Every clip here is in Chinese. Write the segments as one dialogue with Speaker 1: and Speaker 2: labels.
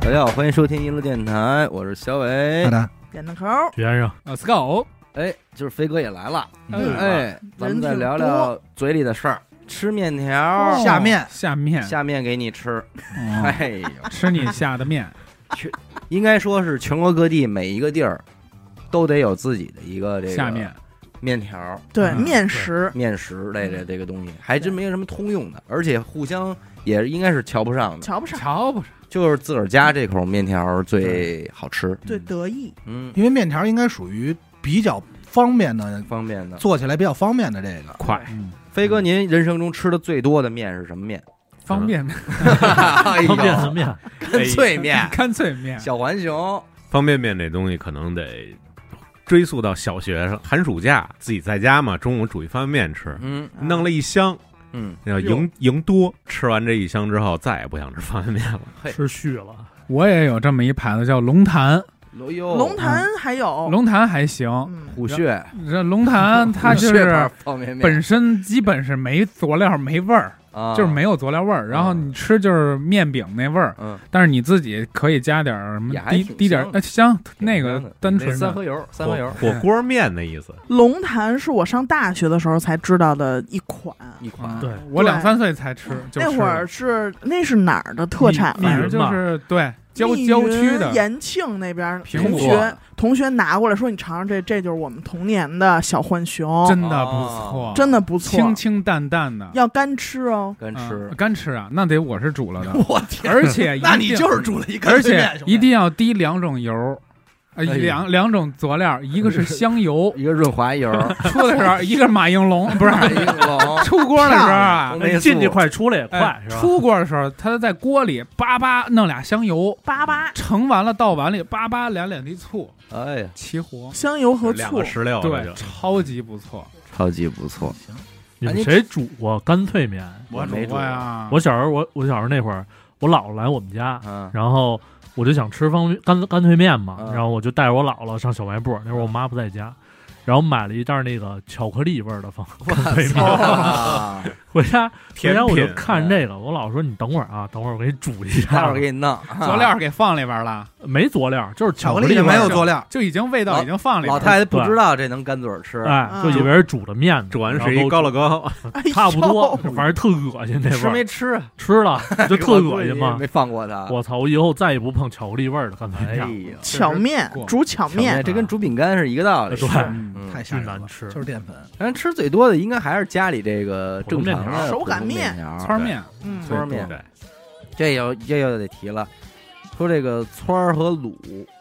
Speaker 1: 大家好，欢迎收听一路电台，我是小伟
Speaker 2: 好。的，
Speaker 3: 点的抠，
Speaker 4: 许先生，
Speaker 5: 啊，Scout，
Speaker 1: 哎，就是飞哥也来了，
Speaker 5: 嗯
Speaker 1: 哎，咱们再聊聊嘴里的事儿，吃面
Speaker 5: 哦
Speaker 1: 条，
Speaker 2: 下面
Speaker 5: 下面，哦
Speaker 1: 下面给你吃。
Speaker 2: 嗯
Speaker 1: 哎呦，
Speaker 5: 吃你下的面，
Speaker 1: 应该说是全国各地每一个地儿都得有自己的一个 这个
Speaker 5: 下面
Speaker 1: 面条、
Speaker 3: 对
Speaker 5: 嗯
Speaker 3: 面食，
Speaker 1: 面食类的这个东西，还真没有什么通用的，而且互相也应该是瞧不上的，
Speaker 3: 瞧不上，
Speaker 5: 瞧不上，
Speaker 1: 就是自个儿家这口面条最好吃，
Speaker 3: 对得意，
Speaker 1: 嗯，
Speaker 2: 因为面条应该属于比较方便的，
Speaker 1: 方便的。
Speaker 2: 做起来比较方便的这个。
Speaker 5: 快，
Speaker 1: 飞哥，您人生中吃的最多的面是什么面？
Speaker 5: 方便面，，
Speaker 1: 哎呦
Speaker 4: 方便什么呀？
Speaker 1: 干脆面
Speaker 5: 干脆面，
Speaker 1: 哎小浣熊，
Speaker 6: 方便面这东西可能得追溯到小学上，寒暑假自己在家嘛，中午煮一方便面吃，
Speaker 1: 嗯
Speaker 6: 弄了一箱，
Speaker 1: 嗯，
Speaker 6: 叫赢赢多。吃完这一箱之后，再也不想吃方便面了。
Speaker 1: 嘿
Speaker 4: 吃续了，
Speaker 5: 我也有这么一牌子叫龙潭，
Speaker 1: 罗哟，
Speaker 3: 龙潭还
Speaker 1: 哦
Speaker 3: 有，
Speaker 5: 龙潭还行，
Speaker 3: 嗯，
Speaker 1: 虎穴，
Speaker 5: 这龙潭它 就
Speaker 1: 虎穴牌
Speaker 5: 是
Speaker 1: 方便面，
Speaker 5: 本身基本是没佐料没味儿，
Speaker 1: 啊
Speaker 5: 就是没有佐料味儿，然后你吃就是面饼那味儿，
Speaker 1: 嗯，
Speaker 5: 但是你自己可以加点儿什么
Speaker 1: 也还
Speaker 5: 滴
Speaker 1: 挺
Speaker 5: 滴点儿
Speaker 1: 香的
Speaker 5: 呃香，那
Speaker 1: 挺香
Speaker 5: 个
Speaker 1: 的
Speaker 5: 单
Speaker 1: 那
Speaker 5: 纯
Speaker 1: 嗯三
Speaker 5: 的
Speaker 1: 合油，三合
Speaker 6: 火
Speaker 1: 油
Speaker 6: 火锅面 的意思，
Speaker 3: 龙潭是我上大学的时候才知道的一款，
Speaker 1: 一
Speaker 5: 啊
Speaker 1: 款，
Speaker 4: 对
Speaker 5: 我
Speaker 3: 对
Speaker 5: 两三岁才吃，就
Speaker 3: 那会
Speaker 5: 吃了
Speaker 3: 儿是那是哪儿的特产
Speaker 4: 密
Speaker 5: 反
Speaker 3: 来
Speaker 4: 密
Speaker 3: 着
Speaker 5: 正
Speaker 4: 云
Speaker 5: 就
Speaker 4: 嘛
Speaker 5: 是对郊
Speaker 3: 密
Speaker 5: 郊
Speaker 3: 云
Speaker 5: 区的
Speaker 3: 延庆那边儿
Speaker 1: 苹
Speaker 3: 同
Speaker 1: 果
Speaker 3: 学同学拿过来说你尝尝这，这就是我们童年的小浣熊，
Speaker 5: 真的不
Speaker 1: 哦
Speaker 5: 错，
Speaker 3: 真的不错
Speaker 5: 清，清淡淡的，
Speaker 3: 要干吃哦。
Speaker 1: 干
Speaker 5: 啊
Speaker 1: 吃，
Speaker 5: 干吃啊，那得我是煮了的，
Speaker 2: 我天
Speaker 5: 而且一
Speaker 2: 啊 那你
Speaker 5: 定
Speaker 2: 就是煮了一干
Speaker 5: 而
Speaker 2: 脆
Speaker 5: 且
Speaker 2: 面，
Speaker 5: 一定要滴两种油。呃，
Speaker 1: 哎呦，
Speaker 5: 两两种佐料，一个是香油
Speaker 1: 一个润滑 油，
Speaker 5: 出的时候，一个是马应龙，不是
Speaker 1: 一个龙
Speaker 5: 出锅的时候啊
Speaker 1: 哎漂，
Speaker 4: 哎进去快，出来也快
Speaker 5: 哎，
Speaker 4: 是吧？
Speaker 5: 出锅的时候，他在锅里叭叭弄俩香油，
Speaker 3: 粑粑、
Speaker 5: 盛完了倒碗里叭叭两两滴醋，
Speaker 1: 哎呀，
Speaker 5: 齐活，
Speaker 3: 香油和
Speaker 6: 两
Speaker 3: 醋
Speaker 6: 个，石榴了
Speaker 5: 对，
Speaker 6: 就。
Speaker 5: 超级不错。
Speaker 1: 超级不错，
Speaker 4: 你们谁煮过干脆面？
Speaker 1: 我
Speaker 5: 煮
Speaker 1: 没
Speaker 5: 过哎呀，
Speaker 4: 我小时候，我我小时候那会儿，我姥姥来我们家，
Speaker 1: 嗯，
Speaker 4: 然后我就想吃方便干干脆面嘛，
Speaker 1: 嗯
Speaker 4: 然后我就带着我姥姥上小卖部，那会儿我妈不在家，然后买了一袋那个巧克力味儿的方 干脆面，
Speaker 5: 哦
Speaker 1: 啊
Speaker 4: 回家回
Speaker 6: 甜
Speaker 4: 家我就
Speaker 6: 品
Speaker 4: 看这个，我姥说你等会儿啊，等会儿我给你煮一
Speaker 1: 待会
Speaker 4: 下
Speaker 1: 儿，给你弄
Speaker 5: 佐，料给放里边了，
Speaker 4: 没佐料，就是
Speaker 2: 巧克
Speaker 4: 力
Speaker 2: 力也
Speaker 4: 味
Speaker 2: 没
Speaker 4: 儿
Speaker 2: 有
Speaker 4: 的
Speaker 2: 佐料，
Speaker 5: 就已经味道已经放里边啊
Speaker 1: 老
Speaker 5: 了。
Speaker 1: 太太不知道这能干嘴儿吃，
Speaker 4: 哎，就以为是煮的面呢，
Speaker 6: 煮完
Speaker 4: 然后
Speaker 6: 是一高乐高，
Speaker 3: 哎呦
Speaker 4: 差 不多，反正特恶心那
Speaker 1: 吃
Speaker 4: 味
Speaker 1: 没
Speaker 4: 儿，
Speaker 1: 吃啊？
Speaker 4: 吃了就特恶心嘛
Speaker 1: 没。放过他，
Speaker 4: 我操！我以后再也不碰巧克力味儿的干脆
Speaker 1: 哎
Speaker 4: 面，
Speaker 1: 呀，
Speaker 3: 巧面
Speaker 5: 过
Speaker 3: 煮巧
Speaker 1: 小
Speaker 3: 面，
Speaker 1: 这跟煮饼干是一个道理，
Speaker 4: 对
Speaker 5: 嗯
Speaker 1: 嗯
Speaker 2: 太吓
Speaker 4: 巨
Speaker 2: 人了
Speaker 4: 难，吃
Speaker 2: 就。是淀粉。
Speaker 1: 咱吃最多的应该还是家里这个正常的
Speaker 4: 普通面条
Speaker 3: 手擀面
Speaker 1: 普通面条
Speaker 5: 汆儿面，
Speaker 3: 嗯，
Speaker 1: 汆儿面，
Speaker 6: 对，
Speaker 1: 这又这又得提了，说这个汆儿和卤，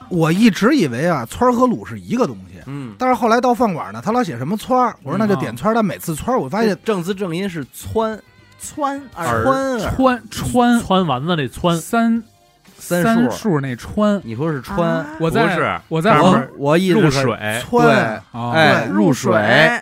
Speaker 2: 我一直以为啊，汆儿和卤是一个东西，
Speaker 1: 嗯，
Speaker 2: 但是后来到饭馆呢，他老写什么汆儿，我说
Speaker 4: 嗯
Speaker 2: 那就点汆儿，但每次汆儿我发现
Speaker 1: 正字正音是汆
Speaker 3: 汆耳
Speaker 6: 耳
Speaker 1: 汆耳，
Speaker 5: 穿穿
Speaker 4: 汆丸子那汆，
Speaker 5: 三
Speaker 1: 三
Speaker 5: 三
Speaker 1: 数
Speaker 5: 数那川，
Speaker 1: 你说是汆，
Speaker 3: 啊
Speaker 5: 我
Speaker 6: 不
Speaker 5: 在
Speaker 6: 是
Speaker 5: 我在
Speaker 1: 我我一直
Speaker 6: 入
Speaker 1: 是啊
Speaker 6: 水，
Speaker 2: 汆，
Speaker 5: 哦
Speaker 1: 哎
Speaker 3: 入
Speaker 1: 水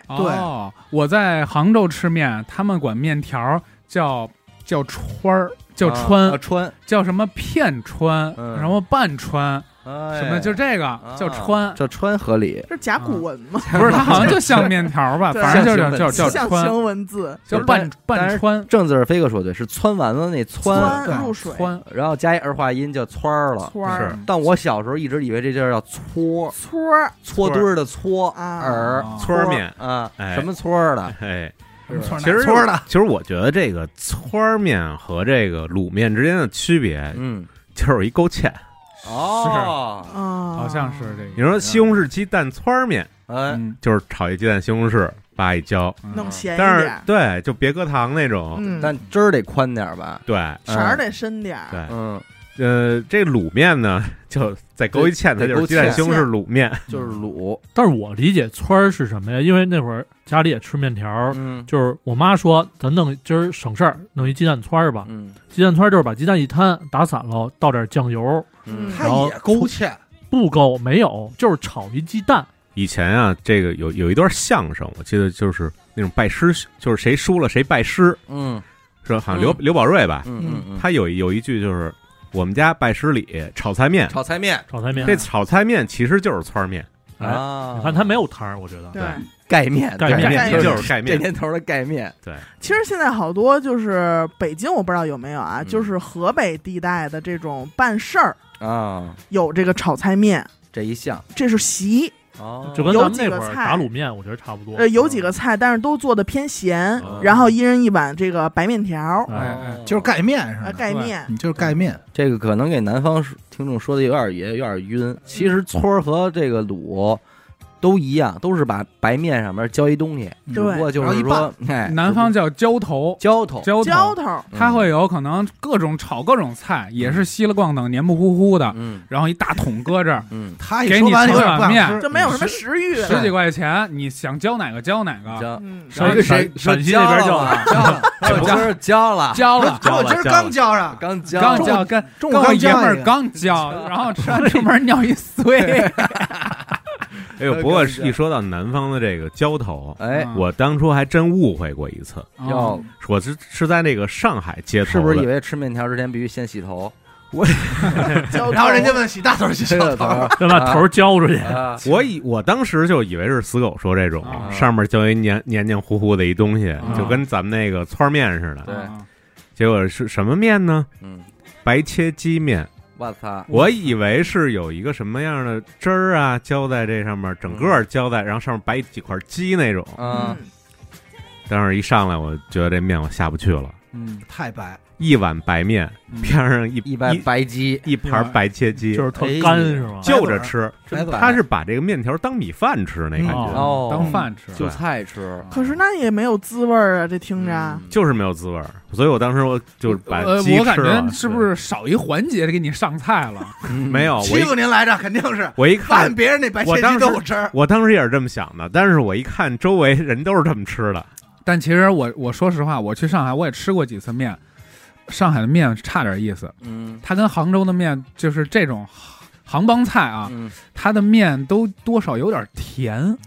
Speaker 5: 哦，我在杭州吃面，他们管面条叫叫川儿，叫川，
Speaker 1: 啊川，
Speaker 5: 叫什么片川，
Speaker 1: 嗯
Speaker 5: 什么半川，
Speaker 1: 哎
Speaker 5: 什么就这个、
Speaker 6: 啊
Speaker 5: 叫川，
Speaker 1: 这川合理，
Speaker 3: 这是甲骨文吗？
Speaker 5: 不是它好像就像面条吧，
Speaker 3: 对
Speaker 5: 反正就是
Speaker 1: 像
Speaker 5: 叫叫
Speaker 3: 象
Speaker 5: 叫川，
Speaker 3: 形文字，
Speaker 5: 叫半半川，
Speaker 1: 正字儿飞哥说对，是汆丸子那汆，
Speaker 3: 汆
Speaker 5: 对
Speaker 3: 入水
Speaker 5: 川
Speaker 1: 然后加一儿化音叫汆儿了。
Speaker 3: 搓儿
Speaker 6: 是
Speaker 1: 但我小时候一直以为这地儿叫搓
Speaker 3: 搓儿
Speaker 1: 搓堆儿的搓
Speaker 3: 啊
Speaker 1: 耳
Speaker 5: 哦
Speaker 6: 搓儿面
Speaker 1: 啊，
Speaker 6: 哎
Speaker 1: 什么搓儿的？
Speaker 6: 哎，
Speaker 5: 什么川
Speaker 6: 其实
Speaker 2: 汆儿的
Speaker 6: 其实我觉得这个汆儿面和这个卤面之间的区别，
Speaker 1: 嗯，
Speaker 6: 就是一勾芡。
Speaker 1: 哦，
Speaker 3: 啊，
Speaker 5: 好像是这个，
Speaker 6: 你说西红柿鸡
Speaker 1: 嗯
Speaker 6: 蛋汆儿面，
Speaker 1: 哎，
Speaker 5: 嗯，
Speaker 6: 就是炒一鸡蛋西红柿，扒一椒，
Speaker 5: 嗯
Speaker 3: 弄咸一
Speaker 6: 但
Speaker 3: 点
Speaker 6: 是哦
Speaker 3: 儿，
Speaker 6: 对，就别搁糖那种，
Speaker 3: 嗯，
Speaker 1: 但汁儿得宽点儿吧？
Speaker 6: 对，
Speaker 3: 色儿得深点儿，
Speaker 6: 对，
Speaker 1: 嗯，
Speaker 6: 呃，这卤面呢，就再勾一芡，它
Speaker 1: 对
Speaker 6: 就是鸡蛋西红柿卤面，
Speaker 1: 就是卤，
Speaker 4: 但是我理解汆儿是什么呀？因为那会儿家里也吃面条儿，
Speaker 1: 嗯
Speaker 4: 就是我妈说咱弄今儿省事儿，弄一鸡蛋汆儿吧。
Speaker 1: 嗯
Speaker 4: 鸡蛋汆儿就是把鸡蛋一摊，打散喽，倒点酱油，
Speaker 1: 嗯，
Speaker 4: 哎
Speaker 2: 它也勾芡，
Speaker 4: 不勾没有，就是炒一鸡蛋。
Speaker 6: 以前啊，这个有有一段相声，我记得就是那种拜师，就是谁输了谁拜师，
Speaker 1: 嗯
Speaker 6: 是吧好像刘、刘宝瑞吧，
Speaker 1: 嗯嗯，
Speaker 6: 他有一有一句就是我们家拜师礼炒菜面，
Speaker 1: 炒菜面，
Speaker 4: 炒菜面，
Speaker 6: 这炒菜面其实就是汆儿面，
Speaker 4: 哎
Speaker 1: 啊
Speaker 4: 你看它没有汤儿，我觉得
Speaker 3: 对，
Speaker 1: 盖面，
Speaker 4: 盖面
Speaker 1: 对
Speaker 3: 盖面
Speaker 6: 就是盖
Speaker 1: 这
Speaker 6: 面，
Speaker 1: 年头的盖面，
Speaker 3: 其实现在好多就是北京，我不知道有没有啊，
Speaker 1: 嗯
Speaker 3: 就是河北地带的这种办事儿
Speaker 1: 啊，
Speaker 3: 有这个炒菜面，
Speaker 1: 这一项
Speaker 3: 这是席，
Speaker 1: 哦，
Speaker 4: 就跟
Speaker 3: 有
Speaker 4: 咱们
Speaker 3: 几
Speaker 4: 那
Speaker 3: 个
Speaker 4: 会儿
Speaker 3: 菜
Speaker 4: 打卤面，我觉得差不多。
Speaker 3: 呃，有几个菜，但是都做的偏咸，
Speaker 6: 哦
Speaker 3: 然后一人一碗这个白面条儿，
Speaker 4: 哎
Speaker 5: 哎
Speaker 2: 就是盖面
Speaker 3: 呃，
Speaker 2: 似的，
Speaker 3: 盖面。
Speaker 2: 你就是盖面，
Speaker 1: 哦这个可能给南方听众说的有点也有点晕。其实村儿和这个卤都一样，都是把白面上面浇一东西，
Speaker 2: 嗯
Speaker 1: 只不过就是
Speaker 2: 然后
Speaker 1: 说，哎，
Speaker 5: 南方叫浇头，
Speaker 1: 浇头，
Speaker 5: 浇
Speaker 3: 浇
Speaker 5: 头，
Speaker 3: 头儿，
Speaker 5: 它会有可能各种炒各种菜，也是稀了咣当、黏不糊糊的，
Speaker 1: 嗯
Speaker 5: 然后一大桶搁这儿，
Speaker 1: 嗯，
Speaker 2: 他一
Speaker 5: 给
Speaker 2: 说
Speaker 5: 你
Speaker 2: 完有
Speaker 5: 炒
Speaker 2: 点
Speaker 5: 碗
Speaker 2: 不想
Speaker 5: 面
Speaker 2: 吃嗯
Speaker 3: 就没有什么食欲
Speaker 5: 十
Speaker 3: 了。
Speaker 5: 几块钱，你想浇哪个浇哪个，
Speaker 1: 浇，
Speaker 3: 嗯，
Speaker 5: 然后
Speaker 4: 谁
Speaker 1: 谁
Speaker 4: 陕西那
Speaker 1: 浇
Speaker 4: 边叫
Speaker 1: 了
Speaker 5: 浇了，
Speaker 1: 我今儿浇了，
Speaker 5: 浇 了，
Speaker 2: 我今儿刚浇上，
Speaker 1: 刚浇，
Speaker 5: 刚浇跟
Speaker 2: 中午
Speaker 5: 跟我
Speaker 2: 刚
Speaker 5: 爷
Speaker 2: 浇
Speaker 5: 们
Speaker 2: 一
Speaker 5: 儿
Speaker 2: 个，
Speaker 5: 刚浇，然后吃完出门尿一碎，
Speaker 6: 哎呦，不过一说到南方的这个浇头，
Speaker 1: 哎，
Speaker 5: 嗯
Speaker 6: 我当初还真误会过一次，
Speaker 1: 要
Speaker 6: 我是是在那个上海街头
Speaker 1: 是不是
Speaker 6: 的
Speaker 1: 以为吃面条之前必须先洗头？
Speaker 3: 浇头
Speaker 2: 然后人家问洗大头洗
Speaker 1: 这
Speaker 2: 小
Speaker 1: 个头
Speaker 2: 头，
Speaker 4: 对吧？
Speaker 1: 啊
Speaker 4: 头儿浇出去，
Speaker 1: 啊，
Speaker 6: 我以我当时就以为是死狗说这种、
Speaker 5: 啊
Speaker 6: 上面浇一黏黏黏糊糊的一东西，
Speaker 5: 啊
Speaker 6: 就跟咱们那个汆面似的。
Speaker 1: 对
Speaker 5: 啊
Speaker 6: 结果是什么面呢？
Speaker 1: 嗯，
Speaker 6: 白切鸡面。
Speaker 1: 我操，
Speaker 6: 我以为是有一个什么样的汁儿啊，浇在这上面，整个浇在，然后上面摆几块鸡那种。
Speaker 1: 嗯
Speaker 3: 嗯，
Speaker 6: 但是一上来我觉得这面我下不去了，
Speaker 5: 嗯，
Speaker 2: 太白，
Speaker 6: 一碗白面
Speaker 5: 嗯
Speaker 6: 边上一
Speaker 1: 一般白鸡
Speaker 6: 一一盘白切鸡，
Speaker 4: 就是特
Speaker 1: 哎
Speaker 4: 干
Speaker 1: 呀
Speaker 4: 是吗？
Speaker 6: 就着吃。
Speaker 1: 真白
Speaker 6: 他是把这个面条当米饭吃那感觉，
Speaker 4: 嗯
Speaker 1: 哦，
Speaker 5: 当饭吃，
Speaker 1: 就菜吃，
Speaker 3: 可是那也没有滋味儿啊，这听着。
Speaker 1: 嗯
Speaker 6: 就是没有滋味儿。所以我当时我就是把
Speaker 5: 呃，
Speaker 6: 鸡吃了。
Speaker 5: 我感觉是
Speaker 6: 对
Speaker 5: 不是少一环节给你上菜了？
Speaker 1: 嗯
Speaker 6: 没有，啊我
Speaker 2: 欺
Speaker 6: 一
Speaker 2: 负您来着，肯定是
Speaker 6: 我一
Speaker 2: 按
Speaker 6: 看，
Speaker 2: 别人那白切
Speaker 6: 我当
Speaker 2: 鸡
Speaker 6: 时
Speaker 2: 都不吃，
Speaker 6: 我当时也是这么想的，但是我一看周围人都是这么吃的，
Speaker 5: 但其实我我说实话，我去上海我也吃过几次面，上海的面差点意思，
Speaker 1: 嗯
Speaker 5: 它跟杭州的面就是这种杭帮菜啊，
Speaker 1: 嗯，
Speaker 5: 它的面都多少有点甜，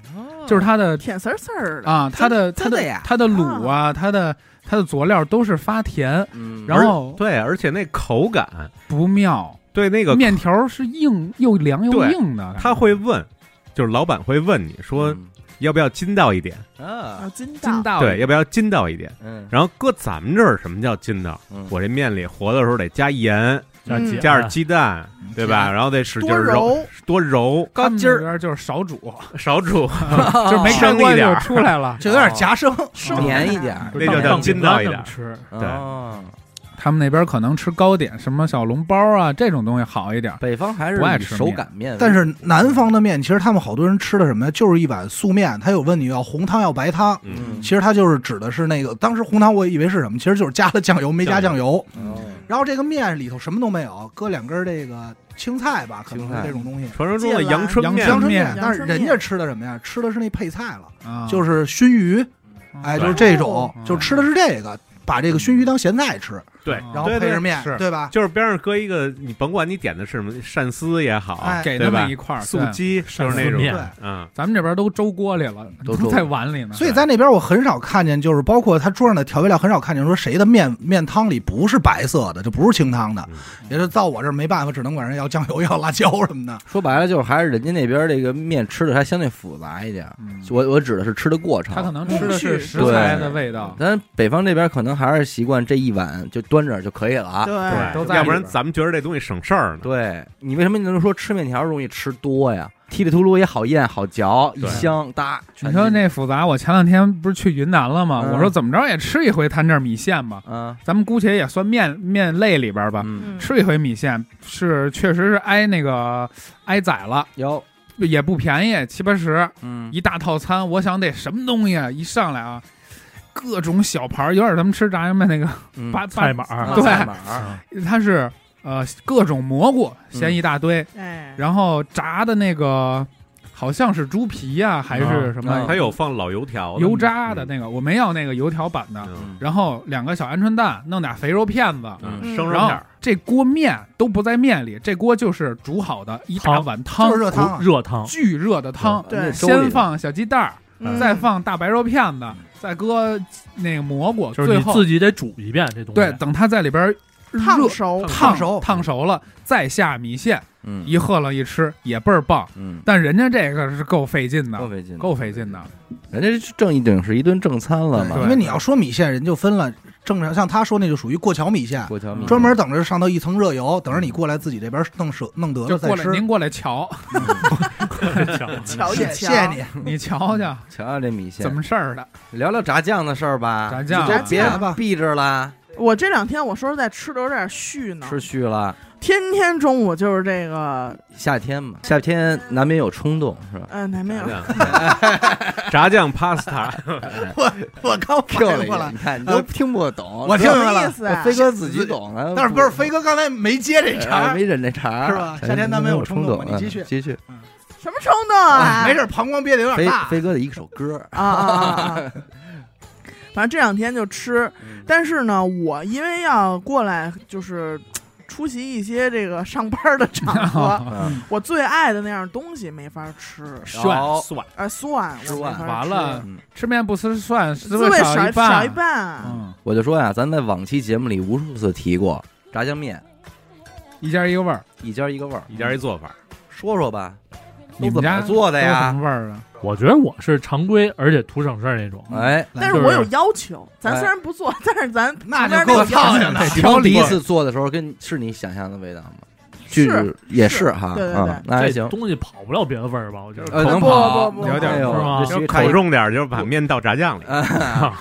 Speaker 5: 就是它的
Speaker 3: 甜丝丝儿的，
Speaker 5: 啊，它的它
Speaker 3: 真的
Speaker 5: 的
Speaker 3: 呀
Speaker 5: 它的卤啊，它的它的佐料都是发甜，
Speaker 1: 嗯
Speaker 5: 然后
Speaker 6: 对，而且那口感，
Speaker 5: 不妙，
Speaker 6: 对那个
Speaker 5: 面条是硬又凉又
Speaker 6: 对
Speaker 5: 硬的，
Speaker 6: 他会问，就是老板会问你说
Speaker 1: 嗯
Speaker 6: 要不要筋道一点，
Speaker 3: 啊
Speaker 1: 啊，
Speaker 3: 筋道
Speaker 5: 筋道
Speaker 6: 对，要不要筋道一点。
Speaker 1: 嗯，
Speaker 6: 然后搁咱们这儿什么叫筋道
Speaker 1: 嗯？
Speaker 6: 我这面里和的时候得加盐，
Speaker 4: 加
Speaker 3: 嗯
Speaker 4: 鸡
Speaker 6: 加点鸡蛋，对吧？
Speaker 2: 嗯
Speaker 6: 然后得使劲
Speaker 3: 多
Speaker 6: 儿揉，
Speaker 3: 揉，
Speaker 6: 多揉，
Speaker 5: 他们
Speaker 1: 高筋儿
Speaker 5: 那边就是少煮，
Speaker 6: 少煮，
Speaker 5: 就是没
Speaker 6: 生
Speaker 5: 干
Speaker 6: 一
Speaker 5: 锅
Speaker 6: 点
Speaker 5: 就
Speaker 6: 儿
Speaker 5: 出来了。
Speaker 2: 就有点夹生，
Speaker 3: 生
Speaker 1: 黏一
Speaker 3: 的
Speaker 1: 点儿，哦
Speaker 6: 那就叫筋道一点
Speaker 4: 当饼干这么吃，
Speaker 1: 对
Speaker 5: 他们那边可能吃糕点，什么小笼包啊这种东西好一点。
Speaker 1: 北方还是
Speaker 5: 不爱
Speaker 1: 以
Speaker 5: 吃
Speaker 1: 手
Speaker 5: 面
Speaker 1: 擀面为主，
Speaker 2: 但是南方的面，其实他们好多人吃的什么呀？就是一碗素面，他有问你要红汤要白汤，
Speaker 6: 嗯，
Speaker 2: 其实他就是指的是那个。当时红汤我以为是什么，其实就是加了酱油，没加酱油。
Speaker 1: 哦
Speaker 2: 然后这个面里头什么都没有，搁两根这个青菜吧，可能
Speaker 1: 青
Speaker 2: 是
Speaker 1: 菜
Speaker 2: 这种东西。
Speaker 6: 传说中的
Speaker 3: 芥
Speaker 6: 阳
Speaker 3: 蓝
Speaker 6: 春
Speaker 5: 阳
Speaker 6: 面
Speaker 5: 春
Speaker 2: 阳春
Speaker 5: 面
Speaker 2: 但
Speaker 3: 阳
Speaker 2: 是人
Speaker 3: 春面
Speaker 2: 家吃的什么呀？吃的是那配菜了，
Speaker 5: 啊
Speaker 2: 就是熏鱼，
Speaker 5: 嗯
Speaker 2: 哎，
Speaker 6: 对
Speaker 2: 就是这种
Speaker 3: 哦，
Speaker 2: 就吃的是这个，把这个熏鱼当咸菜吃，
Speaker 6: 对，
Speaker 2: 啊然后
Speaker 6: 嗯对
Speaker 2: 配
Speaker 6: 对
Speaker 2: 着面，
Speaker 5: 是
Speaker 2: 对吧？
Speaker 6: 就是边上搁一个，你甭管你点的是什么鳝丝也好，
Speaker 2: 哎
Speaker 5: 给
Speaker 6: 对
Speaker 5: 那么
Speaker 6: 吧
Speaker 5: 一？块儿
Speaker 6: 素
Speaker 5: 对
Speaker 6: 鸡就是
Speaker 4: 丝
Speaker 6: 那种，
Speaker 4: 面
Speaker 2: 对
Speaker 6: 嗯，
Speaker 5: 咱们这边都粥锅里了，
Speaker 1: 都粥
Speaker 5: 在碗里呢。
Speaker 2: 所以在那边我很少看见，就是包括他桌上的调味料很少看见说谁的面面汤里不是白色的，就不是清汤的
Speaker 6: 嗯，
Speaker 2: 也是到我这儿没办法，只能管人要酱油、 要辣椒什么的。
Speaker 1: 说白了就是还是人家那边儿这个面吃的还相对复杂一点儿。
Speaker 5: 嗯
Speaker 1: 我我指的是吃的过程
Speaker 5: 它，可能吃的是食
Speaker 1: 对
Speaker 5: 材的味道，
Speaker 1: 咱北方这边可能还是习惯这一碗就端着就可以了啊。
Speaker 6: 对，
Speaker 3: 对，
Speaker 5: 哎都在
Speaker 6: 要不然
Speaker 5: 里边
Speaker 6: 咱们觉得这东西省事儿呢。
Speaker 1: 对你为什么你能说吃面条容易吃多呀？剔里秃噜也好咽好嚼，一
Speaker 6: 对
Speaker 1: 香搭。
Speaker 5: 你说那复杂，我前两天不是去云南了吗？
Speaker 1: 嗯
Speaker 5: 我说怎么着也吃一回他们这儿米线吧，
Speaker 1: 啊，
Speaker 5: 咱们姑且也算面面类里边吧，
Speaker 1: 嗯，
Speaker 3: 嗯
Speaker 5: 吃一回米线是确实是挨那个挨宰了，
Speaker 1: 有，
Speaker 5: 也不便宜，七八十
Speaker 1: 嗯，
Speaker 5: 一大套餐，我想得什么东西啊？一上来啊，各种小盘儿，有点咱们吃炸酱面那个
Speaker 1: 嗯
Speaker 5: 八
Speaker 4: 菜
Speaker 5: 八，
Speaker 4: 码
Speaker 1: 啊
Speaker 4: 儿，
Speaker 5: 对
Speaker 1: 菜码儿嗯
Speaker 5: 它是呃各种蘑菇先一大堆，
Speaker 3: 哎，
Speaker 5: 然后炸的那个好像是猪皮呀、还是什
Speaker 1: 啊
Speaker 5: 么
Speaker 6: 还有放老油条的、
Speaker 5: 油炸的那个，我没要那个油条版的。
Speaker 6: 嗯，
Speaker 5: 然后两个小鹌鹑蛋，弄点肥肉片子，
Speaker 6: 嗯
Speaker 3: 嗯
Speaker 6: 生肉
Speaker 5: 然后
Speaker 6: 片儿，
Speaker 5: 这锅面都不在面里，这锅就是煮好的一大
Speaker 4: 汤
Speaker 5: 碗汤，
Speaker 2: 就是热汤啊，
Speaker 4: 热汤，
Speaker 5: 巨热的汤，
Speaker 1: 对
Speaker 3: 对
Speaker 5: 先放小鸡蛋儿，
Speaker 3: 嗯
Speaker 5: 再放大白肉片子，再搁那个蘑菇，
Speaker 4: 就是
Speaker 5: 最
Speaker 4: 你
Speaker 5: 后
Speaker 4: 自己得煮一遍这东西。
Speaker 5: 对，等它在里边
Speaker 3: 烫熟
Speaker 6: 烫
Speaker 5: 烫
Speaker 2: 熟
Speaker 5: 烫熟了，再下米线，
Speaker 1: 嗯
Speaker 5: 一喝了一吃也倍儿棒。
Speaker 1: 嗯，
Speaker 5: 但人家这个是够费劲
Speaker 1: 够
Speaker 5: 的，
Speaker 1: 费劲，
Speaker 5: 够费劲的。。
Speaker 1: 人家是正一经是一顿正餐了嘛，
Speaker 5: 对
Speaker 2: 因为你要说米线，人就分了，正常像他说那就属于过桥米线，
Speaker 1: 过桥米
Speaker 2: 专门等着上头一层热油，等着你过来自己这边弄舍弄得
Speaker 5: 就
Speaker 2: 了
Speaker 5: 过
Speaker 2: 再
Speaker 5: 来，
Speaker 2: 吃。
Speaker 5: 您过来瞧，
Speaker 3: 瞧
Speaker 2: 谢
Speaker 3: 见
Speaker 2: 谢谢你，
Speaker 5: 你瞧瞧
Speaker 1: 瞧瞧这米线，
Speaker 5: 怎么事儿的。
Speaker 1: 聊聊炸酱的事儿吧？
Speaker 5: 炸酱
Speaker 1: 你这别
Speaker 2: 炸酱吧
Speaker 1: 避着了，
Speaker 3: 我这两天我说实在吃的有点虚呢，
Speaker 1: 吃虚了。
Speaker 3: 天天中午就是这个，
Speaker 1: 夏天嘛，夏天难免有冲动，是吧？
Speaker 3: 嗯，还没有，
Speaker 6: 炸酱 pasta，
Speaker 2: 我刚
Speaker 1: Q
Speaker 2: 反
Speaker 1: 了
Speaker 2: 应
Speaker 1: 一
Speaker 2: 过
Speaker 1: 下，
Speaker 2: 来
Speaker 1: 你，看你都听不懂，
Speaker 2: 我听明白
Speaker 3: 什么
Speaker 2: 了
Speaker 3: 意。思啊？
Speaker 1: 飞哥自己懂啊，
Speaker 2: 但是不是飞哥刚才没接这
Speaker 1: 哎
Speaker 2: 茬儿
Speaker 1: 没？忍这茬儿
Speaker 2: 是吧夏天难免有冲动嘛你继续
Speaker 1: 嗯继续。
Speaker 3: 什么冲动啊？
Speaker 2: 没事，膀胱憋得有
Speaker 1: 飞
Speaker 2: 点大。
Speaker 1: 飞哥的一首歌，
Speaker 3: 啊啊啊！啊反正这两天就吃，但是呢，我因为要过来，就是出席一些这个上班的场合，
Speaker 1: 嗯，
Speaker 3: 我最爱的那样东西没法吃，
Speaker 1: 然
Speaker 5: 涮
Speaker 1: 后
Speaker 6: 蒜
Speaker 3: 呃，蒜
Speaker 1: 吃
Speaker 3: 我没
Speaker 1: 完
Speaker 3: 法吃
Speaker 5: 完了
Speaker 1: 嗯，
Speaker 5: 吃面不吃蒜，滋
Speaker 3: 滋味
Speaker 5: 少
Speaker 3: 少
Speaker 5: 半。
Speaker 3: 一半。啊
Speaker 5: 嗯，
Speaker 1: 我就说呀，咱在往期节目里无数次提过炸酱面，
Speaker 5: 一家一个味儿。
Speaker 1: 一家一个味儿，
Speaker 6: 一家 一做法，
Speaker 1: 说说吧，
Speaker 5: 你
Speaker 1: 都
Speaker 5: 们
Speaker 1: 怎
Speaker 5: 家
Speaker 1: 么做的
Speaker 5: 都什
Speaker 1: 呀？
Speaker 5: 么味儿啊？
Speaker 4: 我觉得我是常规而且图省事儿那种，
Speaker 1: 哎，
Speaker 3: 但是
Speaker 4: 就是
Speaker 3: 我有要求，咱
Speaker 1: 哎
Speaker 3: 虽然不做，但是咱
Speaker 2: 那就
Speaker 3: 旁边
Speaker 2: 够
Speaker 3: 那个要
Speaker 2: 苍
Speaker 3: 求
Speaker 2: 蝇的，
Speaker 1: 你
Speaker 5: 调
Speaker 1: 刚
Speaker 5: 理
Speaker 1: 第一
Speaker 5: 过
Speaker 1: 次做的时候，跟是你想象的味道吗？
Speaker 3: 是
Speaker 1: 也
Speaker 3: 是
Speaker 1: 是哈，
Speaker 3: 对对对
Speaker 1: 嗯那还
Speaker 4: 这
Speaker 1: 行，
Speaker 4: 东西跑不了别的味儿吧？我觉
Speaker 1: 呃，
Speaker 4: 得
Speaker 1: 能
Speaker 3: 不
Speaker 1: 跑
Speaker 3: 不不
Speaker 1: 有
Speaker 3: 有
Speaker 1: 点
Speaker 3: 点
Speaker 1: 儿
Speaker 4: 是吗
Speaker 1: 必须
Speaker 6: 口重点儿就是把面倒炸酱里，
Speaker 5: 嗯
Speaker 1: 啊，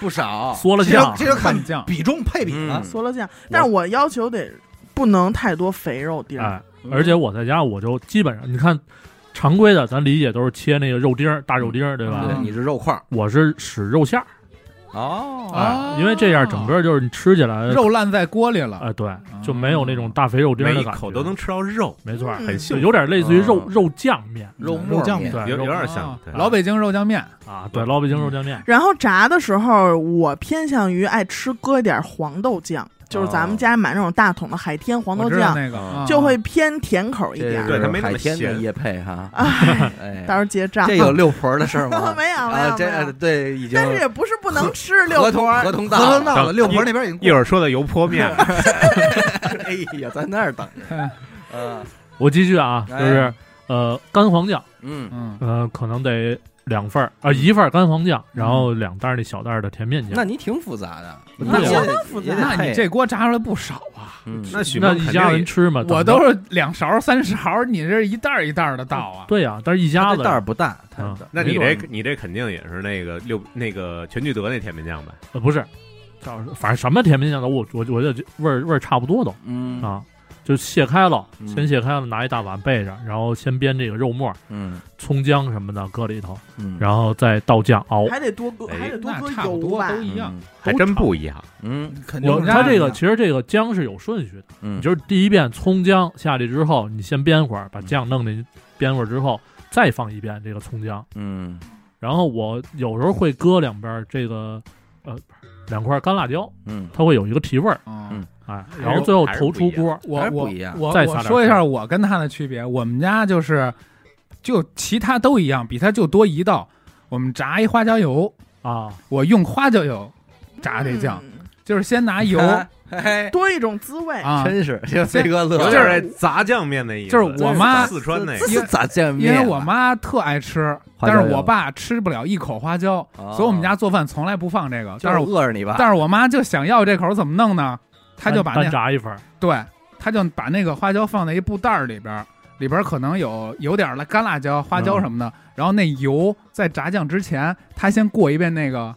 Speaker 1: 不少，
Speaker 4: 缩了
Speaker 2: 这就
Speaker 4: 酱，
Speaker 2: 这就看
Speaker 5: 看酱，
Speaker 2: 比重配比了
Speaker 1: 嗯。
Speaker 3: 缩了酱，但是我要求得不能太多肥肉丁儿，
Speaker 4: 哎，而且我在家我就基本上，你看常规的，咱理解都是切那个肉丁儿，大肉丁儿，
Speaker 5: 嗯
Speaker 4: 对吧？
Speaker 1: 对你是肉块儿
Speaker 4: 啊我是使肉馅儿，
Speaker 1: 哦，
Speaker 5: 啊
Speaker 4: 哎，因为这样整个就是你吃起来，
Speaker 5: 肉烂在锅里了。
Speaker 4: 哎，对，就没有那种大肥肉丁儿
Speaker 6: 每
Speaker 4: 的
Speaker 6: 一
Speaker 4: 感觉，
Speaker 6: 口都能，吃到肉，
Speaker 4: 没错儿，
Speaker 3: 嗯
Speaker 6: 很
Speaker 4: 就
Speaker 6: 幸福，
Speaker 4: 有点类似于肉
Speaker 1: 嗯
Speaker 4: 肉酱面，
Speaker 2: 肉
Speaker 1: 末
Speaker 2: 酱
Speaker 1: 面
Speaker 2: 面，
Speaker 4: 对，
Speaker 6: 有有
Speaker 4: 肉
Speaker 6: 点像
Speaker 5: 啊
Speaker 6: 对
Speaker 5: 老北京肉酱面，
Speaker 4: 啊，对，老北京肉酱面，
Speaker 3: 然后炸的时候，我偏向于爱吃搁一点黄豆酱，就是咱们家买那种大桶的海天黄豆
Speaker 5: 我知道
Speaker 3: 酱，
Speaker 5: 那个
Speaker 1: 啊
Speaker 5: 啊
Speaker 3: 就会偏甜口一
Speaker 1: 这
Speaker 3: 点
Speaker 1: 是
Speaker 3: 儿。
Speaker 6: 对它没那
Speaker 1: 海
Speaker 6: 么
Speaker 1: 天的
Speaker 6: 咸
Speaker 1: 叶配哈，
Speaker 3: 哎，
Speaker 1: 哎，
Speaker 3: 到时候结账。
Speaker 1: 这有 六婆儿的事儿吗？
Speaker 3: 没有没有
Speaker 1: 啊，
Speaker 3: 没
Speaker 1: 这
Speaker 3: 有
Speaker 1: 呃，对已经
Speaker 3: 但是也不是不能吃六
Speaker 1: 合
Speaker 3: 婆
Speaker 1: 同
Speaker 3: 儿
Speaker 1: 合。同到
Speaker 2: 合同
Speaker 1: 了，
Speaker 2: 到了，
Speaker 6: 等
Speaker 2: 六婆那边已经过
Speaker 6: 一会儿说的油 泼面，
Speaker 1: 哎呀，在那儿等着，嗯
Speaker 4: 我继续啊，哎
Speaker 1: 哎
Speaker 4: 就是呃干黄酱，
Speaker 1: 嗯
Speaker 5: 嗯，
Speaker 4: 呃可能得两份儿啊、呃一份儿干黄酱，然后两袋儿那小袋儿的甜面
Speaker 1: 那
Speaker 4: 酱，
Speaker 1: 你挺复杂的，
Speaker 4: 那
Speaker 1: 也
Speaker 4: 相
Speaker 1: 得
Speaker 3: 复杂
Speaker 1: 也得
Speaker 5: 那
Speaker 1: 配
Speaker 5: 你这锅炸出来不少啊。
Speaker 1: 哎嗯
Speaker 6: 那许
Speaker 4: 那
Speaker 6: 梦
Speaker 4: 一
Speaker 6: 肯
Speaker 4: 家人
Speaker 6: 定
Speaker 4: 吃嘛，
Speaker 5: 我
Speaker 4: 等
Speaker 5: 都
Speaker 4: 着
Speaker 5: 是两勺三勺，你这一袋儿一袋儿的倒啊。
Speaker 4: 对呀、但是一家
Speaker 1: 它
Speaker 4: 子
Speaker 1: 这袋儿不大，它
Speaker 4: 嗯
Speaker 1: 的
Speaker 6: 那你
Speaker 4: 没
Speaker 6: 这
Speaker 4: 准
Speaker 6: 你这肯定也是那个六那个全聚德那甜面酱吧？
Speaker 4: 呃不是，叫反正什么甜面酱都我我我觉得味儿味儿差不多都
Speaker 1: 嗯
Speaker 4: 啊，就卸开了，
Speaker 1: 嗯
Speaker 4: 先卸开了，拿一大碗备着，然后先煸这个肉末、
Speaker 1: 嗯
Speaker 4: 葱姜什么的搁里头，
Speaker 1: 嗯，
Speaker 4: 然后再倒酱熬。
Speaker 3: 还得多搁，
Speaker 6: 哎
Speaker 3: 还得多
Speaker 5: 那
Speaker 3: 搁
Speaker 5: 差不
Speaker 3: 油
Speaker 5: 多
Speaker 3: 吧
Speaker 5: 都。一样。
Speaker 6: 还真不一样，
Speaker 1: 嗯
Speaker 2: 肯定
Speaker 4: 我
Speaker 2: 是
Speaker 4: 它
Speaker 2: 样
Speaker 4: 这个
Speaker 2: 的
Speaker 4: 其实这个姜是有顺序的，
Speaker 1: 嗯
Speaker 4: 你就是第一遍葱姜下去之后，你先煸会儿，把酱弄进去，煸会儿之后再放一遍这个葱姜。
Speaker 1: 嗯
Speaker 4: 然后我有时候会搁两边儿这个呃两块干辣椒，
Speaker 1: 嗯
Speaker 4: 它会有一个提味儿，
Speaker 5: 嗯，
Speaker 4: 哎，
Speaker 6: 还是
Speaker 4: 然后最后
Speaker 6: 还是
Speaker 4: 投
Speaker 6: 不一
Speaker 4: 出
Speaker 6: 样
Speaker 4: 锅，
Speaker 5: 我
Speaker 1: 还是不
Speaker 5: 我
Speaker 1: 一样
Speaker 5: 我
Speaker 4: 再撒
Speaker 5: 我
Speaker 4: 点
Speaker 5: 说一下
Speaker 4: 蒜
Speaker 5: 我跟他的区别，我们家就是就其他都一样，比他就多一道。我们炸一花椒油，
Speaker 4: 啊，
Speaker 5: 我用花椒油炸这酱，
Speaker 3: 嗯
Speaker 5: 就是先拿油
Speaker 1: 哎 哎
Speaker 3: 多一种滋味。
Speaker 5: 啊，
Speaker 1: 真是这飞哥乐哎
Speaker 6: 有
Speaker 1: 了，
Speaker 6: 点儿杂酱面那意思。
Speaker 5: 就是我妈
Speaker 6: 四川那
Speaker 1: 这
Speaker 6: 个
Speaker 1: 是咋见
Speaker 5: 因
Speaker 1: 面啊？
Speaker 5: 为我妈特爱吃，
Speaker 1: 花椒
Speaker 5: 但
Speaker 1: 油
Speaker 5: 是我爸吃不了一口花椒，
Speaker 1: 哦
Speaker 5: 所以我们家做饭从来不放这个。
Speaker 1: 就
Speaker 5: 但
Speaker 1: 是
Speaker 5: 是我
Speaker 1: 饿着你吧，
Speaker 5: 但是我妈就想要这口，怎么弄呢？她就把
Speaker 4: 单
Speaker 5: 那
Speaker 4: 炸一份儿，
Speaker 5: 对，她就把那个花椒放在一布袋儿里边儿，里边儿可能有有点儿了干辣椒、花椒什么的。然后那油在炸酱之前，她先过一遍那个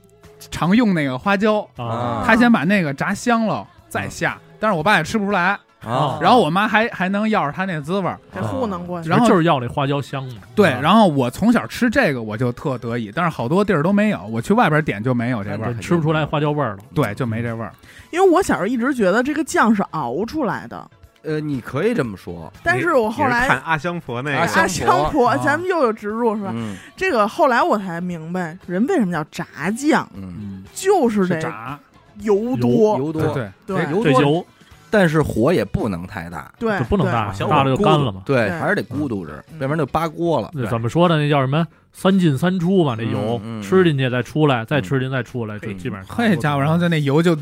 Speaker 5: 常用那个花椒，
Speaker 1: 啊
Speaker 5: 她先把那个炸香了再下。但是我爸也吃不出来，
Speaker 1: 啊，
Speaker 5: 然后我妈还还能要着她那滋味儿。
Speaker 3: 给糊弄过去。
Speaker 5: 然后
Speaker 4: 就是要那花椒香嘛。
Speaker 5: 对，
Speaker 4: 啊
Speaker 5: 然后我从小吃这个我就特得意，但是好多地儿都没有，我去外边点就没有这
Speaker 1: 哎
Speaker 5: 味儿
Speaker 1: 对，
Speaker 4: 吃不出来花椒味儿了。
Speaker 5: 对，就没这味儿。
Speaker 3: 因为我小时候一直觉得这个酱是熬出来的，
Speaker 1: 呃，你可以这么说，
Speaker 3: 但是我后
Speaker 6: 你是看
Speaker 3: 来
Speaker 6: 阿香婆那
Speaker 1: 阿
Speaker 6: 个，
Speaker 1: 香
Speaker 3: 啊，
Speaker 1: 婆
Speaker 3: 香婆
Speaker 5: 啊，
Speaker 3: 咱们又有植入是吧？
Speaker 1: 嗯
Speaker 3: 这个后来我才明白，人为什么叫炸酱，
Speaker 1: 嗯，
Speaker 5: 嗯，
Speaker 3: 就是
Speaker 5: 是
Speaker 3: 得
Speaker 5: 炸，
Speaker 3: 油多，
Speaker 1: 油
Speaker 5: 对
Speaker 1: 多
Speaker 5: 对，
Speaker 3: 对
Speaker 1: 油
Speaker 4: 这
Speaker 1: 多，
Speaker 4: 油
Speaker 1: 但是火也不能太大，
Speaker 3: 对，
Speaker 4: 就不能
Speaker 3: 对
Speaker 4: 大，
Speaker 6: 小
Speaker 4: 大
Speaker 6: 火
Speaker 4: 了就
Speaker 6: 锅
Speaker 4: 干了嘛。
Speaker 1: 对，
Speaker 3: 对
Speaker 1: 还是得咕嘟着，
Speaker 3: 嗯
Speaker 1: 要不然就扒锅了。
Speaker 4: 那怎么说呢？那叫什么？三进三出嘛，那
Speaker 1: 嗯
Speaker 4: 油
Speaker 1: 嗯
Speaker 4: 吃进去再出来，再
Speaker 1: 嗯
Speaker 4: 吃进去再出来，就
Speaker 6: 嘿
Speaker 4: 基本上。
Speaker 5: 嘿家伙，然后就那油就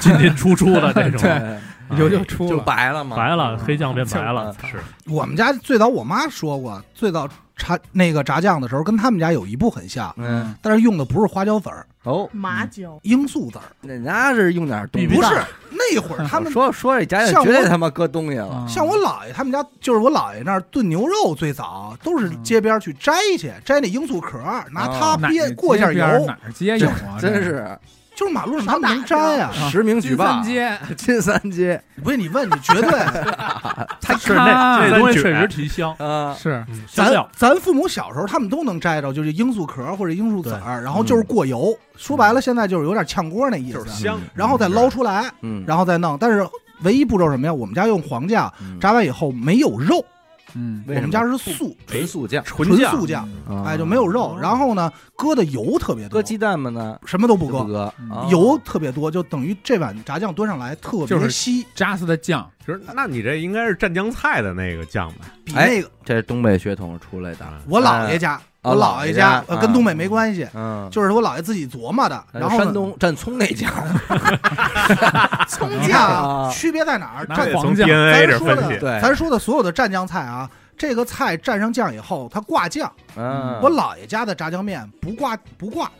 Speaker 4: 进进出出的这种，
Speaker 5: 对 油就出
Speaker 1: 就
Speaker 5: 了。
Speaker 1: 白了嘛，
Speaker 4: 白了黑酱变白 了，
Speaker 1: 就是
Speaker 2: 我们家最早我妈说过，最早炸那个炸酱的时候，跟他们家有一步很像，
Speaker 1: 嗯，
Speaker 2: 但是用的不是花椒粉儿，
Speaker 1: 哦，
Speaker 3: 麻椒，
Speaker 2: 罂粟籽儿，
Speaker 1: 人家是用点东西，
Speaker 2: 不是那会儿 他们。
Speaker 1: 说说这家里
Speaker 2: 像我
Speaker 1: 绝对他妈搁东西了，
Speaker 5: 嗯
Speaker 2: 像我姥爷他们家，就是我姥爷那儿炖牛肉，最早都是街边去摘去，摘那罂粟壳儿，拿它
Speaker 5: 哪
Speaker 2: 煸哦过一下油，
Speaker 5: 哪儿街有啊？
Speaker 1: 真
Speaker 5: 这
Speaker 1: 是
Speaker 2: 就是马路上他们能摘呀、
Speaker 5: 啊
Speaker 1: 实名举报
Speaker 5: 金三，街，
Speaker 1: 金三街
Speaker 2: 不是你问你绝对，
Speaker 5: 他
Speaker 4: 是那这
Speaker 5: 看
Speaker 4: 东西确实提香，
Speaker 1: 啊，
Speaker 5: 是
Speaker 4: 嗯，香
Speaker 2: 咱
Speaker 4: 料
Speaker 2: 咱父母小时候他们都能摘着，就是罂粟壳或者罂粟籽儿，然后
Speaker 1: 嗯
Speaker 2: 就是过油。说白了，现在就是有点炝锅那意
Speaker 6: 就是
Speaker 2: 思，
Speaker 6: 香，
Speaker 2: 然后再捞出来，
Speaker 1: 嗯，
Speaker 2: 然后再弄。但是唯一步骤是什么呀？我们家用黄酱炸完以后没有肉，
Speaker 5: 嗯，
Speaker 1: 嗯
Speaker 2: 我
Speaker 1: 为什么
Speaker 2: 们家是素
Speaker 1: 纯素酱，
Speaker 6: 纯
Speaker 2: 纯
Speaker 6: 酱
Speaker 2: 素酱，
Speaker 1: 啊
Speaker 2: 哎就没有肉。然后呢，搁的油特别多
Speaker 1: 搁，鸡蛋吗呢？
Speaker 2: 什么都
Speaker 1: 嗯
Speaker 2: 不
Speaker 1: 不
Speaker 2: 搁，
Speaker 1: 搁
Speaker 5: 嗯
Speaker 1: 啊
Speaker 2: 油特别多，就等于这碗炸酱端上来特
Speaker 5: 就
Speaker 2: 别
Speaker 5: 是
Speaker 2: 稀，
Speaker 5: 扎死的酱，
Speaker 6: 其实，那你这应该是蘸酱菜的那个酱吧？
Speaker 2: 比
Speaker 1: 哎
Speaker 2: 那个
Speaker 1: 这是东北血统出来的，
Speaker 2: 我姥爷家，
Speaker 1: 啊
Speaker 2: 我
Speaker 1: 姥
Speaker 2: 姥
Speaker 1: 爷
Speaker 2: 爷
Speaker 1: 家
Speaker 2: 家呃
Speaker 1: 啊
Speaker 2: 跟东北没关系。
Speaker 1: 嗯，
Speaker 2: 就是我姥爷自己琢磨的，然后呢
Speaker 1: 山东蘸葱那家
Speaker 2: 葱
Speaker 1: 啊哎
Speaker 2: 酱区别在哪儿？
Speaker 5: 拿
Speaker 2: 蘸
Speaker 5: 这
Speaker 6: 从
Speaker 5: 黄酱
Speaker 6: DNA
Speaker 2: 咱
Speaker 6: 这
Speaker 2: 说
Speaker 6: 分
Speaker 2: 的
Speaker 6: 析，
Speaker 1: 对
Speaker 2: 咱说的所有的蘸酱菜啊，这个菜蘸上酱以后，它挂酱。
Speaker 1: 嗯，
Speaker 2: 我姥爷家的炸酱面不挂不挂，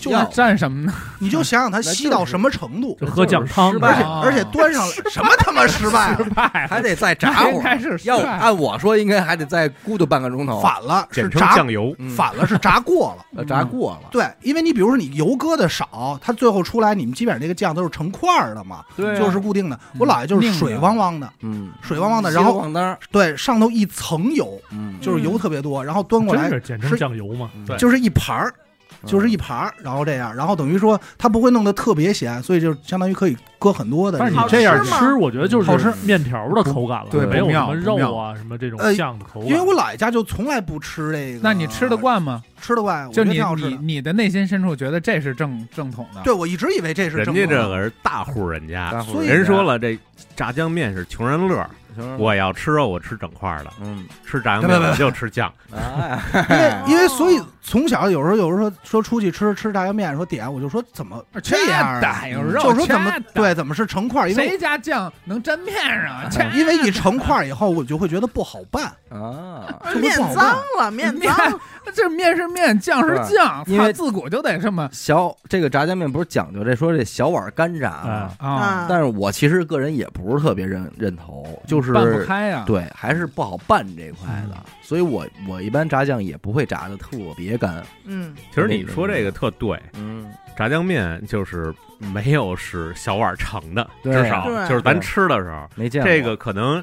Speaker 2: 就
Speaker 1: 要
Speaker 2: 是
Speaker 5: 那蘸什么呢？
Speaker 2: 你就想想它
Speaker 1: 就是
Speaker 2: 稀到什么程度，
Speaker 4: 就喝酱汤
Speaker 1: 失
Speaker 2: 而
Speaker 1: 败
Speaker 2: 且
Speaker 1: 了
Speaker 5: 啊
Speaker 2: 而且端上来什么他妈失败了，
Speaker 5: 败
Speaker 1: 还得再炸
Speaker 5: 了，
Speaker 1: 会
Speaker 5: 应
Speaker 1: 儿
Speaker 5: 该，是
Speaker 1: 要
Speaker 5: 帅
Speaker 1: 按我说应该还得再咕嘟半个钟头，
Speaker 2: 反了是
Speaker 6: 简称
Speaker 2: 炸
Speaker 6: 酱油。
Speaker 1: 嗯
Speaker 2: 反了是炸过了。
Speaker 1: 呃炸过了，
Speaker 2: 对，因为你比如说你油搁的少，它最后出来你们基本上这个酱都是成块儿的嘛，
Speaker 1: 对啊
Speaker 2: 就是固定的。
Speaker 5: 嗯
Speaker 2: 我姥爷就是
Speaker 5: 拧着
Speaker 2: 水汪汪的，
Speaker 1: 嗯，
Speaker 2: 水汪汪的，
Speaker 1: 稀
Speaker 2: 然
Speaker 1: 里
Speaker 2: 后
Speaker 1: 咣当儿，
Speaker 2: 对上头一层油，
Speaker 1: 嗯，
Speaker 2: 就是油特别多，然后端过来
Speaker 4: 真是简称
Speaker 2: 是
Speaker 4: 酱油嘛，
Speaker 6: 对
Speaker 2: 就是一盘儿，
Speaker 1: 嗯
Speaker 2: 就是一盘儿，然后这样，然后等于说它不会弄得特别咸，所以就相当于可以搁很多的。
Speaker 4: 但是你
Speaker 3: 好
Speaker 4: 这样
Speaker 3: 吃吗
Speaker 4: 吃，我觉得就
Speaker 2: 好
Speaker 4: 是
Speaker 1: 嗯
Speaker 2: 吃
Speaker 4: 面条的口感了，
Speaker 5: 对
Speaker 4: 没有
Speaker 5: 不
Speaker 4: 什
Speaker 5: 妙
Speaker 4: 么
Speaker 5: 不
Speaker 4: 肉啊
Speaker 5: 妙
Speaker 4: 什么这种
Speaker 2: 呃
Speaker 4: 酱的口感。
Speaker 2: 因为我姥爷家就从来不吃这个，
Speaker 5: 那你吃得？惯吗？
Speaker 2: 吃得惯，我觉
Speaker 5: 就
Speaker 2: 得
Speaker 5: 你
Speaker 2: 挺好吃
Speaker 5: 你
Speaker 2: 的。
Speaker 5: 你的内心深处觉得这是正正统的，
Speaker 2: 对，我一直以为这是
Speaker 6: 人
Speaker 2: 正
Speaker 6: 家
Speaker 2: 宗
Speaker 6: 这
Speaker 2: 的。
Speaker 6: 可是大户人家，
Speaker 1: 大户
Speaker 2: 所以
Speaker 6: 人说了，这炸酱面是穷人乐。
Speaker 1: 行
Speaker 6: 我要吃肉，我吃整块的；
Speaker 1: 嗯，
Speaker 6: 吃炸酱面我就吃酱。
Speaker 1: 哎，
Speaker 2: 因为因为所以从小有时候有时候说说出去吃吃炸酱面，说点我就说怎么这样啊？
Speaker 5: 的有肉，
Speaker 2: 就是说怎么
Speaker 5: 切的
Speaker 2: 对怎么是成块儿？因为哎
Speaker 5: 谁家酱能沾面上啊？切
Speaker 2: 因为一成块儿以后，我就会觉得不好拌。
Speaker 1: 啊，
Speaker 2: 这不
Speaker 3: 面
Speaker 2: 不好
Speaker 3: 脏了，面
Speaker 5: 面
Speaker 3: 脏了，
Speaker 5: 这面是面，酱是酱，
Speaker 1: 因为
Speaker 5: 操，自古就得这么
Speaker 1: 小这个炸酱面不是讲究这说这小碗干
Speaker 4: 哎
Speaker 1: 炸吗？
Speaker 5: 啊，
Speaker 3: 啊，
Speaker 1: 但是我其实个人也不是特别认认头，就是
Speaker 5: 拌不开啊呀。
Speaker 1: 对，还是不好拌这块的，所以我我一般炸酱也不会炸的特别干，
Speaker 3: 嗯，
Speaker 6: 其实你说这个特对，
Speaker 1: 嗯，
Speaker 6: 炸酱面就是没有是小碗盛的，
Speaker 1: 对
Speaker 6: 至少
Speaker 3: 对
Speaker 6: 就是咱吃的时候，
Speaker 1: 没见过
Speaker 6: 这个可能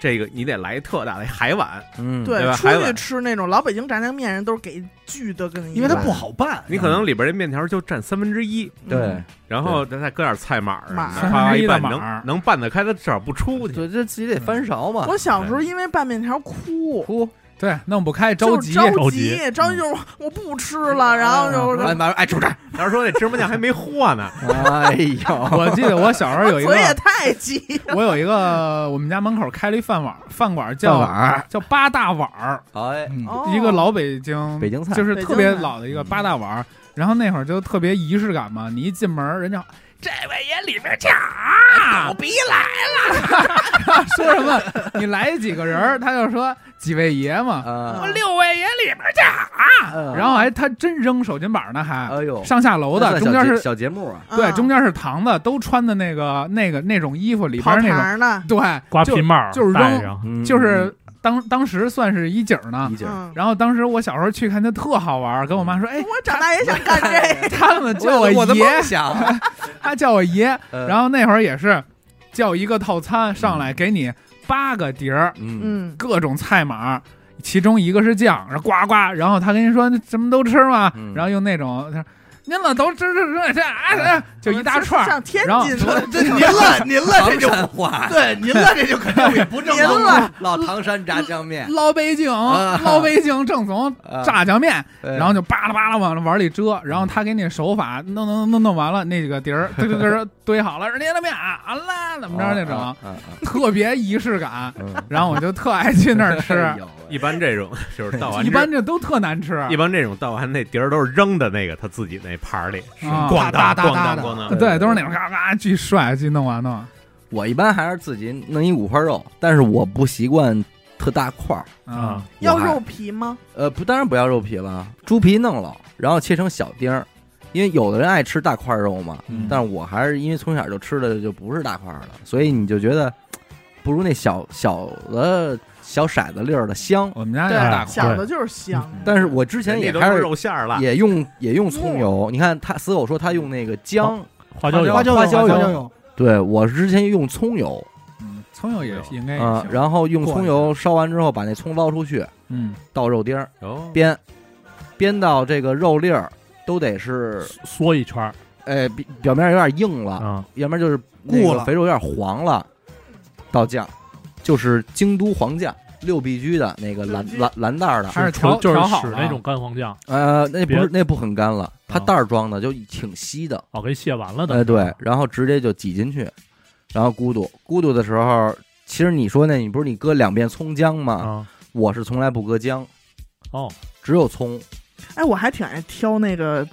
Speaker 6: 这个你得来特大的海碗，
Speaker 1: 嗯，
Speaker 6: 对
Speaker 3: 对，
Speaker 6: 吧
Speaker 3: 出
Speaker 6: 还
Speaker 3: 去
Speaker 6: 有
Speaker 3: 吃那种老北京炸酱面，人都是给巨的跟一碗，
Speaker 2: 因为它不好拌，
Speaker 6: 你可能里边这面条就占三分之一，
Speaker 3: 嗯
Speaker 1: 对，
Speaker 6: 然后再搁点菜码儿，
Speaker 3: 码儿
Speaker 6: 啪啪
Speaker 5: 三分
Speaker 6: 一拌
Speaker 5: 之一的码
Speaker 6: 能
Speaker 5: 儿
Speaker 6: 能拌得开，它至少不出去。
Speaker 1: 对，这自己得翻勺嘛，
Speaker 3: 我小时候因为拌面条哭，
Speaker 1: 哭
Speaker 5: 对，弄不开，
Speaker 3: 就
Speaker 5: 着急，嗯
Speaker 3: 着
Speaker 4: 着
Speaker 3: 急，
Speaker 4: 急
Speaker 3: 着急就是我不吃了，然后就是
Speaker 1: 哎妈，哎，出这，
Speaker 6: 当时说那芝麻酱还没和呢，
Speaker 1: 哎 呦，
Speaker 5: 我记得我小时候有一
Speaker 3: 嘴也
Speaker 5: 个，
Speaker 3: 太 急，
Speaker 5: 我有一个，我们家门口开了一饭碗，饭馆
Speaker 1: 饭
Speaker 5: 叫
Speaker 1: 碗，
Speaker 5: 叫八大碗儿，
Speaker 1: 哎，
Speaker 2: 嗯
Speaker 3: 哦
Speaker 5: 一个老北京
Speaker 1: 北京菜
Speaker 5: 就是
Speaker 3: 北
Speaker 5: 特
Speaker 3: 京
Speaker 5: 别
Speaker 3: 菜
Speaker 5: 老的一个八大碗儿。然后那会儿就特别仪式感嘛，你一进门儿，人家这位爷里边请啊，
Speaker 3: 逼来，
Speaker 5: 说什么？你来几个人儿，他就说几位爷嘛，
Speaker 1: 啊，
Speaker 5: 六位爷里边请啊。
Speaker 1: 嗯
Speaker 5: 然后还他真扔手巾板儿呢，还
Speaker 1: 哎呦，
Speaker 5: 上下楼
Speaker 1: 那
Speaker 5: 的，
Speaker 1: 算
Speaker 5: 中间
Speaker 1: 小节
Speaker 5: 是
Speaker 1: 小节目啊，
Speaker 5: 对，
Speaker 3: 嗯
Speaker 5: 中间是堂的，都穿的那个那个那种衣服，里边
Speaker 3: 跑
Speaker 5: 儿那种
Speaker 3: 堂呢，
Speaker 5: 对，
Speaker 4: 瓜
Speaker 5: 就
Speaker 4: 皮帽儿
Speaker 5: 就是
Speaker 4: 戴
Speaker 5: 扔
Speaker 4: 上，
Speaker 1: 嗯
Speaker 5: 就是当当时算是一景儿呢
Speaker 1: 一。劲儿，
Speaker 3: 嗯，
Speaker 5: 然后当时我小时候去看，它特好玩儿，跟我妈 说：“哎，
Speaker 3: 我长大也 想干这个，
Speaker 5: 他们叫
Speaker 1: 我的嗯
Speaker 5: 爷，
Speaker 1: 梦想，啊
Speaker 5: 他叫我爷。”
Speaker 1: 然
Speaker 5: 然后那会儿也是叫一个套餐上来，给你八个碟儿，
Speaker 1: 嗯，
Speaker 3: 嗯，
Speaker 5: 各种菜码儿，其中一个是酱，然后呱呱，然后他跟您说那什么都吃吗
Speaker 1: 嗯？
Speaker 5: 然后用那种他说您老都吃吃吃这啊
Speaker 1: 嗯
Speaker 5: 啊，就一 大串儿
Speaker 3: 上。天
Speaker 5: 然后
Speaker 3: 津了，
Speaker 2: 这您
Speaker 5: 啊
Speaker 2: 了，您了，这就
Speaker 1: 山话，
Speaker 2: 对，您了这就肯定也不正
Speaker 3: 您
Speaker 2: 宗
Speaker 3: 了，
Speaker 1: 老唐山炸酱面，
Speaker 5: 老北京，
Speaker 1: 啊
Speaker 5: 老北京正宗
Speaker 1: 啊
Speaker 5: 炸酱面，
Speaker 1: 对
Speaker 5: 然后就巴拉巴拉往碗里遮，然后他给你手法弄弄弄弄完了，那个碟 儿嘚嘚嘚堆好了，人家的面啊啊啦怎么着那
Speaker 6: 哦
Speaker 5: 种，
Speaker 1: 啊，啊
Speaker 5: 特别仪式感。
Speaker 1: 啊 啊
Speaker 5: 然后我就特爱去那 儿吃
Speaker 1: 哎，呦喂
Speaker 6: 一般这种就是倒 完
Speaker 5: 一
Speaker 6: 之
Speaker 5: 般这都特难吃。
Speaker 6: 一般这种倒完那碟儿都是扔的那个他自己那盘儿里，
Speaker 5: 啊
Speaker 6: 咣
Speaker 2: 哒
Speaker 6: 当
Speaker 2: 哒哒
Speaker 6: 咣当
Speaker 2: 的
Speaker 6: 咣当，
Speaker 1: 对
Speaker 5: 对，都是那种嘎嘎巨帅巨弄啊完弄完，
Speaker 1: 我一般还是自己弄一五花肉，但是我不习惯特大块儿，
Speaker 5: 啊，
Speaker 1: 我
Speaker 3: 要
Speaker 1: 还
Speaker 3: 肉皮吗？
Speaker 1: 呃，不，当然不要肉皮了，猪皮弄了，然后切成小丁儿，因为有的人爱吃大块肉嘛，
Speaker 4: 嗯
Speaker 1: 但是我还是因为从小就吃的就不是大块的，所以你就觉得嘖不如那小小的小骰子粒儿的香。
Speaker 5: 我们家
Speaker 3: 对
Speaker 5: 就是哎大，块
Speaker 3: 小
Speaker 5: 儿，嗯
Speaker 3: 的就是香。
Speaker 1: 但是我之前
Speaker 6: 嗯人
Speaker 1: 也
Speaker 6: 家都
Speaker 1: 开
Speaker 6: 是
Speaker 1: 始
Speaker 6: 肉馅儿了，
Speaker 1: 也用也用葱
Speaker 3: 哦
Speaker 1: 油，你看他死狗说他用那个
Speaker 6: 哦
Speaker 1: 姜，
Speaker 4: 花椒
Speaker 1: 花
Speaker 4: 油
Speaker 2: 花椒
Speaker 1: 花椒
Speaker 2: 椒
Speaker 1: 油
Speaker 2: 油，
Speaker 1: 对我之前用葱油
Speaker 5: 嗯葱油也应该
Speaker 6: 哎
Speaker 5: 也
Speaker 1: 啊、
Speaker 5: 行，
Speaker 1: 然后用
Speaker 2: 过
Speaker 1: 葱
Speaker 2: 一
Speaker 1: 油烧完之后把那葱捞出去
Speaker 5: 嗯，
Speaker 1: 倒肉丁儿
Speaker 6: 哦，
Speaker 1: 煸，煸到这个肉粒儿都得是
Speaker 4: 缩一圈儿
Speaker 1: 哎，比表面有点硬了，
Speaker 4: 啊，
Speaker 1: 要不然就是那
Speaker 2: 固
Speaker 1: 个
Speaker 2: 了
Speaker 1: 肥肉有点黄了，倒酱，就是京都黄酱，六必居的那个蓝
Speaker 3: 六必居
Speaker 1: 蓝蓝袋儿的，
Speaker 5: 还是
Speaker 4: 就
Speaker 5: 调
Speaker 4: 就是
Speaker 5: 调好啊
Speaker 4: 使
Speaker 5: 了
Speaker 4: 那种干黄酱，
Speaker 1: 呃，那不
Speaker 4: 别
Speaker 1: 是那不很干了，它
Speaker 4: 啊
Speaker 1: 袋儿装的就挺稀的，
Speaker 4: 哦，给卸完了的。
Speaker 1: 哎对，然后直接就挤进去，然后咕嘟咕嘟的时候，其实你说那你不是你搁两遍葱姜吗？
Speaker 4: 啊，
Speaker 1: 我是从来不搁姜，
Speaker 4: 哦，
Speaker 1: 只有葱，
Speaker 3: 哎，我还挺爱挑那个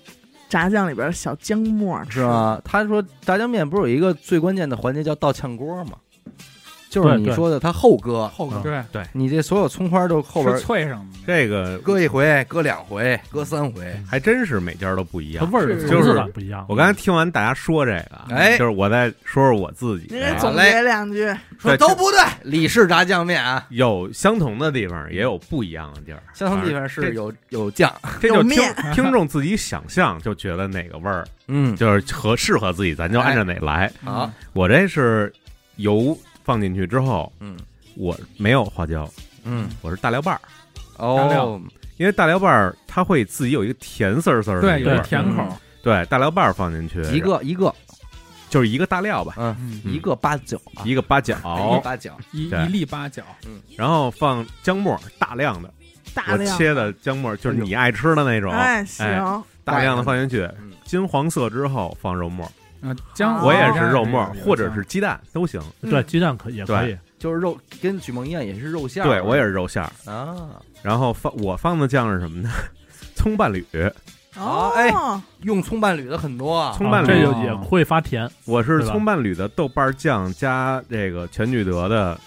Speaker 3: 炸酱里边小姜末吃
Speaker 1: 是？吗？他说炸酱面不是有一个最关键的环节叫倒炝锅吗？就是
Speaker 4: 对
Speaker 1: 你
Speaker 4: 对
Speaker 1: 说的，它后搁，
Speaker 2: 后
Speaker 4: 啊
Speaker 5: 对，
Speaker 1: 你这所有葱花都后边
Speaker 5: 是脆上的，
Speaker 6: 嗯这个
Speaker 1: 搁一回，搁两回，搁三回。
Speaker 6: 还真是每家都不一
Speaker 4: 它
Speaker 6: 样。
Speaker 4: 味儿
Speaker 3: 是
Speaker 4: 层
Speaker 6: 就是
Speaker 4: 次感不一样。
Speaker 6: 我刚才听完大家说这个啊，
Speaker 1: 哎
Speaker 6: 就是我再说说我自己啊
Speaker 3: 你，给
Speaker 1: 好
Speaker 3: 总
Speaker 1: 嘞
Speaker 3: 结两句，
Speaker 6: 对
Speaker 1: 不对，李氏炸酱面啊，
Speaker 6: 有相同的地方，也有不一样的地儿。
Speaker 1: 相同地方是有有酱，
Speaker 6: 这就
Speaker 3: 有
Speaker 6: 听
Speaker 3: 面
Speaker 6: 听众自己想象，就觉得哪个味儿
Speaker 1: 嗯，
Speaker 6: 就是合适合自己，咱就按照哪来。
Speaker 1: 好，
Speaker 5: 嗯
Speaker 6: 我这是油放进去之后，
Speaker 1: 嗯
Speaker 6: 我没有花椒，
Speaker 1: 嗯，
Speaker 6: 我是大料瓣儿，
Speaker 5: 调
Speaker 1: 哦
Speaker 5: 料，
Speaker 6: 因为大料瓣儿它会自己有一个甜丝儿丝儿的
Speaker 5: 对，
Speaker 6: 一
Speaker 5: 有
Speaker 6: 个味
Speaker 5: 一
Speaker 6: 儿嗯
Speaker 5: 甜口，
Speaker 6: 对，大料瓣儿放进去，
Speaker 1: 一个一个
Speaker 6: 就是一个大料吧，
Speaker 5: 嗯，
Speaker 6: 嗯
Speaker 1: 一个八角啊，
Speaker 6: 一个八角，
Speaker 1: 一个八角，
Speaker 5: 一
Speaker 6: 对
Speaker 5: 一粒八角，
Speaker 6: 然后放姜末，大量的，
Speaker 3: 大
Speaker 6: 我
Speaker 3: 量
Speaker 6: 切的姜末就是你爱吃的那种，
Speaker 3: 哎行，
Speaker 6: 大量的放进去
Speaker 1: 嗯，
Speaker 6: 金黄色之后放肉末，
Speaker 5: 嗯，姜
Speaker 3: 哦
Speaker 6: 我也是肉末
Speaker 5: 这个，
Speaker 6: 或者是鸡蛋都行。
Speaker 3: 嗯
Speaker 4: 对鸡蛋可也可以，啊
Speaker 1: 就是肉跟许梦一样也是肉馅儿，
Speaker 6: 对我也是肉馅儿，
Speaker 1: 啊，
Speaker 6: 然后放我放的酱是什么呢？ 葱伴侣，
Speaker 1: 好
Speaker 3: 哦，
Speaker 1: 哎用葱伴侣的很多啊，
Speaker 6: 葱伴
Speaker 4: 啊这
Speaker 6: 侣，
Speaker 4: 就也会发甜。
Speaker 6: 我是
Speaker 4: 对吧
Speaker 6: 葱伴侣的豆瓣酱加这个全聚德的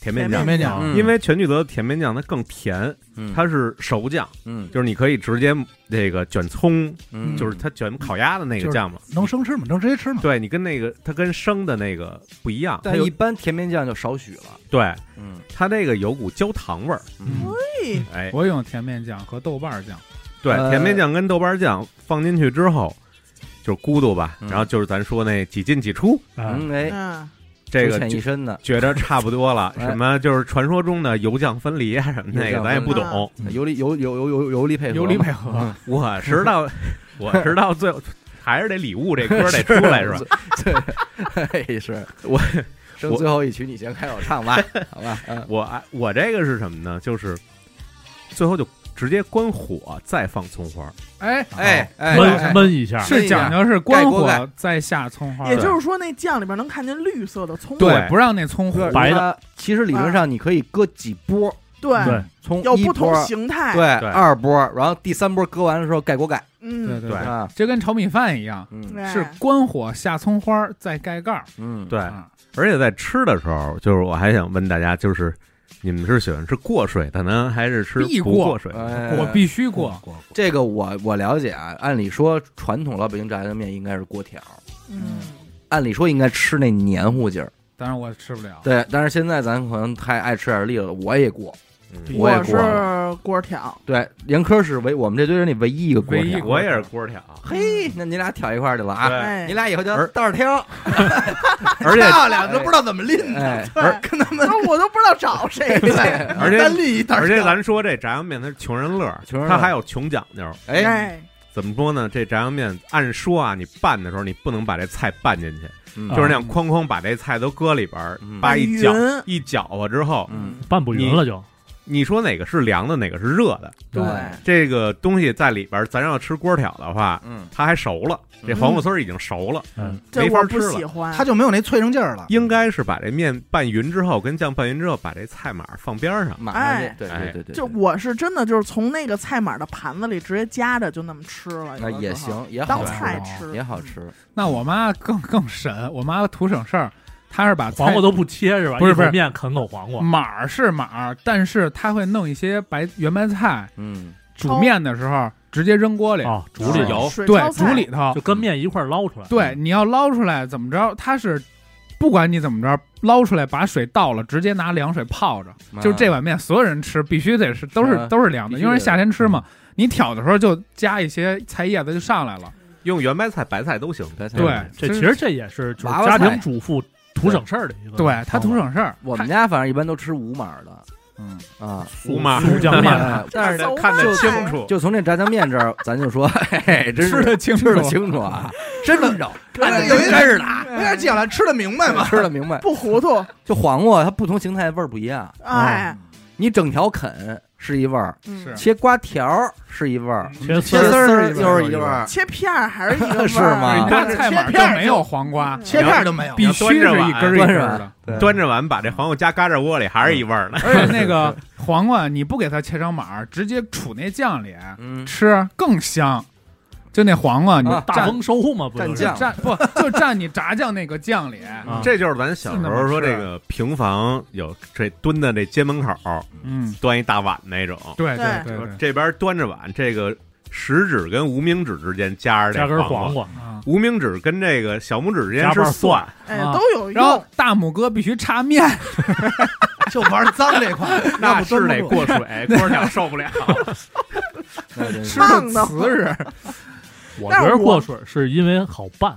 Speaker 6: 甜面
Speaker 3: 甜
Speaker 6: 酱
Speaker 3: 面，
Speaker 2: 没讲
Speaker 4: 嗯
Speaker 6: 因为全聚德的甜面酱它更甜，
Speaker 1: 嗯
Speaker 6: 它是熟酱，
Speaker 1: 嗯
Speaker 6: 就是你可以直接这个卷葱，
Speaker 1: 嗯
Speaker 6: 就是它卷烤鸭的那个酱嘛。
Speaker 2: 能生吃吗？能直接吃吗？
Speaker 6: 对你跟那个它跟生的那个不一样，它
Speaker 1: 但
Speaker 6: 有
Speaker 1: 一般甜面酱就少许了，
Speaker 6: 对
Speaker 1: 嗯
Speaker 6: 它那个有股焦糖味儿，
Speaker 5: 嗯
Speaker 3: 嘿
Speaker 6: 哎，
Speaker 5: 我用甜面酱和豆瓣儿酱，
Speaker 6: 对，
Speaker 1: 呃
Speaker 6: 甜面酱跟豆瓣酱放进去之后，就是咕嘟吧，
Speaker 1: 嗯
Speaker 6: 然后就是咱说那几进几出，
Speaker 4: 哎，
Speaker 1: 嗯哎，
Speaker 3: 嗯，
Speaker 6: 这个
Speaker 1: 浅
Speaker 6: 就
Speaker 1: 一身的，
Speaker 6: 觉着差不多了。
Speaker 1: 哎
Speaker 6: 什么就是传说中的油酱分离啊什么那
Speaker 1: 油
Speaker 6: 个，
Speaker 1: 酱
Speaker 6: 咱也不
Speaker 3: 分离
Speaker 6: 懂。
Speaker 5: 嗯
Speaker 1: 油里油油油油油里配合，
Speaker 5: 油梨配合，
Speaker 1: 嗯
Speaker 6: 我直到我直到最后还是得礼物这歌得出来是吧？？
Speaker 1: 对，嘿是
Speaker 6: 我
Speaker 1: 剩
Speaker 6: 我
Speaker 1: 最后一曲，你先开口唱 吧，好吧？嗯
Speaker 6: 我我这个是什么呢？就是最后就直接关火，再放葱花。
Speaker 5: 哎，
Speaker 1: 哎哎，
Speaker 4: 焖焖一下，
Speaker 5: 是讲究是
Speaker 1: 盖
Speaker 5: 关
Speaker 1: 锅盖
Speaker 5: 火再下葱花，
Speaker 3: 也就是说那酱里边能看见绿色的葱，
Speaker 6: 对
Speaker 5: 不让那葱糊，
Speaker 4: 白的
Speaker 1: 的。其实理论上你可以搁几波，
Speaker 3: 对
Speaker 4: 对
Speaker 1: 从
Speaker 3: 有
Speaker 1: 一
Speaker 3: 不同
Speaker 1: 波
Speaker 3: 形态，
Speaker 1: 对
Speaker 6: 对
Speaker 1: 二波，然后第三波搁完的时候盖锅盖
Speaker 5: 对
Speaker 3: 嗯，
Speaker 5: 对
Speaker 6: 对
Speaker 5: 对，
Speaker 1: 啊，
Speaker 5: 这跟炒米饭一样，
Speaker 1: 嗯
Speaker 3: 对
Speaker 5: 是关火下葱花再盖盖儿，
Speaker 1: 嗯，
Speaker 6: 对，
Speaker 5: 啊
Speaker 6: 而且在吃的时候，就是我还想问大家，就是你们是喜欢吃过水的呢，还是吃
Speaker 5: 必
Speaker 6: 不
Speaker 5: 过
Speaker 6: 过水的？
Speaker 1: 哎
Speaker 5: 我必须过，
Speaker 1: 这个我我了解啊，按理说传统老北京炸酱面应该是锅条，
Speaker 3: 嗯，
Speaker 1: 按理说应该吃那黏糊劲儿，
Speaker 5: 当然我吃不了，
Speaker 1: 对，但是现在咱可能太爱吃点腻了，我也过，
Speaker 6: 嗯
Speaker 1: 我也
Speaker 3: 我
Speaker 1: 过
Speaker 3: 是锅条，
Speaker 1: 对，严科是唯我们这堆人里唯一一个锅
Speaker 5: 唯一
Speaker 1: 条
Speaker 5: 一，
Speaker 6: 我也是锅啊条，
Speaker 1: 嘿，那你俩挑一块儿去了啊
Speaker 6: 对？
Speaker 3: 哎，
Speaker 1: 你俩以后就
Speaker 6: 而
Speaker 1: 倒着挑，
Speaker 6: 而且
Speaker 2: 漂亮，都不知道怎么拎的，
Speaker 1: 哎，
Speaker 3: 对，跟他们啊我都不知道找 谁哎去，
Speaker 6: 而且
Speaker 2: 单拎一袋儿
Speaker 6: 而且
Speaker 2: 酱，
Speaker 6: 咱说这炸酱面它是穷人乐儿，
Speaker 1: 穷人乐
Speaker 6: 它
Speaker 1: 儿
Speaker 6: 还有穷讲究。
Speaker 1: 哎，
Speaker 3: 哎，
Speaker 6: 怎么说呢？这炸酱面按说啊，你拌的时候你不能把这菜拌进去，
Speaker 1: 嗯
Speaker 6: 就是那样哐哐把这菜都搁里边儿
Speaker 1: 嗯，
Speaker 6: 叭一
Speaker 3: 拌
Speaker 6: 搅
Speaker 3: 匀
Speaker 6: 一搅和之后，
Speaker 1: 嗯，
Speaker 4: 拌不匀了就
Speaker 6: 你说哪个是凉的，哪个是热的？
Speaker 3: 对，
Speaker 6: 这个东西在里边儿，咱要吃锅条的话，
Speaker 1: 嗯，
Speaker 6: 它还熟了，这黄瓜丝儿已经熟了，
Speaker 4: 嗯，
Speaker 3: 这
Speaker 6: 没法
Speaker 3: 我不
Speaker 6: 吃了
Speaker 3: 喜欢。
Speaker 2: 它就没有那脆生劲儿了。
Speaker 6: 应该是把这面拌匀之后，跟酱拌匀之后，把这菜码放边儿上。
Speaker 1: 马
Speaker 3: 哎
Speaker 1: 上就对对对对对，
Speaker 3: 就我是真的就是从那个菜码的盘子里直接夹着就那么吃了，
Speaker 1: 那
Speaker 3: 有的时候
Speaker 1: 也，行，也好
Speaker 3: 当
Speaker 1: 吃，啊
Speaker 3: 菜吃嗯
Speaker 1: 也好。吃。
Speaker 5: 那我妈更更神，我妈图省事儿，她是把菜
Speaker 4: 黄瓜都不切是吧？
Speaker 5: 不是
Speaker 4: 一口
Speaker 5: 不是
Speaker 4: 面啃口黄瓜，
Speaker 5: 码儿是码儿，但是她会弄一些白圆白菜，
Speaker 1: 嗯，
Speaker 5: 煮面的时候直接扔锅里，
Speaker 4: 哦，煮
Speaker 6: 是
Speaker 4: 里
Speaker 6: 有
Speaker 3: 水
Speaker 5: 对
Speaker 3: 焯，
Speaker 5: 煮
Speaker 3: 菜
Speaker 5: 里头
Speaker 4: 就，跟面一块儿捞出来。
Speaker 5: 对，
Speaker 1: 嗯
Speaker 5: 你要捞出来怎么着，它是不管你怎么着，捞出来把水倒了，直接拿凉水泡着，就是这碗面所有人吃必须得是都
Speaker 1: 是啊
Speaker 5: 是都是凉
Speaker 1: 必
Speaker 5: 的，
Speaker 1: 须
Speaker 5: 因为
Speaker 1: 得嗯
Speaker 5: 夏天吃嘛，你挑的时候就加一些菜叶子就上来了，
Speaker 6: 用圆白菜、白菜都行。
Speaker 1: 白菜
Speaker 5: 对
Speaker 1: 嘛，
Speaker 4: 这
Speaker 5: 就
Speaker 4: 其
Speaker 5: 是
Speaker 4: 实这也是就是
Speaker 1: 娃娃
Speaker 4: 家
Speaker 1: 菜
Speaker 4: 庭主妇图省事儿的一个。
Speaker 5: 对，它图。省事儿。
Speaker 1: 我
Speaker 5: 它
Speaker 1: 们家反正一般都吃无码的
Speaker 5: 嗯，
Speaker 1: 啊，
Speaker 6: 胡麻
Speaker 4: 胡椒面
Speaker 1: 哎但是
Speaker 3: 走
Speaker 6: 看得
Speaker 3: 吧
Speaker 6: 清楚，
Speaker 1: 就从这炸酱面这儿，咱就说，嘿嘿，真
Speaker 5: 吃
Speaker 1: 是
Speaker 5: 的清楚
Speaker 1: 吃，得清楚啊，真着，看
Speaker 2: 哎
Speaker 1: 着
Speaker 2: 有一
Speaker 1: 真真是的啊，
Speaker 2: 有点讲了，吃的明白吗？
Speaker 1: 吃的明白。
Speaker 3: 不糊 涂，
Speaker 5: 啊
Speaker 1: 就黄瓜，它不同形态味儿不一样，
Speaker 3: 哎，
Speaker 1: 你整条啃是一味儿，
Speaker 3: 嗯
Speaker 5: 是
Speaker 1: 切瓜条儿是一味儿，
Speaker 4: 切
Speaker 1: 切
Speaker 4: 丝
Speaker 1: 丝
Speaker 4: 儿，
Speaker 1: 儿
Speaker 5: 是一味
Speaker 1: 又
Speaker 5: 儿
Speaker 1: 是一味儿，
Speaker 3: 切片儿还是一个味儿，
Speaker 1: 是吗
Speaker 3: 啊
Speaker 5: 你家菜码
Speaker 2: 切片儿
Speaker 5: 就没有黄瓜，
Speaker 3: 嗯
Speaker 2: 切片儿都没有，
Speaker 5: 必须是一根儿一根
Speaker 1: 端
Speaker 5: 儿
Speaker 1: 着
Speaker 5: 的。
Speaker 1: 对
Speaker 6: 端着碗把这黄瓜夹嘎着窝里，还是一味儿呢。
Speaker 5: 而且那个黄瓜，你不给它切成码儿，直接杵那酱里
Speaker 1: 嗯，
Speaker 5: 吃更香。就那黄瓜，你
Speaker 1: 啊
Speaker 4: 大
Speaker 5: 蘸
Speaker 4: 丰收嘛，不
Speaker 1: 蘸
Speaker 4: 就是
Speaker 1: 酱
Speaker 5: 蘸不就蘸你炸酱那个酱里，
Speaker 4: 啊
Speaker 6: 这就是咱小时候说这个平房有这蹲在这街门口
Speaker 5: 嗯，
Speaker 6: 端一大碗那种，
Speaker 5: 对
Speaker 3: 对
Speaker 5: 对对，
Speaker 6: 这边端着碗，这个食指跟无名指之间夹着
Speaker 4: 加
Speaker 6: 这
Speaker 4: 根
Speaker 6: 黄
Speaker 4: 黄，瓜，
Speaker 5: 啊
Speaker 6: 无名指跟这个小拇指之间
Speaker 4: 夹
Speaker 6: 是
Speaker 4: 瓣蒜
Speaker 6: 蒜，
Speaker 3: 哎，
Speaker 5: 啊
Speaker 3: 都有
Speaker 5: 然后
Speaker 3: 用。
Speaker 5: 大拇哥必须插面，
Speaker 2: 就玩脏这块， 要
Speaker 6: 那
Speaker 2: 不
Speaker 6: 是
Speaker 2: 蹲不
Speaker 6: 得
Speaker 2: 住
Speaker 6: 过水，锅条受不了。
Speaker 1: 那真是
Speaker 5: 吃的瓷实。
Speaker 4: 我
Speaker 3: 但
Speaker 4: 觉
Speaker 3: 是
Speaker 4: 得
Speaker 3: 我
Speaker 4: 过水是因为好拌，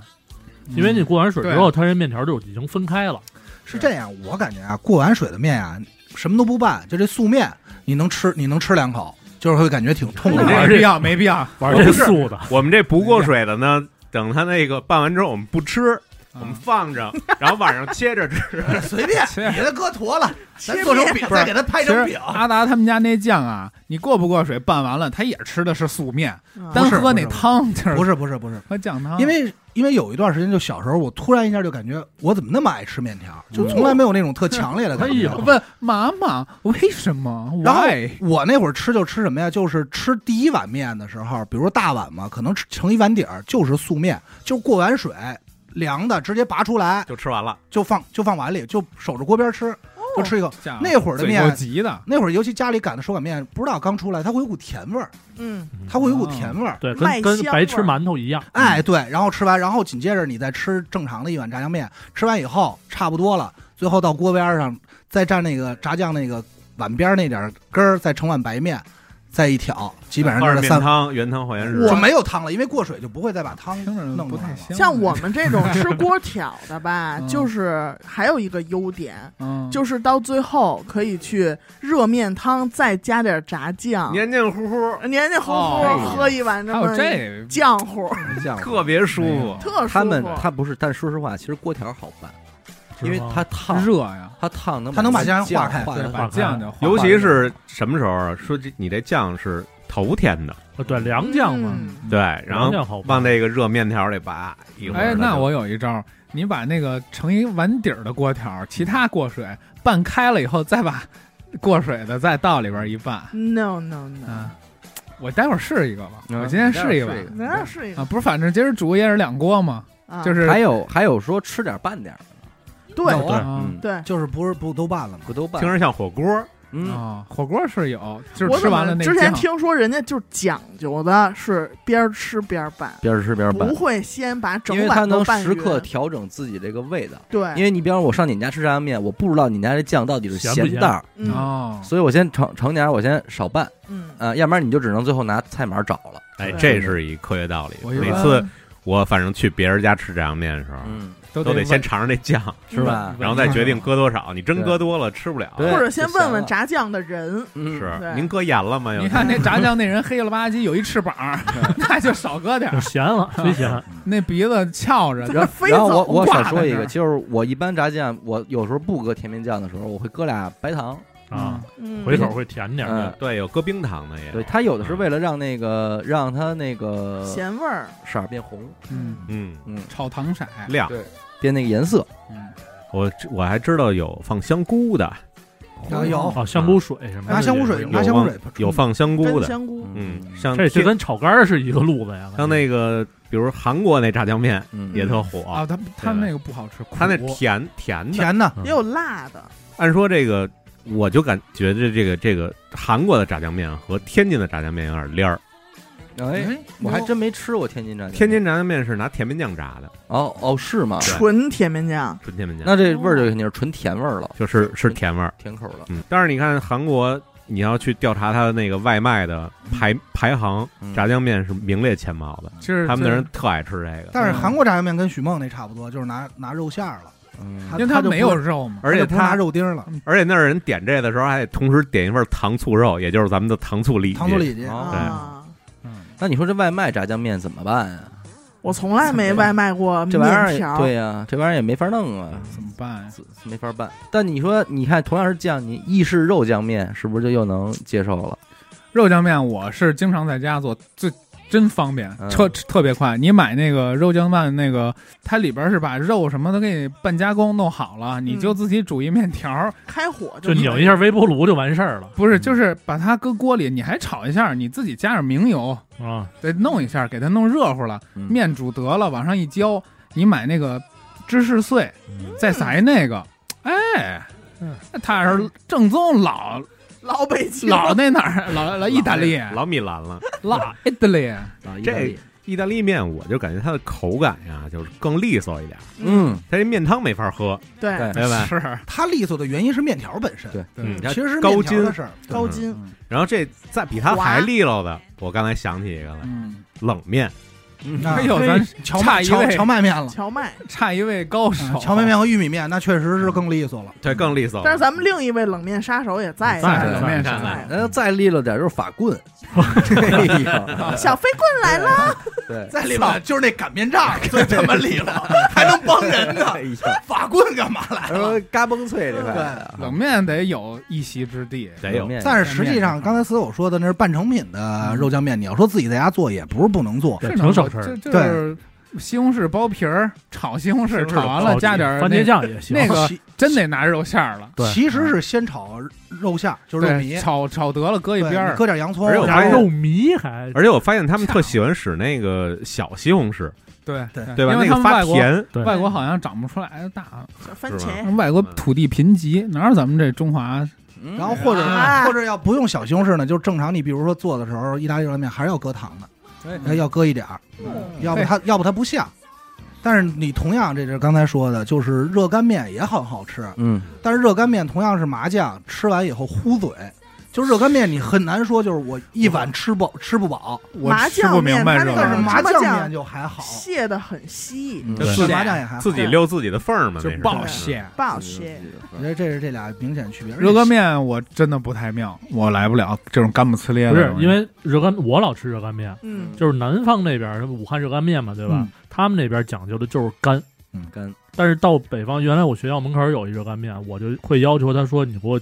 Speaker 4: 因为你过完水之后，它这面条就已经分开了。
Speaker 2: 是这样，我感觉啊，过完水的面啊，什么都不拌，就这素面，你能吃，你能吃两口，就是会感觉挺痛
Speaker 5: 嗯
Speaker 2: 快的。
Speaker 5: 没
Speaker 4: 这
Speaker 5: 必要，没必要。
Speaker 4: 玩
Speaker 6: 不
Speaker 4: 这
Speaker 6: 是
Speaker 4: 素的，
Speaker 6: 我们这不过水的呢，等他那个拌完之后，我们不吃，我们
Speaker 5: 嗯
Speaker 6: 放着，然后晚上切着吃。
Speaker 2: 随便，
Speaker 5: 切
Speaker 2: 给它搁坨了，咱做成饼，
Speaker 5: 不是
Speaker 2: 再给它拍
Speaker 5: 其实
Speaker 2: 成饼。
Speaker 5: 阿达他们家那酱啊，你过不过水拌完了，他也吃的是素面，
Speaker 3: 嗯
Speaker 5: 单喝
Speaker 2: 不
Speaker 5: 那
Speaker 2: 是不是
Speaker 5: 汤就是
Speaker 2: 不是不是不是，
Speaker 5: 喝酱汤，
Speaker 2: 因为因为有一段时间，就小时候，我突然一下就感觉我怎么那么爱吃面条，就从来没有那种特强烈的感
Speaker 4: 哎
Speaker 2: 觉
Speaker 4: 呦。
Speaker 5: 问妈妈为什么
Speaker 2: 然后
Speaker 5: ？Why？
Speaker 2: 我那会儿吃就吃什么呀？就是吃第一碗面的时候，比如说大碗嘛，可能吃盛一碗底儿就是素面，就过完水凉的直接拔出来，
Speaker 6: 就吃完了，
Speaker 2: 就放就放碗里，就守着锅边吃，就吃一
Speaker 6: 啊
Speaker 2: 口。
Speaker 5: 这样
Speaker 2: 那会儿的
Speaker 5: 嘴
Speaker 2: 面
Speaker 5: 够急的，
Speaker 2: 那会儿尤其家里擀的手擀面，不知道刚出来，它会有股甜味儿，
Speaker 3: 嗯，
Speaker 2: 它会有股甜
Speaker 6: 哦
Speaker 2: 味儿。
Speaker 4: 对，
Speaker 3: 麦
Speaker 4: 跟跟
Speaker 3: 香
Speaker 4: 白
Speaker 3: 味
Speaker 4: 吃
Speaker 3: 儿
Speaker 4: 馒头一样。
Speaker 2: 哎，对，然后吃完，然后紧接着你再吃正常的一碗炸酱面，吃完以后差不多了，最后到锅边上再蘸那个炸酱那个碗边那点儿根儿，再盛碗白面，再一挑，基本上
Speaker 6: 泡着
Speaker 2: 就是
Speaker 6: 面
Speaker 2: 三
Speaker 6: 汤、原汤化原食。
Speaker 2: 就没有汤了，因为过水就不会再把汤
Speaker 5: 听着
Speaker 2: 弄
Speaker 5: 不
Speaker 2: 出来
Speaker 5: 太
Speaker 2: 了。
Speaker 5: 香。
Speaker 3: 像我，们这种吃 锅挑的吧
Speaker 5: 嗯，
Speaker 3: 就是还有一个优点，
Speaker 5: 嗯，
Speaker 3: 就是到最后可以去热面汤，再加点炸酱，
Speaker 6: 黏黏糊糊，
Speaker 3: 黏黏糊
Speaker 1: 哎
Speaker 5: 哦
Speaker 3: 糊喝一碗这
Speaker 5: 还有
Speaker 3: 么
Speaker 5: 这
Speaker 3: 浆糊，
Speaker 1: 酱
Speaker 6: 特别舒
Speaker 5: 没
Speaker 6: 服
Speaker 5: 有。
Speaker 3: 特舒服。
Speaker 1: 嗯他们他不是，但说实话，其实锅条好拌，因为它烫，
Speaker 5: 热呀，
Speaker 1: 它烫能
Speaker 2: 它能把酱化
Speaker 1: 化
Speaker 2: 开
Speaker 1: 化
Speaker 5: 对，
Speaker 1: 化
Speaker 5: 把酱就化
Speaker 6: 尤
Speaker 5: 了
Speaker 6: 其是什么时候啊说这你这酱是头添的，
Speaker 4: 它呃对凉酱嘛，
Speaker 3: 嗯
Speaker 6: 对，然
Speaker 4: 凉
Speaker 6: 后
Speaker 4: 酱好拌
Speaker 6: 往那个热面条里拔一会儿它
Speaker 5: 哎，
Speaker 6: 就。
Speaker 5: 那我有一招儿，你把那个盛一碗底儿的锅条儿，其他过水拌开了以后，再把过水的再倒里边儿一拌
Speaker 3: No no no，
Speaker 5: 啊。我待会儿试一个吧，
Speaker 1: 嗯
Speaker 5: 我今天试一
Speaker 1: 待会儿试
Speaker 5: 个
Speaker 1: 一
Speaker 3: 咱俩试一
Speaker 5: 啊，
Speaker 3: 个，
Speaker 5: 不是，反正今儿煮也是两锅嘛，
Speaker 3: 啊
Speaker 5: 就是
Speaker 1: 还有还有说吃点拌点儿，
Speaker 3: 对
Speaker 2: 有啊
Speaker 5: 啊
Speaker 1: 嗯，
Speaker 3: 对。
Speaker 2: 就是不是不都拌了吗？
Speaker 1: 不都拌
Speaker 6: 听，着像火锅，
Speaker 1: 嗯，
Speaker 5: 啊，火锅是有，就是
Speaker 3: 我
Speaker 5: 吃
Speaker 3: 怎
Speaker 5: 完了
Speaker 3: 么
Speaker 5: 那
Speaker 3: 之前
Speaker 5: 酱，
Speaker 3: 听说人家就是讲究的是边吃边拌，
Speaker 1: 边吃边拌
Speaker 3: 不，会先把整
Speaker 1: 因为它
Speaker 3: 碗都
Speaker 1: 能
Speaker 3: 拌
Speaker 1: 时
Speaker 3: 匀
Speaker 1: 刻调整自己这个味道。因
Speaker 3: 对，
Speaker 1: 为你比方说我上你们家吃炸酱面，我不知道你家这酱到底是
Speaker 4: 咸不咸
Speaker 1: 淡儿，
Speaker 3: 嗯
Speaker 5: 哦，
Speaker 1: 所以我先盛盛点儿，我先少拌，
Speaker 3: 嗯，
Speaker 1: 啊，要不然你就只能最后拿菜码找了。
Speaker 6: 哎，
Speaker 3: 对
Speaker 6: 这是一科学道理。
Speaker 5: 我一
Speaker 6: 每
Speaker 5: 般
Speaker 6: 次我反正去别人家吃炸酱面的时候，
Speaker 1: 嗯，
Speaker 5: 都
Speaker 6: 都得
Speaker 5: 得
Speaker 6: 先
Speaker 5: 问
Speaker 6: 尝尝那酱，
Speaker 1: 是吧？
Speaker 6: 然后再决定
Speaker 5: 嗯
Speaker 6: 搁多少。你真
Speaker 1: 对
Speaker 6: 搁多了吃不了，
Speaker 1: 对
Speaker 3: 嗯或者先
Speaker 1: 就
Speaker 3: 问
Speaker 1: 咸
Speaker 3: 问
Speaker 1: 了
Speaker 3: 炸酱的人，
Speaker 1: 嗯，
Speaker 6: 是
Speaker 3: 对
Speaker 6: 您搁盐了吗？又
Speaker 5: 你看那炸酱那人黑了吧唧，有一翅膀儿， 那就少搁点
Speaker 4: 就
Speaker 5: 儿，
Speaker 4: 咸了，忒咸。
Speaker 5: 那鼻子翘 着，
Speaker 1: 然后，
Speaker 3: 飞
Speaker 1: 然后
Speaker 3: 走
Speaker 1: 我我少
Speaker 5: 挂在
Speaker 1: 说一
Speaker 5: 那
Speaker 1: 个，
Speaker 5: 儿
Speaker 1: 就是我一般炸酱，我有时候不搁甜面酱的时候，我会搁俩白糖，
Speaker 4: 啊，
Speaker 3: 嗯
Speaker 4: 回口会甜点
Speaker 1: 嗯
Speaker 4: 儿。
Speaker 6: 对，有搁冰糖的也有，
Speaker 1: 对，它有的是为了让那个让它那个
Speaker 3: 咸味儿，
Speaker 1: 色儿变红，
Speaker 5: 嗯，
Speaker 6: 嗯，
Speaker 1: 嗯，
Speaker 5: 炒糖色，
Speaker 6: 亮。
Speaker 1: 变那个颜色，
Speaker 5: 嗯，
Speaker 6: 我知我还知道有放香菇的，
Speaker 2: 啊有
Speaker 4: 哦，香菇水什么的，
Speaker 2: 拿香菇水，
Speaker 4: 有
Speaker 2: 拿香菇水
Speaker 6: 有放香菇
Speaker 3: 真
Speaker 6: 的，
Speaker 3: 香菇，
Speaker 6: 嗯，像
Speaker 4: 这这
Speaker 6: 天
Speaker 4: 跟炒肝儿是一个路子呀。
Speaker 6: 像那个，比如韩国那炸酱面
Speaker 1: 嗯
Speaker 6: 也特
Speaker 5: 啊，
Speaker 6: 火，
Speaker 5: 他他那个不好吃，
Speaker 6: 它那
Speaker 5: 苦
Speaker 6: 甜甜的。
Speaker 2: 甜的，
Speaker 4: 嗯
Speaker 3: 也有辣的，
Speaker 6: 按说这个，我就感觉这这个这个韩国的炸酱面和天津的炸酱面有点颠儿。
Speaker 1: 哎，
Speaker 2: 哎，
Speaker 1: 我还真没吃过天津炸酱面，
Speaker 6: 天津炸酱面是拿甜面酱炸的，
Speaker 1: 哦哦是吗？
Speaker 3: 纯甜面酱，
Speaker 6: 纯甜面酱，
Speaker 1: 那这味儿就肯定是纯甜味儿了，
Speaker 6: 就是是甜味儿。
Speaker 1: 甜口了，
Speaker 6: 嗯，但是你看韩国，你要去调查它的那个外卖的排排行，
Speaker 1: 嗯
Speaker 6: 炸酱面是名列前茅的，
Speaker 5: 其实
Speaker 6: 他们的人，特爱吃这个，
Speaker 2: 但是韩国炸酱面跟许梦那差不多，就是拿拿肉馅儿了，
Speaker 1: 嗯
Speaker 5: 因为
Speaker 2: 他
Speaker 5: 他
Speaker 2: 就
Speaker 5: 没
Speaker 2: 不
Speaker 5: 有肉嘛，
Speaker 6: 而且
Speaker 2: 它就不拿
Speaker 6: 他
Speaker 2: 肉丁儿了，
Speaker 6: 而且那儿人点这的时候还得同时点一份糖醋肉，也就是咱们的糖醋里脊。
Speaker 2: 糖醋里脊。
Speaker 1: 哦
Speaker 3: 啊，
Speaker 5: 嗯，
Speaker 1: 那你说这外卖炸酱面怎么办呀？
Speaker 3: 我从来没外卖过
Speaker 1: 这
Speaker 3: 面
Speaker 1: 玩意儿也
Speaker 3: 条，
Speaker 1: 对呀、这玩意儿也没法弄啊，
Speaker 5: 怎么办呀？
Speaker 1: 没法办。但你说，你看同样是酱，你意式肉酱面是不是就又能接受了？
Speaker 5: 肉酱面我是经常在家做，最真方便
Speaker 1: 嗯，
Speaker 5: 特特别快。你买那个肉酱面，那个它里边是把肉什么的给你半加工弄好了，你就自己煮一面条，
Speaker 3: 开火
Speaker 4: 就
Speaker 3: 拧
Speaker 4: 拧一下微波炉就完事儿了
Speaker 5: 不是
Speaker 1: 嗯
Speaker 5: 就是把它搁锅里，你还炒一下，你自己加点明油，
Speaker 4: 啊。
Speaker 5: 再弄一下，给它弄热乎了，
Speaker 1: 嗯
Speaker 5: 面煮得了，往上一浇，你买那个芝士碎，再撒一那个，哎
Speaker 4: 嗯，
Speaker 5: 它是正宗老
Speaker 3: 老北京
Speaker 5: 老那哪儿老老意大利
Speaker 6: 老米兰了，
Speaker 5: 老意大利，
Speaker 1: 啊，
Speaker 6: 这意大利面我就感觉它的口感呀，就是更利索一点，
Speaker 1: 嗯，
Speaker 6: 它这面汤没法喝，
Speaker 3: 对
Speaker 1: 对
Speaker 6: 明 白吧？
Speaker 5: 是
Speaker 2: 它利索的原因是面条本身，
Speaker 1: 对
Speaker 6: 嗯，
Speaker 2: 其实是
Speaker 6: 高
Speaker 2: 面条
Speaker 6: 筋
Speaker 2: 的。事儿。
Speaker 3: 高筋，
Speaker 5: 嗯
Speaker 6: 然后这再比它
Speaker 3: 滑
Speaker 6: 还利落的，我刚才想起一个来，
Speaker 5: 嗯，
Speaker 6: 冷面。
Speaker 2: 啊
Speaker 1: 嗯
Speaker 5: 哎呦，
Speaker 2: 嘿
Speaker 5: 咱
Speaker 2: 荞
Speaker 5: 差
Speaker 2: 麦
Speaker 5: 一
Speaker 2: 荞
Speaker 5: 位
Speaker 2: 荞麦面了，
Speaker 3: 荞麦。
Speaker 5: 差一位高手，
Speaker 2: 啊荞麦面和玉米面那确实是更利索了。
Speaker 6: 对，更利索。
Speaker 3: 但是咱们另一位冷面杀手也在
Speaker 4: 在
Speaker 5: 冷面上
Speaker 6: 在
Speaker 3: 哎
Speaker 1: 那要再利落点就是法棍，哎呀，
Speaker 3: 小飞棍来了，
Speaker 1: 对，
Speaker 2: 再利落就是那擀面杖最他妈利落，还能帮人呢
Speaker 1: 哎呀，
Speaker 2: 法棍干嘛来
Speaker 1: 然后呃嘎嘣脆这块啊，
Speaker 5: 冷面得有一席之地。
Speaker 6: 得有，
Speaker 1: 面
Speaker 2: 但是实际上，刚才死狗说的那是半成品的肉酱面，你要说自己在家做也不是不能做。
Speaker 4: 对
Speaker 5: 是
Speaker 4: 挺省事
Speaker 5: 能
Speaker 4: 儿
Speaker 5: 就就是西红柿包皮儿，炒西红柿，炒完了加点儿
Speaker 4: 番
Speaker 5: 那
Speaker 4: 茄，酱也行。
Speaker 5: 那个
Speaker 2: 其
Speaker 5: 真得拿肉馅儿了。
Speaker 4: 对
Speaker 2: 其实是先炒肉馅儿，就是肉
Speaker 5: 对，
Speaker 2: 糜，
Speaker 5: 炒炒得了搁一
Speaker 2: 对
Speaker 5: 边
Speaker 2: 你
Speaker 5: 儿，
Speaker 2: 搁点洋葱，
Speaker 6: 而且我
Speaker 2: 然
Speaker 6: 发
Speaker 2: 后
Speaker 6: 现
Speaker 4: 肉糜还
Speaker 6: 而且我发现他们特喜欢使那个小西红柿，
Speaker 5: 对
Speaker 2: 对
Speaker 6: 对吧？
Speaker 5: 因为
Speaker 6: 那
Speaker 5: 他
Speaker 6: 个
Speaker 5: 们
Speaker 6: 发
Speaker 5: 外国
Speaker 6: 甜，
Speaker 4: 对
Speaker 5: 外国好像长不出来大，
Speaker 3: 小番
Speaker 6: 是
Speaker 3: 茄
Speaker 6: 吧，
Speaker 5: 外国土地贫瘠，哪有咱们这中华？
Speaker 1: 嗯
Speaker 2: 然后或者
Speaker 3: 啊
Speaker 2: 或者要不用小西红柿呢，就正常。你比如说做的时候，意大利热面还是要搁糖的，
Speaker 5: 哎
Speaker 2: 要搁一点儿，要不它要不它不像。但是你同样，这就是刚才说的，就是热干面也很好吃，
Speaker 1: 嗯，
Speaker 2: 但是热干面同样是麻酱，吃完以后糊嘴。就是热干面，你很难说就是我一碗吃不吃不饱，
Speaker 5: 我
Speaker 3: 麻
Speaker 5: 吃
Speaker 3: 酱
Speaker 5: 不明
Speaker 3: 面
Speaker 5: 白
Speaker 3: 它
Speaker 5: 这
Speaker 3: 那个
Speaker 2: 但是
Speaker 5: 个，
Speaker 2: 麻
Speaker 3: 麻
Speaker 2: 酱
Speaker 3: 酱
Speaker 2: 面就还好，
Speaker 3: 卸的很细，
Speaker 1: 嗯
Speaker 6: 就
Speaker 2: 炖
Speaker 6: 是
Speaker 2: 麻酱也还好。
Speaker 6: 自己溜自己的缝儿嘛，
Speaker 5: 就
Speaker 6: 那是嗯
Speaker 5: 不好
Speaker 3: 对
Speaker 5: 卸。
Speaker 3: 不好卸。
Speaker 2: 我觉得这是这俩明显区别。
Speaker 5: 热干面我真的不太妙，我来不了这种干不呲咧的
Speaker 4: 不
Speaker 5: 东西。
Speaker 4: 是因为热干，我老吃热干面，
Speaker 3: 嗯，
Speaker 4: 就是南方那边儿武汉热干面嘛，对吧
Speaker 5: 嗯？
Speaker 4: 他们那边讲究的就是干。
Speaker 1: 干
Speaker 4: 但是到北方，原来我学校门口有一热干面，我就会要求他说：“你给我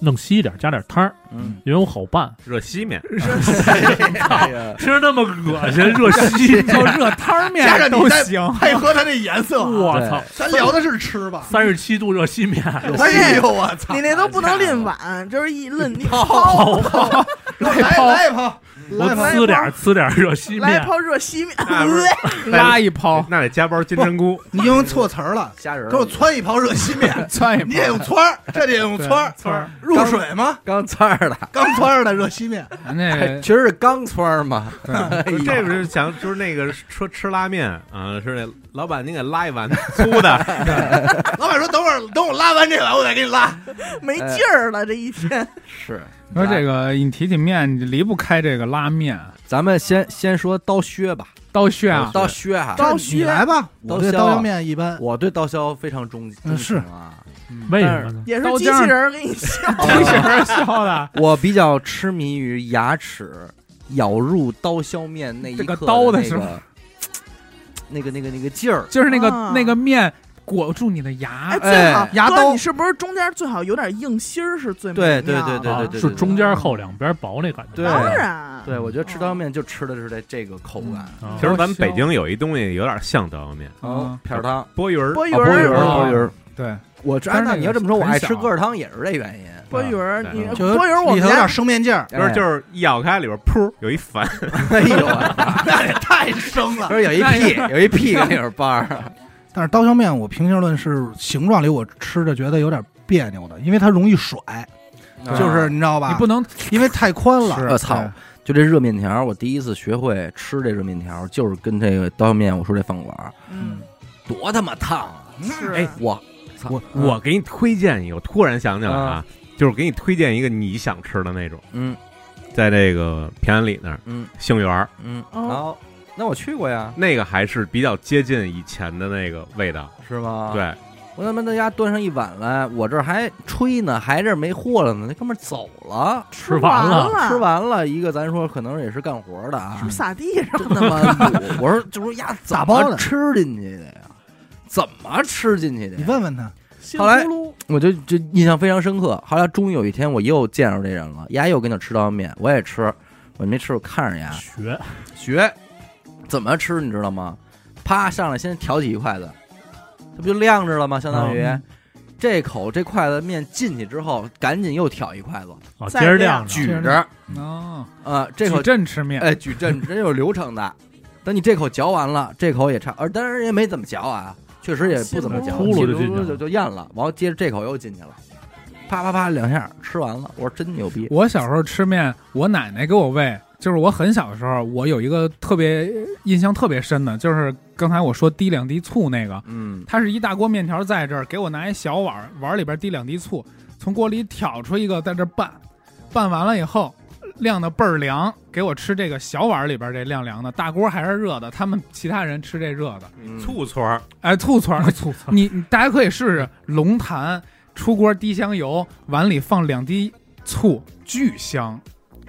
Speaker 4: 弄稀一点，加点汤儿，
Speaker 1: 嗯，
Speaker 4: 因为我好拌。
Speaker 6: 热西面，
Speaker 1: 哎呀”
Speaker 4: 吃那么恶心，热 稀，
Speaker 5: 就热汤儿面
Speaker 2: 加上你
Speaker 5: 都
Speaker 2: 再
Speaker 5: 行。
Speaker 2: 配合它这颜色啊，
Speaker 4: 我操！
Speaker 2: 咱聊的是吃吧？
Speaker 4: 三十七度热稀面，
Speaker 2: 哎呦我操！
Speaker 3: 你那都不能拎碗，就是一抡你泡，
Speaker 2: 来来一泡，
Speaker 4: 我
Speaker 2: 来一泡
Speaker 4: 呲点儿呲点儿热稀
Speaker 3: 来一
Speaker 4: 面，
Speaker 3: 泡热稀面，
Speaker 6: 那不 是
Speaker 5: 拉一泡，，
Speaker 6: 那得加包金针菇，
Speaker 2: 你用错词儿了，
Speaker 1: 虾仁儿
Speaker 2: 给我汆一泡热稀 面
Speaker 5: 窜一泡
Speaker 2: 你也用汆儿，这得用汆儿，
Speaker 5: 窜儿，
Speaker 2: 入水吗？
Speaker 1: 刚窜儿 的，
Speaker 2: 刚汆儿的热稀面，
Speaker 5: 咱这
Speaker 1: 哎其实是刚窜儿嘛，
Speaker 5: 哎
Speaker 6: 不是这不是想就是那个说吃拉面啊，是那老板您给拉一碗粗的，
Speaker 2: 老板说等会儿等我拉完这碗，我再给你拉。
Speaker 3: 没劲儿了这一天。
Speaker 1: 哎是
Speaker 5: 说这个，你提起面，你离不开这个拉面、
Speaker 1: 咱们先先说刀削吧，
Speaker 5: 刀削 啊，
Speaker 1: 刀削啊，
Speaker 3: 刀
Speaker 2: 这你
Speaker 3: 削
Speaker 2: 来吧，
Speaker 1: 刀
Speaker 2: 我对
Speaker 1: 削
Speaker 2: 刀削面一般，
Speaker 1: 我对刀削非常钟钟
Speaker 2: 嗯
Speaker 1: 情
Speaker 2: 是
Speaker 1: 啊，，
Speaker 4: 为什么呢？
Speaker 3: 也是
Speaker 5: 刀
Speaker 3: 机
Speaker 5: 尖儿
Speaker 3: 器人儿给你削，
Speaker 5: 刀削儿削的
Speaker 1: 我比较痴迷于牙齿咬入刀削面那一刻
Speaker 5: 这个刀
Speaker 1: 的
Speaker 5: 的
Speaker 1: 那
Speaker 5: 时候
Speaker 1: 个那个那个那个劲儿，
Speaker 5: 就是那个
Speaker 3: 啊
Speaker 5: 那个面裹住你的牙
Speaker 3: 哎，，最好
Speaker 1: 哎
Speaker 5: 牙
Speaker 3: 哥，
Speaker 5: 刀
Speaker 3: 你是不是中间最好有点硬芯儿是最
Speaker 1: 对
Speaker 3: 美妙的
Speaker 1: 对对对对
Speaker 4: 是中啊间厚，两边薄那感觉。
Speaker 1: 对
Speaker 3: 当然，
Speaker 1: 对，我觉得吃刀削面就吃的是这这个口感。
Speaker 5: 嗯
Speaker 4: 啊
Speaker 6: 其实咱们北京有一东西有点像刀削面，
Speaker 1: 哦
Speaker 5: 哦，
Speaker 1: 片儿汤，
Speaker 6: 波鱼儿，
Speaker 3: 波鱼
Speaker 1: 啊
Speaker 3: 儿，
Speaker 5: 啊
Speaker 1: 儿，儿。
Speaker 5: 对，
Speaker 1: 我这
Speaker 5: 但
Speaker 1: 按照
Speaker 5: 是那个
Speaker 1: 你要这么说，我爱
Speaker 5: 很
Speaker 1: 吃
Speaker 5: 小
Speaker 1: 疙瘩汤也是这原因。
Speaker 3: 波鱼儿，
Speaker 6: 对
Speaker 3: 你
Speaker 1: 嗯
Speaker 3: 波鱼儿，我
Speaker 2: 里
Speaker 3: 们
Speaker 2: 头有
Speaker 3: 家
Speaker 2: 点生面劲儿，
Speaker 6: 就是就是一咬开里边噗有一烦，
Speaker 1: 哎呦， 那也太
Speaker 2: 生了
Speaker 1: 不。是有一屁， 有一屁跟那边儿 儿，
Speaker 2: 但是刀削面，我平心而论是形状里我吃着觉得有点别扭的，因为它容易甩，
Speaker 1: 嗯
Speaker 2: 就是啊你知道吧？
Speaker 5: 你不能
Speaker 2: 因为太宽了。
Speaker 1: 我操！就这热面条儿，我第一次学会吃这热面条儿，就是跟这个刀削面我说这饭馆儿
Speaker 3: 嗯，
Speaker 1: 多他妈烫啊！
Speaker 2: 嗯
Speaker 3: 是
Speaker 6: 哎
Speaker 1: 我
Speaker 5: 我
Speaker 6: 我给你推荐一个，我突然想起来啊，就是给你推荐一个你想吃的那种，
Speaker 1: 嗯
Speaker 6: 在这个平安里那儿，
Speaker 1: 嗯
Speaker 6: 杏园儿
Speaker 1: 嗯，
Speaker 3: 哦
Speaker 1: 然后那我去过呀，
Speaker 6: 那个还是比较接近以前的那个味道。
Speaker 1: 是吗？，
Speaker 6: 对，
Speaker 1: 我他妈在家端上一碗来，我这儿还吹呢，还这儿没货了呢，那哥们儿走了。
Speaker 3: 吃
Speaker 4: 完了
Speaker 3: 了，
Speaker 1: 吃完了一个，咱说可能也是干活的啊
Speaker 3: 是，不是撒地上
Speaker 1: 真他妈堵！我说就说呀，
Speaker 2: 打包
Speaker 1: 怎么
Speaker 2: 的
Speaker 1: 吃进去的呀？怎么吃进去的
Speaker 2: 你
Speaker 1: 呀？
Speaker 2: 问问他，
Speaker 3: 稀里
Speaker 1: 后来
Speaker 3: 咕噜，
Speaker 1: 我就就印象非常深刻。后来终于有一天，我又见着这人了，丫又跟那吃刀削面，我也吃，我没吃，我看着丫
Speaker 4: 学
Speaker 1: 学怎么吃，你知道吗？啪上来先挑起一筷子，这不就晾着了吗？相当于、
Speaker 4: 嗯
Speaker 1: 这口这筷子面进去之后，赶紧又挑一筷子，
Speaker 4: 啊，
Speaker 3: 再
Speaker 4: 接着
Speaker 3: 这
Speaker 4: 晾
Speaker 3: 样
Speaker 4: 着
Speaker 1: 举
Speaker 5: 这样
Speaker 1: 着，
Speaker 5: 哦，
Speaker 1: 呃，这口
Speaker 5: 矩阵吃面，
Speaker 1: 哎矩阵真有流程 的。等你这口嚼完了，这口也差，而当然也没怎么嚼啊，确实也不怎么嚼，
Speaker 4: 秃噜就
Speaker 1: 气
Speaker 4: 进去了
Speaker 1: 就就咽了，完后接着这口又进去了，啪啪啪两下吃完了，我说真牛逼，
Speaker 5: 我小时候吃面，我奶奶给我喂，就是我很小的时候，我有一个特别印象特别深的，就是刚才我说滴两滴醋那个，
Speaker 1: 嗯，
Speaker 5: 它是一大锅面条在这儿，给我拿一小碗儿，碗儿里边滴两滴醋，从锅里挑出一个，在这儿拌，拌完了以后。晾的倍儿凉，给我吃这个小碗儿里边这晾凉的，大锅还是热的。他们其他人吃这热的，
Speaker 1: 嗯
Speaker 6: 醋村儿，
Speaker 5: 哎，醋串儿，
Speaker 4: 醋 醋
Speaker 5: 你你大家可以试试龙潭出锅滴香油，碗里放两滴醋，巨香，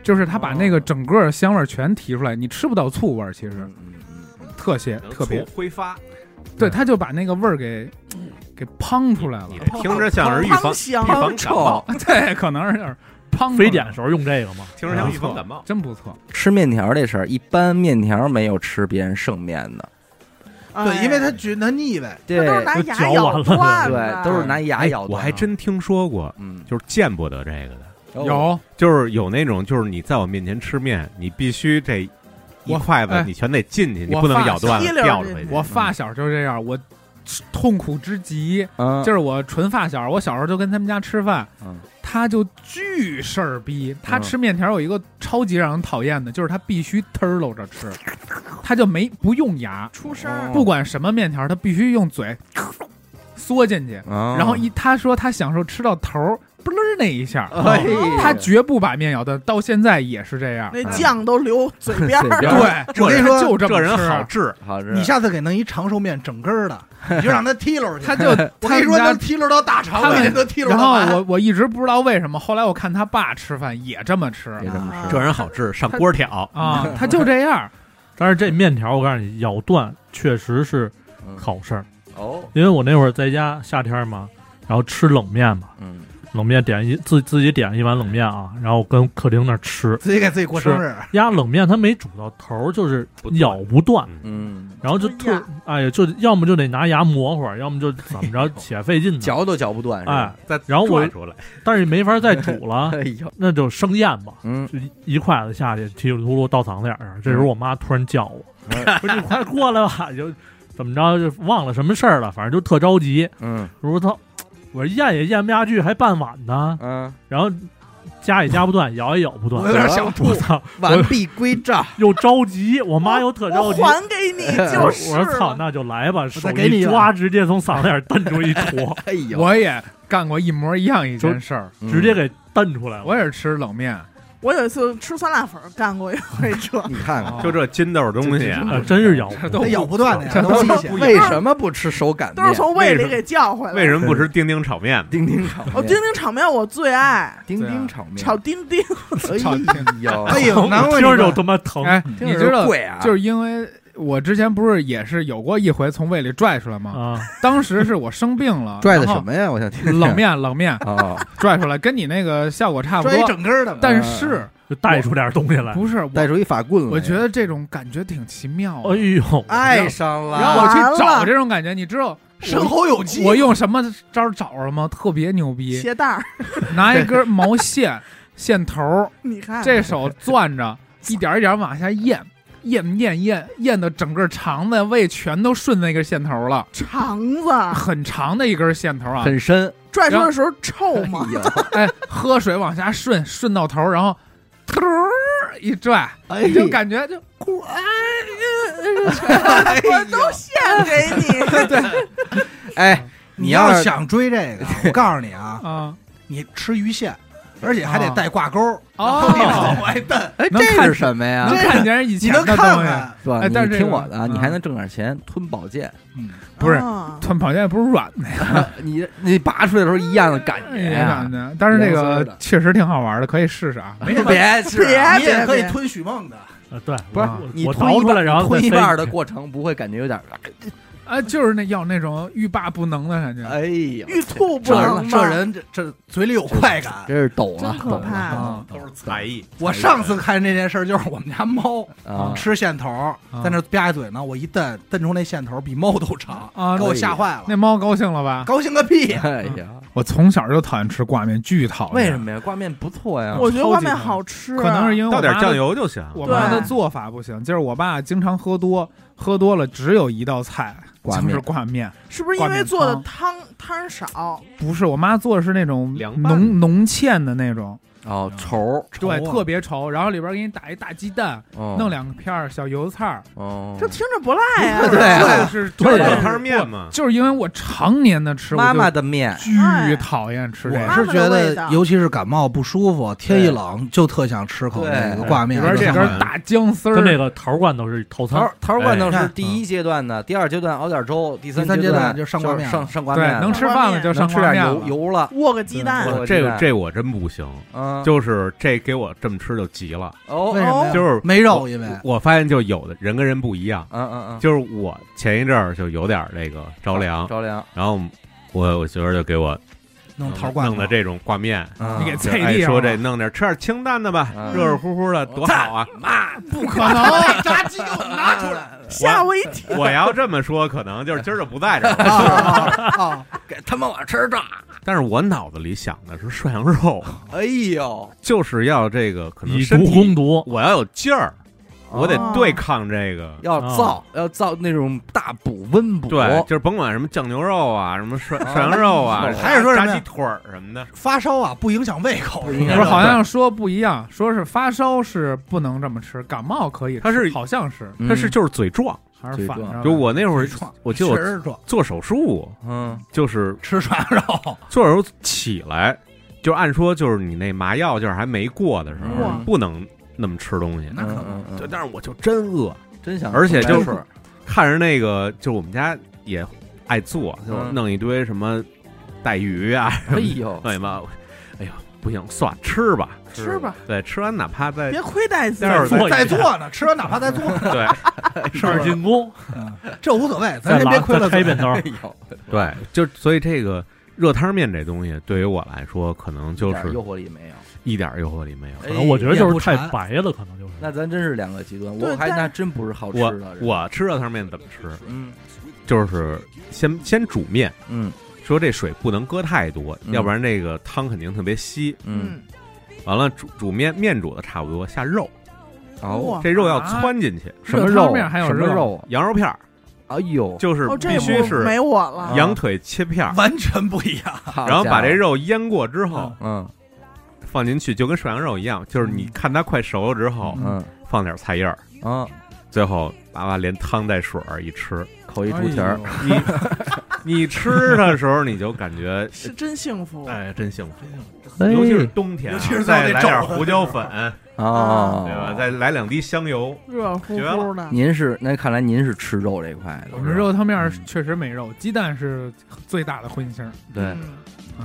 Speaker 5: 就是它把那个整个香味儿全提出来，你吃不到醋味儿，其实
Speaker 1: 嗯嗯嗯
Speaker 5: 特些特别，
Speaker 6: 挥发，
Speaker 5: 对，它就把那个味儿给给滂出来了
Speaker 6: 你，这听着像是预防
Speaker 3: 汤香
Speaker 6: 预防感冒，
Speaker 5: 对，可能是有点滂。
Speaker 4: 非典的时候用这个吗？
Speaker 6: 听着像预防感冒。
Speaker 5: 真不错，
Speaker 1: 吃面条这事儿，一般面条没有吃别人剩面的，
Speaker 2: 对，
Speaker 3: 哎
Speaker 2: 因为他觉得腻呗。
Speaker 1: 对
Speaker 3: 都是拿
Speaker 4: 都
Speaker 3: 牙
Speaker 4: 嚼完
Speaker 3: 咬
Speaker 4: 了
Speaker 3: 断的，
Speaker 1: 对，都是拿
Speaker 5: 哎
Speaker 1: 牙咬的，
Speaker 6: 哎我还真听说过，
Speaker 1: 嗯
Speaker 6: 就是见不得这个的，
Speaker 1: 哦
Speaker 5: 有
Speaker 6: 就是有那种，就是你在我面前吃面，你必须这一
Speaker 5: 我
Speaker 6: 筷子
Speaker 5: 哎
Speaker 6: 你全得进去，你
Speaker 5: 我
Speaker 6: 不能
Speaker 5: 发
Speaker 6: 咬断
Speaker 3: 吸
Speaker 6: 了
Speaker 3: 溜
Speaker 6: 掉
Speaker 3: 进
Speaker 6: 着回去。
Speaker 5: 我发小就这样，我痛苦之极，
Speaker 1: 嗯
Speaker 5: 就是我纯发小，我小时候就跟他们家吃饭，
Speaker 1: 嗯
Speaker 5: 他就巨事儿逼。他
Speaker 1: 嗯
Speaker 5: 吃面条有一个超级让人讨厌的，就是他必须呲儿搂着吃，他就没不用牙，
Speaker 3: 出声儿，
Speaker 5: 不管什么面条，他必须用嘴缩进去，
Speaker 1: 哦
Speaker 5: 然后一他说他享受吃到头儿，不楞儿那一下，
Speaker 1: 哎呀
Speaker 5: 他绝不把面咬断，到现在也是这样。
Speaker 3: 那酱都流嘴边
Speaker 1: 嘴
Speaker 3: 儿
Speaker 1: 边
Speaker 3: 了
Speaker 1: 儿。
Speaker 5: 对，
Speaker 2: 我跟你说
Speaker 5: 他就这
Speaker 6: 这
Speaker 5: 么
Speaker 6: 人
Speaker 5: 吃啊
Speaker 6: 好治，
Speaker 1: 好吃，
Speaker 2: 你下次给弄一长寿面整根儿的，你就让他踢溜去。
Speaker 5: 他就
Speaker 2: 我跟你说，
Speaker 5: 他
Speaker 2: 能
Speaker 5: 们家
Speaker 2: 踢溜到大肠，
Speaker 5: 他
Speaker 2: 我
Speaker 5: 们
Speaker 2: 也能踢溜
Speaker 5: 然
Speaker 2: 到
Speaker 5: 后
Speaker 2: 完。
Speaker 5: 我我一直不知道为什么，后来我看他爸吃饭也这么吃
Speaker 1: 别这么
Speaker 3: 啊
Speaker 1: 吃，
Speaker 6: 人好治，上锅挑。
Speaker 5: 啊，他就这样。
Speaker 4: 但是这面条，我告诉你，咬断确实是
Speaker 1: 嗯
Speaker 4: 好事儿，
Speaker 1: 哦，
Speaker 4: 因为我那会儿在家夏天嘛，然后吃冷面嘛，
Speaker 1: 嗯，
Speaker 4: 冷面点一自自己点一碗冷面啊，然后跟客厅那儿吃，
Speaker 2: 自己给自己过生日，
Speaker 4: 压冷面它没煮到头儿，就是
Speaker 6: 不断
Speaker 4: 咬不断，
Speaker 1: 嗯，
Speaker 4: 然后就
Speaker 3: 哎
Speaker 4: 特
Speaker 3: 呀
Speaker 4: 哎呀，就要么就得拿牙磨会儿，要么就怎么着且费 劲呢，
Speaker 1: 嚼都嚼不断，是
Speaker 4: 哎
Speaker 5: 啊
Speaker 1: 吧？，
Speaker 6: 再
Speaker 4: 然后我
Speaker 6: 拽出来，
Speaker 4: 但是没法再煮了，
Speaker 1: 哎呦，
Speaker 4: 那就生咽吧。
Speaker 1: 嗯，
Speaker 4: 就一一筷子下去，提溜秃噜到嗓子眼儿上。这时候我妈突然叫我，
Speaker 3: 哎
Speaker 4: 说：“你快过来吧！”就怎么着，就忘了什么事儿了，反正就特着急。
Speaker 1: 嗯
Speaker 4: 我说：“操，我说咽也咽不下去，还半碗呢。
Speaker 5: 啊
Speaker 1: 嗯，”
Speaker 4: 然后夹也夹不断，咬也咬不断
Speaker 2: 我有。点想
Speaker 4: 我
Speaker 2: 吐。
Speaker 4: 操！
Speaker 1: 完璧归赵，
Speaker 4: 又着急，我妈又特着
Speaker 3: 我
Speaker 4: 急。哎
Speaker 3: 还给你
Speaker 4: 我
Speaker 3: 就是
Speaker 4: 我
Speaker 3: 了。
Speaker 4: 说操，那就来吧！手
Speaker 2: 再给你
Speaker 4: 一
Speaker 2: 一碗
Speaker 4: 抓，直接从嗓子眼儿蹬出 一坨，
Speaker 1: 哎呦，
Speaker 5: 我也干过一模一样一件事儿，
Speaker 1: 嗯
Speaker 4: 直接给蹬出来了。
Speaker 5: 我也是吃冷面，
Speaker 3: 我有一次吃酸辣粉儿干过一回这，
Speaker 1: 你看看，
Speaker 5: 哦
Speaker 6: 就这筋斗东西啊，
Speaker 4: 啊 真是咬不
Speaker 5: 都
Speaker 2: 他咬不断的哎呀，
Speaker 5: 这
Speaker 2: 都
Speaker 5: 都
Speaker 2: 危险。
Speaker 1: 为什么不吃手擀
Speaker 3: 都是从胃里给叫回来。
Speaker 6: 为什么不吃丁丁炒面呢？
Speaker 1: 丁丁炒
Speaker 5: 哦
Speaker 1: 面？
Speaker 3: 我丁丁炒面我最爱，
Speaker 1: 丁
Speaker 5: 啊
Speaker 1: 丁炒面，
Speaker 3: 炒丁丁，
Speaker 1: 哎呦，
Speaker 2: 哎呦，难怪
Speaker 4: 听
Speaker 2: 你
Speaker 4: 着就
Speaker 2: 说
Speaker 4: 他妈疼。
Speaker 5: 哎，
Speaker 1: 听
Speaker 5: 你
Speaker 1: 着
Speaker 5: 知道，
Speaker 1: 贵啊，
Speaker 5: 就是因为我之前不是也是有过一回从胃里拽出来吗？
Speaker 4: 啊，
Speaker 5: 当时是我生病了，
Speaker 1: 拽的
Speaker 5: 然
Speaker 1: 什
Speaker 5: 后
Speaker 1: 么 呀？我想听听
Speaker 5: 冷面，冷面
Speaker 1: 哦，
Speaker 5: 拽出来，跟你那个效果差不
Speaker 2: 拽一
Speaker 5: 多。
Speaker 2: 整根嗯儿的嘛，
Speaker 5: 但是
Speaker 4: 就带出点东西来。
Speaker 5: 不是我，
Speaker 1: 带出一法棍来，
Speaker 5: 我觉得这种感觉挺奇妙
Speaker 4: 哎
Speaker 5: 的。
Speaker 4: 呦，
Speaker 1: 爱上了，
Speaker 5: 然后我去
Speaker 3: 完
Speaker 5: 找
Speaker 3: 了
Speaker 5: 这种感觉，你知道
Speaker 2: 生
Speaker 5: 我
Speaker 2: 猴有鸡，
Speaker 5: 我用什么招找着吗？特别 牛逼，
Speaker 3: 鞋带儿，
Speaker 5: 拿一根毛线线头儿，
Speaker 3: 你看
Speaker 5: 这手攥着，一点一点往下咽，咽咽咽咽的整个肠子胃全都顺那根线头了，
Speaker 3: 肠子
Speaker 5: 很长的一根线头啊！
Speaker 1: 很深，
Speaker 3: 拽出来的时候臭吗？
Speaker 1: 哎呦
Speaker 5: 哎，喝水往下顺，顺到头，然后突儿一拽，
Speaker 1: 哎
Speaker 5: 就感觉就
Speaker 3: 我哎 我都献给你，
Speaker 1: 哎，
Speaker 2: 你
Speaker 1: 要
Speaker 2: 要
Speaker 1: 是
Speaker 2: 想追这个，我告诉你啊，
Speaker 5: 啊
Speaker 2: 你吃鱼线，而且还得带挂钩，
Speaker 5: 哦
Speaker 2: 然 后你往外蹬，
Speaker 1: 哎，
Speaker 5: 能
Speaker 1: 这
Speaker 5: 看
Speaker 1: 是什么呀
Speaker 5: 能？看见以
Speaker 2: 你
Speaker 5: 前
Speaker 2: 能
Speaker 5: 的
Speaker 2: 看
Speaker 5: 东西。
Speaker 2: 看，
Speaker 1: 是吧？
Speaker 5: 哎但是
Speaker 1: 你
Speaker 5: 这
Speaker 1: 听
Speaker 5: 个
Speaker 1: 我的啊，
Speaker 5: 嗯
Speaker 1: 你还能挣点钱，吞宝剑。
Speaker 2: 嗯，
Speaker 5: 不是
Speaker 3: 啊
Speaker 5: 吞宝剑不是软的呀，
Speaker 1: 你你拔出来的时候一样的感
Speaker 5: 哎
Speaker 1: 觉啊
Speaker 5: 呀
Speaker 1: 呀
Speaker 5: 感。觉，但是这
Speaker 1: 凉丝儿
Speaker 5: 个
Speaker 1: 的
Speaker 5: 确实挺好玩的，可以试试啊。
Speaker 1: 没事，别吃啊
Speaker 2: 你也可以
Speaker 3: 别
Speaker 2: 吞许梦的，
Speaker 4: 呃对，
Speaker 1: 不是
Speaker 4: 我
Speaker 1: 你
Speaker 4: 我
Speaker 1: 吞
Speaker 4: 倒
Speaker 1: 一
Speaker 4: 出来，
Speaker 1: 半，
Speaker 4: 然后
Speaker 1: 吞
Speaker 4: 再
Speaker 1: 一
Speaker 4: 塞
Speaker 1: 半
Speaker 4: 进
Speaker 1: 的
Speaker 4: 去
Speaker 1: 过程不会感觉有点，
Speaker 5: 啊，就是那要那种欲罢不能的感觉。
Speaker 1: 哎呀，
Speaker 3: 欲吐不
Speaker 1: 这人
Speaker 3: 能
Speaker 2: 这
Speaker 3: 吗？
Speaker 2: 这人这这嘴里有快感。
Speaker 1: 真是抖了
Speaker 3: 真，可怕
Speaker 5: 啊
Speaker 6: 都是
Speaker 1: 哎
Speaker 6: 才艺。
Speaker 2: 我上次看这件事儿，就是我们家猫
Speaker 1: 抖了啊！
Speaker 2: 吃线头，在那吧唧嘴呢，我一蹬，蹬出那线头比猫都长，
Speaker 5: 啊
Speaker 2: 给，我吓坏了，
Speaker 5: 那猫高兴了吧？
Speaker 2: 高兴个屁！
Speaker 1: 哎呀，
Speaker 5: 我从小就讨厌吃挂面，巨讨厌。
Speaker 1: 为什？么呀？挂面不错呀，
Speaker 3: 我觉得外
Speaker 5: 超
Speaker 3: 面
Speaker 5: 级
Speaker 3: 好吃，啊
Speaker 5: 可能是因为我
Speaker 6: 倒点
Speaker 5: 妈的
Speaker 6: 酱。油就行。
Speaker 5: 我
Speaker 3: 对
Speaker 5: 妈的做法不行，就是我爸经常喝多，喝多了只有一道菜，
Speaker 1: 挂面
Speaker 5: 就是挂面。
Speaker 3: 是不是
Speaker 5: 挂
Speaker 3: 因
Speaker 5: 面
Speaker 3: 为做的
Speaker 5: 汤嗯
Speaker 3: 汤汤少？
Speaker 5: 不是，我妈做的是那种
Speaker 6: 凉拌
Speaker 5: 浓浓芡的那种，
Speaker 1: 哦，
Speaker 2: 嗯
Speaker 1: 稠，
Speaker 5: 对，特别稠，然后里边给你打一大鸡蛋，
Speaker 1: 哦
Speaker 5: 弄两片儿小油菜儿，
Speaker 1: 哦，
Speaker 3: 这听着不赖呀、
Speaker 1: 对啊
Speaker 5: 就是
Speaker 6: 就是
Speaker 5: 这
Speaker 6: 小
Speaker 5: 个
Speaker 6: 摊儿面嘛，
Speaker 5: 就是因为我常年的吃，
Speaker 1: 妈妈
Speaker 5: 我
Speaker 1: 的面
Speaker 5: 就，巨讨厌吃这
Speaker 2: 我
Speaker 5: 个。
Speaker 2: 是觉得，尤其是感冒不舒服，天一冷就特想吃口那个挂
Speaker 5: 里
Speaker 2: 面，
Speaker 5: 边这
Speaker 2: 香
Speaker 5: 根大姜丝
Speaker 4: 跟那
Speaker 5: 儿，
Speaker 4: 个桃罐头是套餐
Speaker 1: 桃，桃罐头是
Speaker 2: 哎
Speaker 1: 第一阶段的，第二阶段熬点粥，第三
Speaker 2: 第三阶
Speaker 1: 段
Speaker 2: 段就上
Speaker 1: 挂
Speaker 2: 挂面了
Speaker 1: 上上挂
Speaker 5: 对
Speaker 1: 面，，
Speaker 5: 能吃饭了就上
Speaker 1: 能吃
Speaker 5: 挂
Speaker 1: 点
Speaker 5: 面
Speaker 1: 油
Speaker 5: 了。
Speaker 1: 油了，
Speaker 3: 握个鸡蛋
Speaker 1: 对，
Speaker 6: 我这个这我真不行，
Speaker 1: 嗯，
Speaker 6: 就是这给我这么吃就急了。
Speaker 1: 哦，
Speaker 2: 啊为什么呀？
Speaker 6: 就是
Speaker 2: 没肉，因为
Speaker 6: 我发现就有的人跟人不一样，
Speaker 1: 嗯嗯嗯，
Speaker 6: 就是我前一阵儿就有点儿这个着凉，
Speaker 1: 着凉，
Speaker 6: 然后我我媳妇儿就给我
Speaker 2: 弄桃罐头
Speaker 6: 弄的这种挂面，
Speaker 1: 嗯
Speaker 5: 你给
Speaker 6: 就
Speaker 5: 啐
Speaker 6: 哎
Speaker 5: 地上
Speaker 6: 说
Speaker 5: 了
Speaker 6: 这弄点儿吃点儿清淡的吧，
Speaker 1: 嗯
Speaker 6: 热热乎乎的多好啊！妈，
Speaker 5: 不 可能，
Speaker 2: 炸鸡给我拿出来
Speaker 3: 吓我一跳。
Speaker 6: 我要这么说，可能就是今儿就不在这 儿了。
Speaker 2: 啊！
Speaker 1: 给他们我吃这，
Speaker 6: 但是我脑子里想的是涮羊肉，
Speaker 1: 哎呦，
Speaker 6: 就是要这个可能
Speaker 4: 以
Speaker 6: 身
Speaker 4: 毒攻
Speaker 6: 体，
Speaker 4: 毒，
Speaker 6: 我要有劲儿， 我得
Speaker 3: 哦
Speaker 6: 对抗这个。
Speaker 1: 啊要
Speaker 4: 啊
Speaker 1: 造要造那种大补温补，
Speaker 6: 对，就是甭管什么酱牛肉啊，什么涮
Speaker 1: 啊
Speaker 6: 涮羊肉啊，
Speaker 2: 还是说什
Speaker 6: 炸
Speaker 2: 么呀
Speaker 6: 鸡腿儿什么的，
Speaker 2: 发烧啊，不影响胃口，
Speaker 1: 不影
Speaker 5: 不
Speaker 1: 响
Speaker 5: 是，好像说不一样，说是发烧是不能这么吃，感冒可以吃，
Speaker 6: 它是
Speaker 5: 好像是
Speaker 1: 嗯
Speaker 6: 它是就是嘴壮。
Speaker 5: 还是反
Speaker 1: 嘴
Speaker 5: 着
Speaker 1: 壮
Speaker 5: 的。
Speaker 6: 就我那会儿
Speaker 2: 创，
Speaker 6: 我记得
Speaker 2: 确
Speaker 6: 我
Speaker 2: 实是壮，
Speaker 6: 做手术，
Speaker 1: 嗯，
Speaker 6: 就是
Speaker 2: 吃涮羊肉，
Speaker 6: 做手术起来，就按说就是你那麻药劲儿还没过的时候
Speaker 3: 哇，
Speaker 6: 不能那么吃东西。
Speaker 2: 那可
Speaker 1: 嗯嗯
Speaker 6: 就
Speaker 1: 嗯
Speaker 6: 但是我就真饿，
Speaker 1: 真想，
Speaker 6: 而且就是 是看着那个，就是我们家也爱做，就
Speaker 1: 嗯
Speaker 6: 弄一堆什么带鱼啊，
Speaker 1: 哎呦，
Speaker 6: 乱七八糟。哎呦，不行，算了吃吧。
Speaker 3: 吃吧，
Speaker 6: 对，吃完哪怕再
Speaker 3: 别亏待自
Speaker 6: 待会儿
Speaker 3: 己。
Speaker 4: 做一
Speaker 2: 在
Speaker 4: 下
Speaker 2: 做呢，吃完哪怕在做，
Speaker 6: 对
Speaker 4: 十二进宫，
Speaker 2: 这无所谓，咱
Speaker 4: 再
Speaker 2: 先
Speaker 4: 拉
Speaker 2: 别亏
Speaker 4: 再
Speaker 2: 了
Speaker 4: 开一
Speaker 2: 嘴。
Speaker 4: 遍头
Speaker 1: 哎，呦，
Speaker 6: 对，就所以这个热汤面这东西对于我来说，可能就
Speaker 1: 一点
Speaker 6: 是
Speaker 1: 诱惑哎力 没有，
Speaker 6: 一点诱惑力没有。
Speaker 1: 可
Speaker 4: 可能我觉得
Speaker 2: 也
Speaker 4: 就
Speaker 2: 不
Speaker 4: 是太
Speaker 2: 馋
Speaker 4: 白了，可能就是。
Speaker 1: 那咱真是两个极端，
Speaker 3: 对
Speaker 1: 我还
Speaker 3: 但
Speaker 1: 那真不是好吃
Speaker 6: 我
Speaker 1: 的人，
Speaker 6: 我吃热汤面怎么吃？
Speaker 1: 嗯
Speaker 6: 就是先先煮面，
Speaker 1: 嗯
Speaker 6: 说这水不能搁太多，
Speaker 1: 嗯
Speaker 6: 要不然这个汤肯定特别稀。
Speaker 1: 嗯，，
Speaker 6: 完了煮煮面，面煮的差不多，下肉，
Speaker 1: 哦，
Speaker 3: 嗯哇
Speaker 6: 这肉要汆进去。
Speaker 1: 什么
Speaker 5: 热汤
Speaker 1: 肉
Speaker 5: 面还有
Speaker 1: 什么
Speaker 5: 肉
Speaker 1: 肉啊？
Speaker 6: 羊肉片儿
Speaker 1: 哎呦，
Speaker 6: 就是
Speaker 3: 哦，这
Speaker 6: 必须
Speaker 3: 我
Speaker 6: 是啊
Speaker 3: 没我
Speaker 1: 啊
Speaker 3: 了。
Speaker 6: 羊腿切片儿，
Speaker 2: 完全不一样，
Speaker 1: 好
Speaker 6: 然后把
Speaker 1: 家伙
Speaker 6: 这肉腌过之后
Speaker 1: 嗯
Speaker 6: 放进去，就跟涮羊肉一样，就是你
Speaker 5: 嗯
Speaker 6: 看它快熟了之后
Speaker 1: 嗯
Speaker 6: 放点菜叶儿，
Speaker 1: 啊，
Speaker 6: 最后叭叭连汤带水儿一吃，
Speaker 1: 口一竹节儿，
Speaker 5: 哎
Speaker 6: 你你吃的时候你就感觉
Speaker 3: 是真幸福，
Speaker 6: 哎真幸福。
Speaker 1: 哎
Speaker 6: 尤其是冬天啊，
Speaker 2: 尤其是
Speaker 6: 再
Speaker 2: 在那
Speaker 6: 来
Speaker 2: 肘
Speaker 6: 点
Speaker 2: 子
Speaker 6: 胡椒粉，
Speaker 1: 哦，
Speaker 6: 对吧？再来两滴香油，
Speaker 3: 热乎
Speaker 6: 绝
Speaker 3: 乎的。嗯
Speaker 1: 您是那看来您是吃肉这块的，
Speaker 5: 我们肉汤面儿确实没肉，鸡蛋是最大的荤腥儿。
Speaker 1: 对，
Speaker 3: 嗯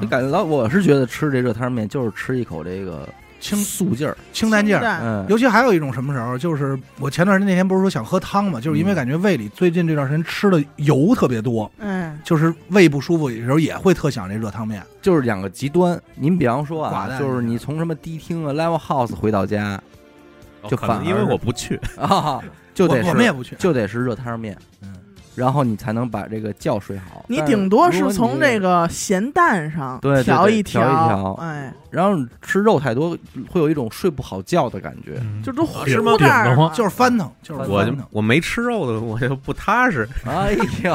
Speaker 1: 你感觉到我是觉得吃这热汤面就是吃一口这个
Speaker 2: 清
Speaker 1: 素劲儿，
Speaker 2: 清淡劲儿。
Speaker 3: 儿，
Speaker 1: 嗯，
Speaker 2: 尤其还有一种什么时候，就是我前段时间那天不是说想喝汤嘛，就是因为
Speaker 1: 嗯
Speaker 2: 感觉胃里最近这段时间吃的油特别多，
Speaker 3: 哎，
Speaker 2: 就是胃不舒服，有时候也会特想这热汤面。
Speaker 1: 就是两个极端。您比方说
Speaker 2: 寡
Speaker 1: 啊，
Speaker 2: 淡
Speaker 1: 就是你从什么迪厅啊、live house 回到家
Speaker 6: 哦
Speaker 1: 就
Speaker 6: 可
Speaker 1: 反
Speaker 6: 能
Speaker 1: 而
Speaker 6: 因为
Speaker 1: 是
Speaker 6: 我不去，
Speaker 1: 啊，就得
Speaker 2: 我我们也
Speaker 1: 是
Speaker 2: 不去，
Speaker 1: 就得是热汤面，嗯，然后你才能把这个觉睡好。
Speaker 3: 你
Speaker 1: 但
Speaker 3: 顶多
Speaker 1: 如果你
Speaker 3: 是从
Speaker 1: 这
Speaker 3: 这个咸淡上
Speaker 1: 对对
Speaker 3: 调
Speaker 1: 对
Speaker 3: 一
Speaker 1: 调一调嗯
Speaker 3: 哎，
Speaker 1: 然后你吃肉太多，会有一种睡不好觉的感觉
Speaker 4: 嗯
Speaker 3: 就都糊
Speaker 6: 是吗
Speaker 3: 这儿
Speaker 4: 顶得
Speaker 3: 了
Speaker 4: 慌，
Speaker 2: 就是翻腾，就是
Speaker 1: 啊我
Speaker 6: 我
Speaker 2: 翻
Speaker 6: 就
Speaker 2: 腾。
Speaker 6: 我没吃肉的，我就不踏实，
Speaker 1: 哎呦，
Speaker 3: 觉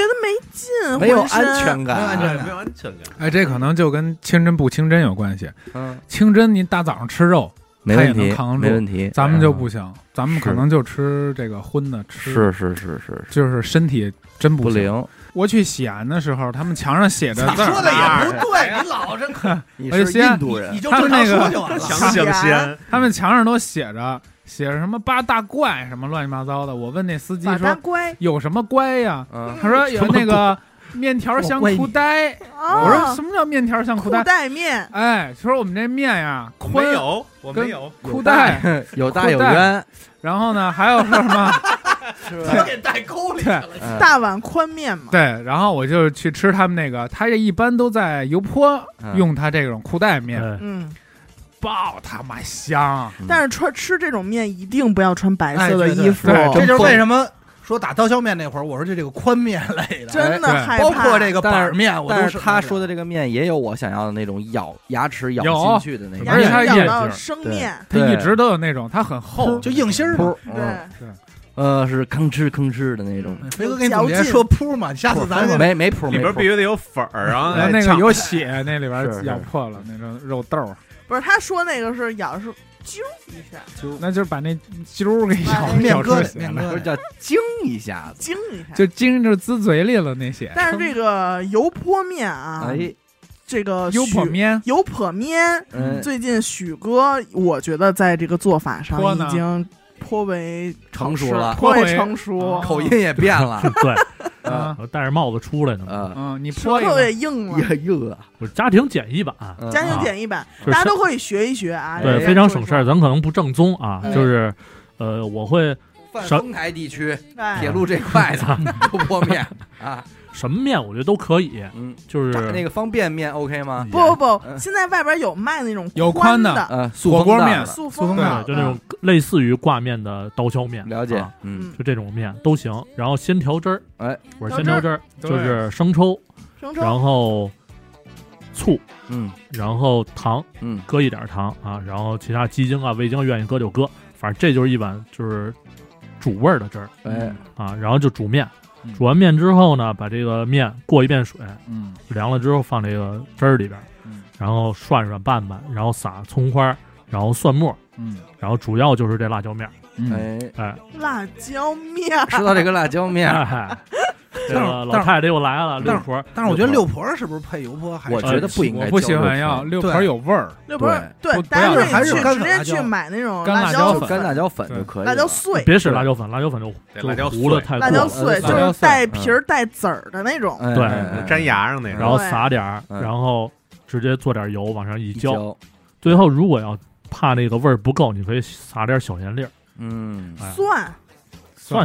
Speaker 3: 得没劲，
Speaker 1: 没有
Speaker 3: 浑身
Speaker 1: 安全
Speaker 2: 没有安
Speaker 1: 感，
Speaker 2: 全
Speaker 6: 哎
Speaker 2: 感
Speaker 6: 没有安全感。
Speaker 5: 哎，这可能就跟清真不清真有关系。
Speaker 1: 嗯，
Speaker 5: 清真你大早上吃肉，
Speaker 1: 没
Speaker 5: 他也
Speaker 1: 问
Speaker 5: 能
Speaker 1: 题
Speaker 5: 扛，
Speaker 1: 没
Speaker 5: 住
Speaker 1: 问题，
Speaker 5: 咱们就不行，咱们
Speaker 1: 是
Speaker 5: 可能就吃这个荤的，吃
Speaker 1: 是是是是
Speaker 5: 就是身体真
Speaker 1: 嗯不
Speaker 5: 不行。
Speaker 1: 灵，
Speaker 5: 我去西安的时候，他们墙上写着
Speaker 2: 你
Speaker 5: 字儿哎
Speaker 2: 说的也不对，你老这
Speaker 1: 你
Speaker 5: 而且西安
Speaker 2: 你就
Speaker 5: 他
Speaker 2: 正
Speaker 5: 们
Speaker 2: 常
Speaker 5: 那个
Speaker 2: 说就完了。
Speaker 6: 想想先，
Speaker 5: 他们墙上都写着写着什么八大怪什么乱七八糟的。我问那司机
Speaker 3: 把它
Speaker 5: 说
Speaker 3: 乖
Speaker 5: 有什么乖呀？
Speaker 1: 嗯，
Speaker 5: 他说有那个面条像裤带。
Speaker 3: 啊，
Speaker 5: 我说什么叫面条像裤
Speaker 3: 裤
Speaker 5: 带？
Speaker 3: 带面，
Speaker 5: 哎，说我们这面呀
Speaker 6: 没
Speaker 5: 宽，
Speaker 6: 有，我没有，
Speaker 5: 裤带，
Speaker 1: 有大有圆，
Speaker 5: 然后呢还有说什么？
Speaker 2: 他给带沟里去了，
Speaker 1: 嗯
Speaker 3: 大碗宽面嘛，
Speaker 5: 对，然后我就去吃他们那个，他这一般都在油泼
Speaker 1: 嗯
Speaker 5: 用他这种裤带面，
Speaker 4: 对
Speaker 3: 嗯，
Speaker 5: 爆他妈香！
Speaker 3: 但是穿吃这种面一定不要穿白色的
Speaker 2: 哎对
Speaker 3: 衣服，
Speaker 5: 对
Speaker 2: 这
Speaker 1: 真
Speaker 2: 就是为
Speaker 1: 疯
Speaker 2: 什么说打刀削面那会儿，我说就这个宽面类的，
Speaker 3: 真的害
Speaker 5: 哎对
Speaker 3: 怕。
Speaker 2: 包括这个
Speaker 1: 但是
Speaker 2: 板面，我
Speaker 1: 但
Speaker 2: 都
Speaker 1: 是他说
Speaker 2: 的
Speaker 1: 的这个面也有我想要的那种咬牙齿咬
Speaker 5: 有
Speaker 1: 进去的那
Speaker 5: 而且
Speaker 1: 个，
Speaker 5: 它
Speaker 3: 牙
Speaker 5: 也
Speaker 3: 咬到
Speaker 5: 是
Speaker 3: 生
Speaker 1: 对
Speaker 3: 面，
Speaker 5: 他
Speaker 1: 对
Speaker 5: 一直都有那种，他很厚，
Speaker 2: 就硬芯儿嘛。
Speaker 1: 噗，嗯，
Speaker 3: 对，
Speaker 1: 呃，是吭哧吭哧的那种，
Speaker 2: 飞哥给你总结说扑嘛，嗯下次咱
Speaker 1: 没没谱，没
Speaker 6: 里边必
Speaker 1: 谱，
Speaker 6: 须得有粉儿，然后
Speaker 5: 然后呃那
Speaker 6: 再
Speaker 5: 个
Speaker 6: 哎呛
Speaker 5: 有血，那里边
Speaker 1: 是是
Speaker 5: 咬破了那种肉豆儿，
Speaker 3: 不是他说那个是咬
Speaker 1: 嗯
Speaker 3: 的是啾一下，
Speaker 5: 那就是把那揪儿给咬
Speaker 3: 哎
Speaker 5: 咬
Speaker 2: 面
Speaker 5: 出
Speaker 2: 疙
Speaker 5: 血
Speaker 2: 瘩，面
Speaker 5: 了，
Speaker 1: 不是
Speaker 2: 疙瘩。
Speaker 1: 叫惊一下子，
Speaker 3: 惊一下。
Speaker 5: 就经着滋嘴里了那血。
Speaker 3: 但是这个油泼面啊，
Speaker 1: 哎，
Speaker 3: 这个
Speaker 5: 油泼
Speaker 3: 许
Speaker 5: 面，
Speaker 3: 油泼面，
Speaker 1: 嗯，
Speaker 3: 最近许哥，我觉得在这个做法上
Speaker 5: 泼呢
Speaker 3: 已经颇为
Speaker 1: 成熟了，嗯
Speaker 3: 颇
Speaker 5: 颇
Speaker 3: 为
Speaker 5: 为
Speaker 3: 成熟
Speaker 5: 啊，
Speaker 1: 口音也变了，
Speaker 4: 对，
Speaker 1: 嗯
Speaker 5: 嗯
Speaker 4: 我戴着帽子出来呢嘛。
Speaker 1: 嗯，
Speaker 5: 嗯，你泼
Speaker 3: 舌
Speaker 5: 一
Speaker 3: 头
Speaker 5: 个
Speaker 3: 也硬了。
Speaker 1: 呀哟，
Speaker 4: 我家庭简易版，
Speaker 1: 嗯
Speaker 3: 家庭简易版，
Speaker 4: 就是
Speaker 3: 大家都可以学一学啊。
Speaker 4: 对
Speaker 3: 人家
Speaker 4: 非常
Speaker 3: 说一
Speaker 4: 省
Speaker 3: 说
Speaker 4: 事儿。咱可能不正宗啊，
Speaker 3: 哎
Speaker 4: 就是呃，我会
Speaker 1: 泛
Speaker 4: 少
Speaker 1: 丰台地区
Speaker 3: 哎
Speaker 1: 铁路这块 的油泼面啊，
Speaker 4: 什么面我觉得都可以，
Speaker 1: 嗯，
Speaker 4: 就是
Speaker 1: 炸那个方便面 OK 吗？
Speaker 3: 不不不，
Speaker 1: 嗯
Speaker 3: 现在外边有卖那种
Speaker 5: 有
Speaker 3: 宽
Speaker 5: 宽的
Speaker 1: 呃，塑
Speaker 5: 火锅
Speaker 1: 封袋
Speaker 5: 面
Speaker 1: 的
Speaker 3: 塑
Speaker 5: 塑
Speaker 3: 封
Speaker 5: 封袋
Speaker 3: 的
Speaker 5: 的
Speaker 4: 对，就那种类似于挂面的刀削面，
Speaker 1: 了解
Speaker 4: 啊，
Speaker 1: 嗯，
Speaker 3: 嗯
Speaker 4: 就这种面都行。然后先调汁儿，
Speaker 1: 哎，
Speaker 4: 我是先调汁儿，
Speaker 5: 调
Speaker 4: 就
Speaker 5: 汁儿
Speaker 4: 是生抽，
Speaker 3: 生抽
Speaker 4: 然后醋，
Speaker 1: 嗯
Speaker 4: 然后糖，
Speaker 1: 嗯，
Speaker 4: 搁一点儿糖啊，然后其他鸡精啊、味精愿意搁就搁，反正这就是一碗就是主味儿的汁儿
Speaker 1: 哎，
Speaker 4: 啊，然后就煮面
Speaker 5: 嗯。
Speaker 4: 煮完面之后呢，把这个面过一遍水，
Speaker 5: 嗯，
Speaker 4: 凉了之后放这个汁儿里边儿
Speaker 5: 嗯，
Speaker 4: 然后涮涮拌拌，然后撒葱花儿，然后蒜末儿，
Speaker 5: 嗯
Speaker 4: 然后主要就是这辣椒面儿。
Speaker 5: 嗯，
Speaker 1: 哎，
Speaker 4: 哎，
Speaker 3: 辣椒面儿，
Speaker 1: 吃到这个辣椒面，
Speaker 4: 哎这
Speaker 2: 但是
Speaker 4: 个老
Speaker 2: 但是
Speaker 4: 太太又来了，
Speaker 2: 但
Speaker 4: 六
Speaker 2: 是
Speaker 4: 婆。
Speaker 2: 但是我觉得
Speaker 4: 六
Speaker 2: 六婆是不是配油泼还是
Speaker 1: 哎我觉得不应该
Speaker 5: 我不
Speaker 1: 叫
Speaker 5: 喜欢
Speaker 1: 肉
Speaker 5: 要
Speaker 1: 片
Speaker 5: 六盆儿有味儿，
Speaker 3: 那不是对
Speaker 5: 不，
Speaker 3: 大家
Speaker 5: 不
Speaker 3: 可
Speaker 5: 要
Speaker 3: 以
Speaker 2: 还是
Speaker 3: 去
Speaker 2: 干
Speaker 3: 直
Speaker 2: 粉
Speaker 3: 接
Speaker 2: 辣
Speaker 3: 去
Speaker 2: 椒
Speaker 3: 买那种
Speaker 5: 干辣椒
Speaker 3: 椒
Speaker 1: 就干辣椒粉就可以了，
Speaker 3: 辣椒碎
Speaker 4: 婆，别使
Speaker 1: 对
Speaker 4: 辣椒粉，辣椒粉就
Speaker 6: 对
Speaker 4: 就
Speaker 6: 辣椒
Speaker 4: 糊了
Speaker 6: 碎
Speaker 4: 太
Speaker 3: 辣
Speaker 4: 过
Speaker 3: 椒
Speaker 4: 了
Speaker 3: 碎就
Speaker 1: 辣椒
Speaker 3: 是
Speaker 1: 碎
Speaker 3: 带皮儿带籽儿的那种，
Speaker 1: 哎，
Speaker 4: 对
Speaker 1: 哎
Speaker 6: 粘，牙上那
Speaker 4: 然
Speaker 6: 种，
Speaker 4: 后
Speaker 3: 对
Speaker 4: 撒点儿，
Speaker 1: 嗯
Speaker 4: 然后直接做点油往上一
Speaker 1: 一
Speaker 4: 浇。，最后如果要怕那个味儿不够，你可以撒点小盐粒儿，
Speaker 1: 嗯，
Speaker 4: 哎
Speaker 3: 蒜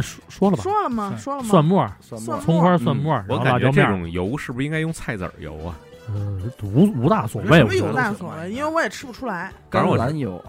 Speaker 4: 蒜说说了吧，
Speaker 3: 说了吗？
Speaker 5: 蒜
Speaker 3: 说了吗？
Speaker 4: 蒜末儿、
Speaker 1: 蒜
Speaker 3: 蒜
Speaker 1: 末
Speaker 3: 末
Speaker 4: 葱花、蒜
Speaker 1: 嗯
Speaker 4: 末儿，然
Speaker 6: 我
Speaker 4: 后
Speaker 6: 感
Speaker 4: 辣
Speaker 6: 觉
Speaker 4: 椒
Speaker 6: 这
Speaker 4: 面儿，
Speaker 6: 种油是不是应该用菜籽儿油啊？
Speaker 4: 呃，无无大所谓，
Speaker 2: 什
Speaker 4: 我
Speaker 2: 么
Speaker 4: 觉
Speaker 2: 有
Speaker 3: 不
Speaker 4: 得
Speaker 2: 辣
Speaker 3: 大所谓，因为我也吃不出来。
Speaker 1: 橄
Speaker 6: 反正我
Speaker 1: 榄油，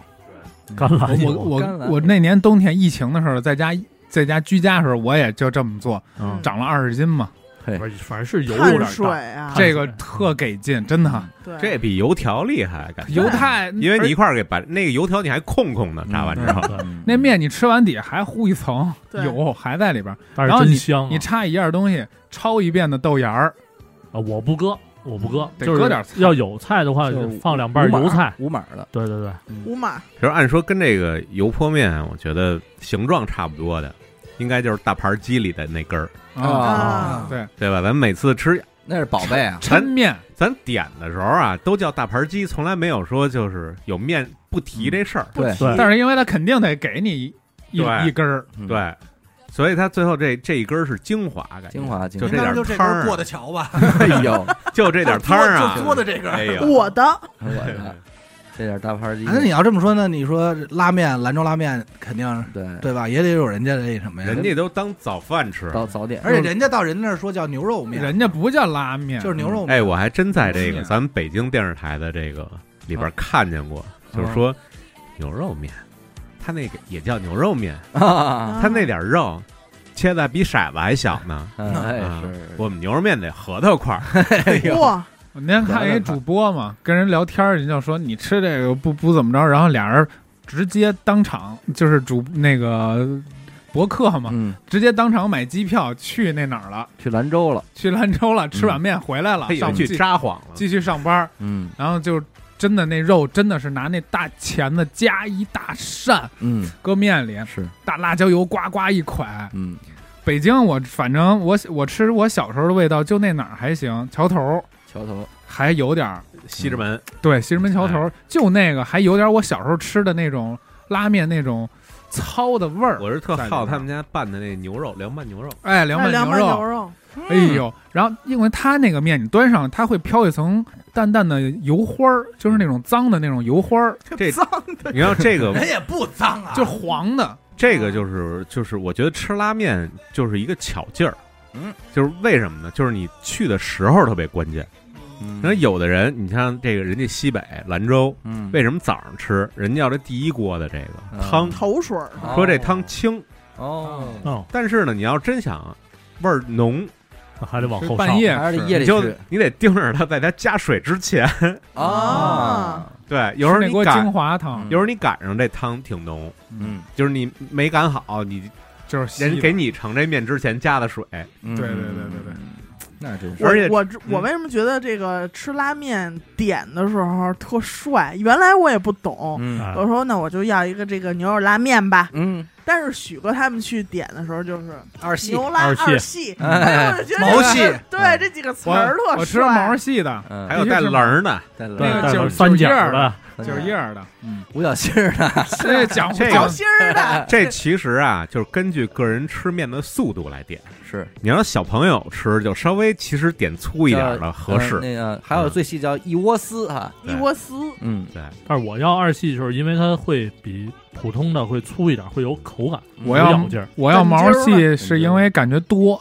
Speaker 4: 干辣
Speaker 5: 我
Speaker 4: 椒。
Speaker 5: 我
Speaker 1: 干
Speaker 5: 我
Speaker 1: 了
Speaker 5: 我那年冬天疫情的时候，在家在家居家的时候，我也就这么做，
Speaker 4: 嗯
Speaker 5: 长了二十斤嘛，
Speaker 4: 不是反正是油有
Speaker 3: 碳
Speaker 4: 点
Speaker 3: 水
Speaker 4: 大，
Speaker 3: 啊，
Speaker 5: 这个特给劲，真的。
Speaker 3: 对
Speaker 6: 这比油条厉害，感觉
Speaker 5: 犹太，
Speaker 6: 因为你一
Speaker 5: 而
Speaker 6: 块儿给把那个油条你还控控呢，炸完
Speaker 4: 嗯
Speaker 6: 之后，
Speaker 1: 嗯
Speaker 5: 那面你吃完底下还糊一层
Speaker 3: 对
Speaker 5: 油，还在里边儿，
Speaker 4: 但
Speaker 5: 然
Speaker 4: 是
Speaker 5: 后
Speaker 4: 真香啊。
Speaker 5: 你插一样东西，焯一遍的豆芽儿，
Speaker 4: 啊，我不搁，我不搁，
Speaker 5: 得
Speaker 4: 就是
Speaker 5: 搁点菜
Speaker 4: 要有菜的话，
Speaker 1: 就
Speaker 4: 就是放两瓣
Speaker 1: 五码
Speaker 4: 油菜。
Speaker 1: 无码的，
Speaker 4: 对对对，
Speaker 3: 五码
Speaker 6: 其实按说跟这个油泼面，我觉得形状差不多的，应该就是大盘鸡里的那根儿，
Speaker 5: 嗯
Speaker 1: 啊
Speaker 3: 啊，
Speaker 5: 对，
Speaker 6: 对吧？咱每次吃，
Speaker 1: 那是宝贝 啊，
Speaker 5: 抻面，
Speaker 6: 咱点的时候啊，都叫大盘鸡，从来没有说就是有面不提这事儿。
Speaker 3: 不
Speaker 1: 对
Speaker 3: 提
Speaker 4: 对
Speaker 5: 但是因为它肯定得给你一
Speaker 6: 对
Speaker 5: 一根儿，
Speaker 1: 嗯，
Speaker 6: 对，所以它最后这这一根儿是精华，感觉
Speaker 1: 精，华精
Speaker 6: 就这
Speaker 1: 华，
Speaker 2: 应该
Speaker 6: 点
Speaker 2: 就这
Speaker 6: 汤
Speaker 1: 啊
Speaker 6: 儿
Speaker 2: 根过得桥吧，
Speaker 1: 哎呦，
Speaker 6: 就这点汤儿啊，
Speaker 2: 就嘬的这 根。
Speaker 6: 哎呀，
Speaker 3: 我的
Speaker 1: 我的这点大盘鸡，
Speaker 2: 啊那你要这么说，那你说拉面兰州拉面肯定
Speaker 1: 对
Speaker 2: 对吧？也得有人家那什么呀，
Speaker 6: 人家都当早饭吃。
Speaker 1: 早早点，
Speaker 2: 而且人家到人那儿说叫牛肉面，
Speaker 5: 人家不叫拉面，
Speaker 2: 就是牛肉面。
Speaker 6: 哎，我还真在这
Speaker 5: 是
Speaker 1: 嗯
Speaker 6: 个
Speaker 5: 啊
Speaker 6: 咱们北京电视台的这个里边看见过，就是说牛肉面，它那个也叫牛肉面，
Speaker 3: 嗯
Speaker 1: 啊，
Speaker 6: 它那点肉切的比骰子还小呢。
Speaker 1: 嗯 哎
Speaker 6: 啊
Speaker 1: 是，哎
Speaker 6: 我们牛肉面得核桃块儿，
Speaker 3: 哇，
Speaker 5: 我那天看一主播嘛，跟人聊天儿，人就说你吃这个不不怎么着，然后俩人直接当场就是主那个博客嘛，
Speaker 1: 嗯，
Speaker 5: 直接当场买机票去那哪儿了，
Speaker 1: 去兰州了，
Speaker 5: 去兰州了，吃碗面回来了，
Speaker 1: 哎
Speaker 6: 他以为
Speaker 5: 上
Speaker 6: 去
Speaker 5: 继
Speaker 6: 扎谎了。
Speaker 5: 继续上班儿，
Speaker 1: 嗯
Speaker 5: 然后就真的那肉真的是拿那大钳子夹一大扇
Speaker 1: 嗯
Speaker 5: 搁面里，
Speaker 1: 是，
Speaker 5: 大辣椒油呱呱一蒯。
Speaker 1: 嗯
Speaker 5: 北京我反正我我吃我小时候的味道就那哪儿还行，桥头儿
Speaker 1: 桥头
Speaker 5: 还有点儿。
Speaker 6: 西直门，
Speaker 5: 对，西直门桥
Speaker 4: 哎
Speaker 5: 头、就那个还有点我小时候吃的那种拉面那种糙的
Speaker 1: 嗯
Speaker 5: 味儿。
Speaker 6: 我是特
Speaker 5: 在里
Speaker 6: 好
Speaker 5: 边
Speaker 6: 他们家拌的那牛肉凉拌牛肉，
Speaker 5: 哎，凉拌
Speaker 3: 凉
Speaker 5: 牛
Speaker 3: 拌牛
Speaker 5: 肉，
Speaker 3: 肉，
Speaker 5: 哎
Speaker 4: 嗯
Speaker 5: 呦！然后因为它那个面你端上，它会飘一层淡淡的油花儿，就是那种脏的那种油花儿，
Speaker 6: 这
Speaker 3: 脏的
Speaker 6: 你看这 个
Speaker 2: 人也不脏啊，
Speaker 5: 就是黄的。
Speaker 6: 这个就是就是，我觉得吃拉面就是一个巧劲儿，
Speaker 1: 嗯，
Speaker 6: 就是为什么呢？就是你去的时候特别关键。那
Speaker 1: 嗯
Speaker 6: 有的人，你像这个人家西北兰州，
Speaker 1: 嗯
Speaker 6: 为什么早上吃？人家要这第一锅的这个
Speaker 1: 嗯
Speaker 6: 汤，
Speaker 3: 头水儿，
Speaker 6: 说这汤清，
Speaker 1: 哦，
Speaker 4: 哦，
Speaker 6: 但是呢，你要真想味儿浓，
Speaker 4: 那还得往后
Speaker 5: 半
Speaker 4: 上。
Speaker 5: 夜
Speaker 1: 还是
Speaker 5: 吃
Speaker 1: 得夜
Speaker 6: 你
Speaker 1: 里
Speaker 6: 就
Speaker 1: 去
Speaker 6: 你得盯着它在它加水之前。
Speaker 1: 啊，
Speaker 6: 对，有时候
Speaker 5: 吃那
Speaker 6: 你
Speaker 5: 锅
Speaker 6: 赶
Speaker 5: 精，华汤，
Speaker 6: 啊有时候你赶上这汤挺浓，
Speaker 1: 嗯
Speaker 6: 就是你没赶好，你
Speaker 5: 就是稀
Speaker 6: 人
Speaker 5: 的
Speaker 6: 给你盛这面之前加的水，
Speaker 1: 对
Speaker 5: 对对对对对，
Speaker 1: 那真是
Speaker 3: 我
Speaker 6: 而且
Speaker 3: 我知
Speaker 6: 嗯
Speaker 3: 我为什么觉得这个吃拉面点的时候特帅？原来我也不懂，
Speaker 1: 嗯
Speaker 4: 啊
Speaker 3: 我说那我就要一个这个牛肉拉面吧。
Speaker 1: 嗯
Speaker 3: 但是许哥他们去点的时候就是
Speaker 1: 二
Speaker 3: 牛拉
Speaker 4: 二细
Speaker 3: 二细，
Speaker 1: 哎
Speaker 3: 哎呦我就觉得
Speaker 2: 毛
Speaker 3: 这
Speaker 2: 细
Speaker 3: 个对这几个词儿
Speaker 5: 我
Speaker 3: 特
Speaker 5: 我吃毛
Speaker 3: 帅。啊
Speaker 5: 细的，
Speaker 1: 嗯
Speaker 6: 还有带棱儿呢。
Speaker 1: 带
Speaker 4: 对，
Speaker 5: 那
Speaker 1: 棱
Speaker 5: 个
Speaker 4: 带
Speaker 5: 酒
Speaker 4: 着三角
Speaker 5: 酒印儿
Speaker 4: 的，
Speaker 5: 九叶儿的，嗯，
Speaker 1: 五角星儿的，
Speaker 5: 这讲
Speaker 6: 这个
Speaker 5: 讲
Speaker 3: 小心儿 的，
Speaker 6: 这其实啊，就是根据个人吃面的速度来点。
Speaker 1: 是
Speaker 6: 你让小朋友吃，就稍微其实点粗一点的合
Speaker 1: 呃
Speaker 6: 适。
Speaker 1: 那个还有最细叫一窝丝哈，
Speaker 3: 一窝丝，
Speaker 1: 嗯
Speaker 6: 对，
Speaker 4: 但是我要二细就是因为它会比普通的会粗一点，会有口感，
Speaker 5: 我
Speaker 4: 有
Speaker 5: 要
Speaker 4: 咬劲儿，
Speaker 5: 我要毛
Speaker 3: 蘸汁
Speaker 5: 细是因为感觉多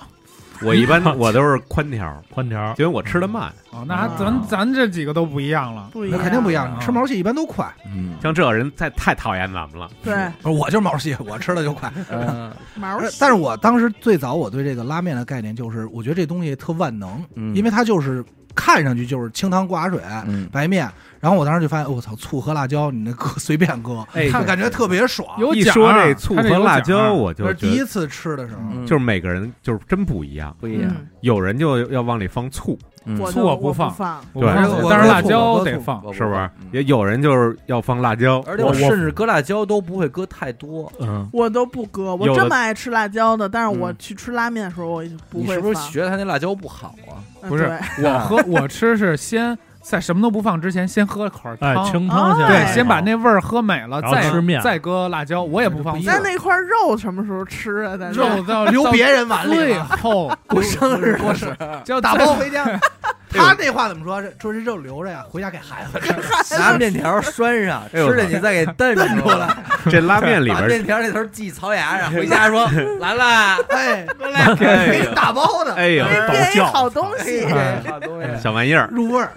Speaker 6: 我一般我都是宽条，
Speaker 4: 宽条儿。
Speaker 6: 因为我吃的慢。
Speaker 5: 哦，那
Speaker 3: 啊
Speaker 5: 咱咱这几个都不一样了。
Speaker 3: 不一
Speaker 2: 那
Speaker 3: 样，
Speaker 2: 肯定不一样。
Speaker 5: 啊
Speaker 2: 吃毛细一般都快，
Speaker 1: 嗯，
Speaker 6: 像这人太太讨厌咱们了，
Speaker 3: 对，
Speaker 2: 不是我就是毛细，我吃的就快。
Speaker 1: 呃
Speaker 3: 毛
Speaker 2: 而
Speaker 3: 细
Speaker 2: 但是我当时最早我对这个拉面的概念就是，我觉得这东西特万能，
Speaker 1: 嗯
Speaker 2: 因为它就是看上去就是清汤寡水、
Speaker 1: 嗯
Speaker 2: 白面，然后我当时就发现，哦我操，醋和辣椒你那搁 随便搁，
Speaker 6: 哎
Speaker 2: 看
Speaker 6: 对
Speaker 2: 感觉特别爽。
Speaker 5: 有
Speaker 6: 一
Speaker 5: 奖
Speaker 6: 说
Speaker 5: 儿
Speaker 6: 这醋
Speaker 5: 它
Speaker 6: 和
Speaker 5: 有
Speaker 6: 辣
Speaker 5: 奖
Speaker 6: 椒，
Speaker 5: 儿
Speaker 6: 我就
Speaker 2: 这是
Speaker 6: 觉
Speaker 2: 第一
Speaker 6: 得
Speaker 2: 次吃的时候，
Speaker 1: 嗯
Speaker 6: 就是每个人就是真不一样，
Speaker 1: 不一样，
Speaker 3: 嗯，
Speaker 6: 有人就要往里放醋，
Speaker 1: 嗯
Speaker 3: 我就
Speaker 5: 醋我不
Speaker 3: 不
Speaker 5: 放
Speaker 3: 放，
Speaker 5: 我
Speaker 6: 对
Speaker 5: 不
Speaker 2: 我
Speaker 5: 是但是辣
Speaker 2: 我
Speaker 5: 椒
Speaker 2: 我
Speaker 5: 得
Speaker 2: 我
Speaker 5: 放，
Speaker 6: 是不是？
Speaker 1: 也
Speaker 6: 也有人就是要放辣椒，
Speaker 1: 嗯而且我甚至搁辣椒都不会搁太多，
Speaker 4: 嗯，
Speaker 3: 我都不搁。我
Speaker 6: 有的
Speaker 3: 这么爱吃辣椒的，但是我
Speaker 1: 嗯
Speaker 3: 去吃拉面的时候，我就不
Speaker 1: 你
Speaker 3: 会
Speaker 1: 是
Speaker 3: 放。
Speaker 1: 不是学他那辣椒不好啊？
Speaker 3: 嗯
Speaker 5: 不是
Speaker 3: 对
Speaker 5: 我 喝我吃是先在什么都不放之前，先喝口
Speaker 4: 哎，
Speaker 5: 汤，
Speaker 4: 清汤先
Speaker 3: 哎
Speaker 4: 来
Speaker 5: 对，先把那味儿喝美了，
Speaker 4: 然后
Speaker 5: 再
Speaker 4: 吃面
Speaker 5: 再搁辣椒，我也不放
Speaker 2: 不一
Speaker 5: 醋
Speaker 3: 那
Speaker 2: 样
Speaker 3: 那块肉什么时候吃啊？咱
Speaker 5: 肉到
Speaker 2: 留
Speaker 5: 到
Speaker 2: 别人碗里
Speaker 5: 最
Speaker 2: 了，
Speaker 5: 后
Speaker 1: 过生日
Speaker 2: 过生日
Speaker 5: 就
Speaker 2: 打包回家。
Speaker 6: 呦
Speaker 2: 他这话怎么说？这说这肉留着呀，回家给孩子吃。
Speaker 1: 拿面条拴上，吃
Speaker 6: 哎呦
Speaker 1: 着你 再给蹬出来，
Speaker 6: 这拉面里
Speaker 1: 把面
Speaker 6: 边，
Speaker 1: 条那头系槽牙 上，回家说来啦，
Speaker 2: 哎，
Speaker 1: 过来，
Speaker 2: 给你打包的，
Speaker 6: 哎呦，
Speaker 4: 哎
Speaker 3: 给
Speaker 4: 爆酱
Speaker 3: 好东西，
Speaker 5: 哎
Speaker 2: 哎
Speaker 1: 这好东西，啊
Speaker 6: 小玩意儿，哎
Speaker 2: 入味儿，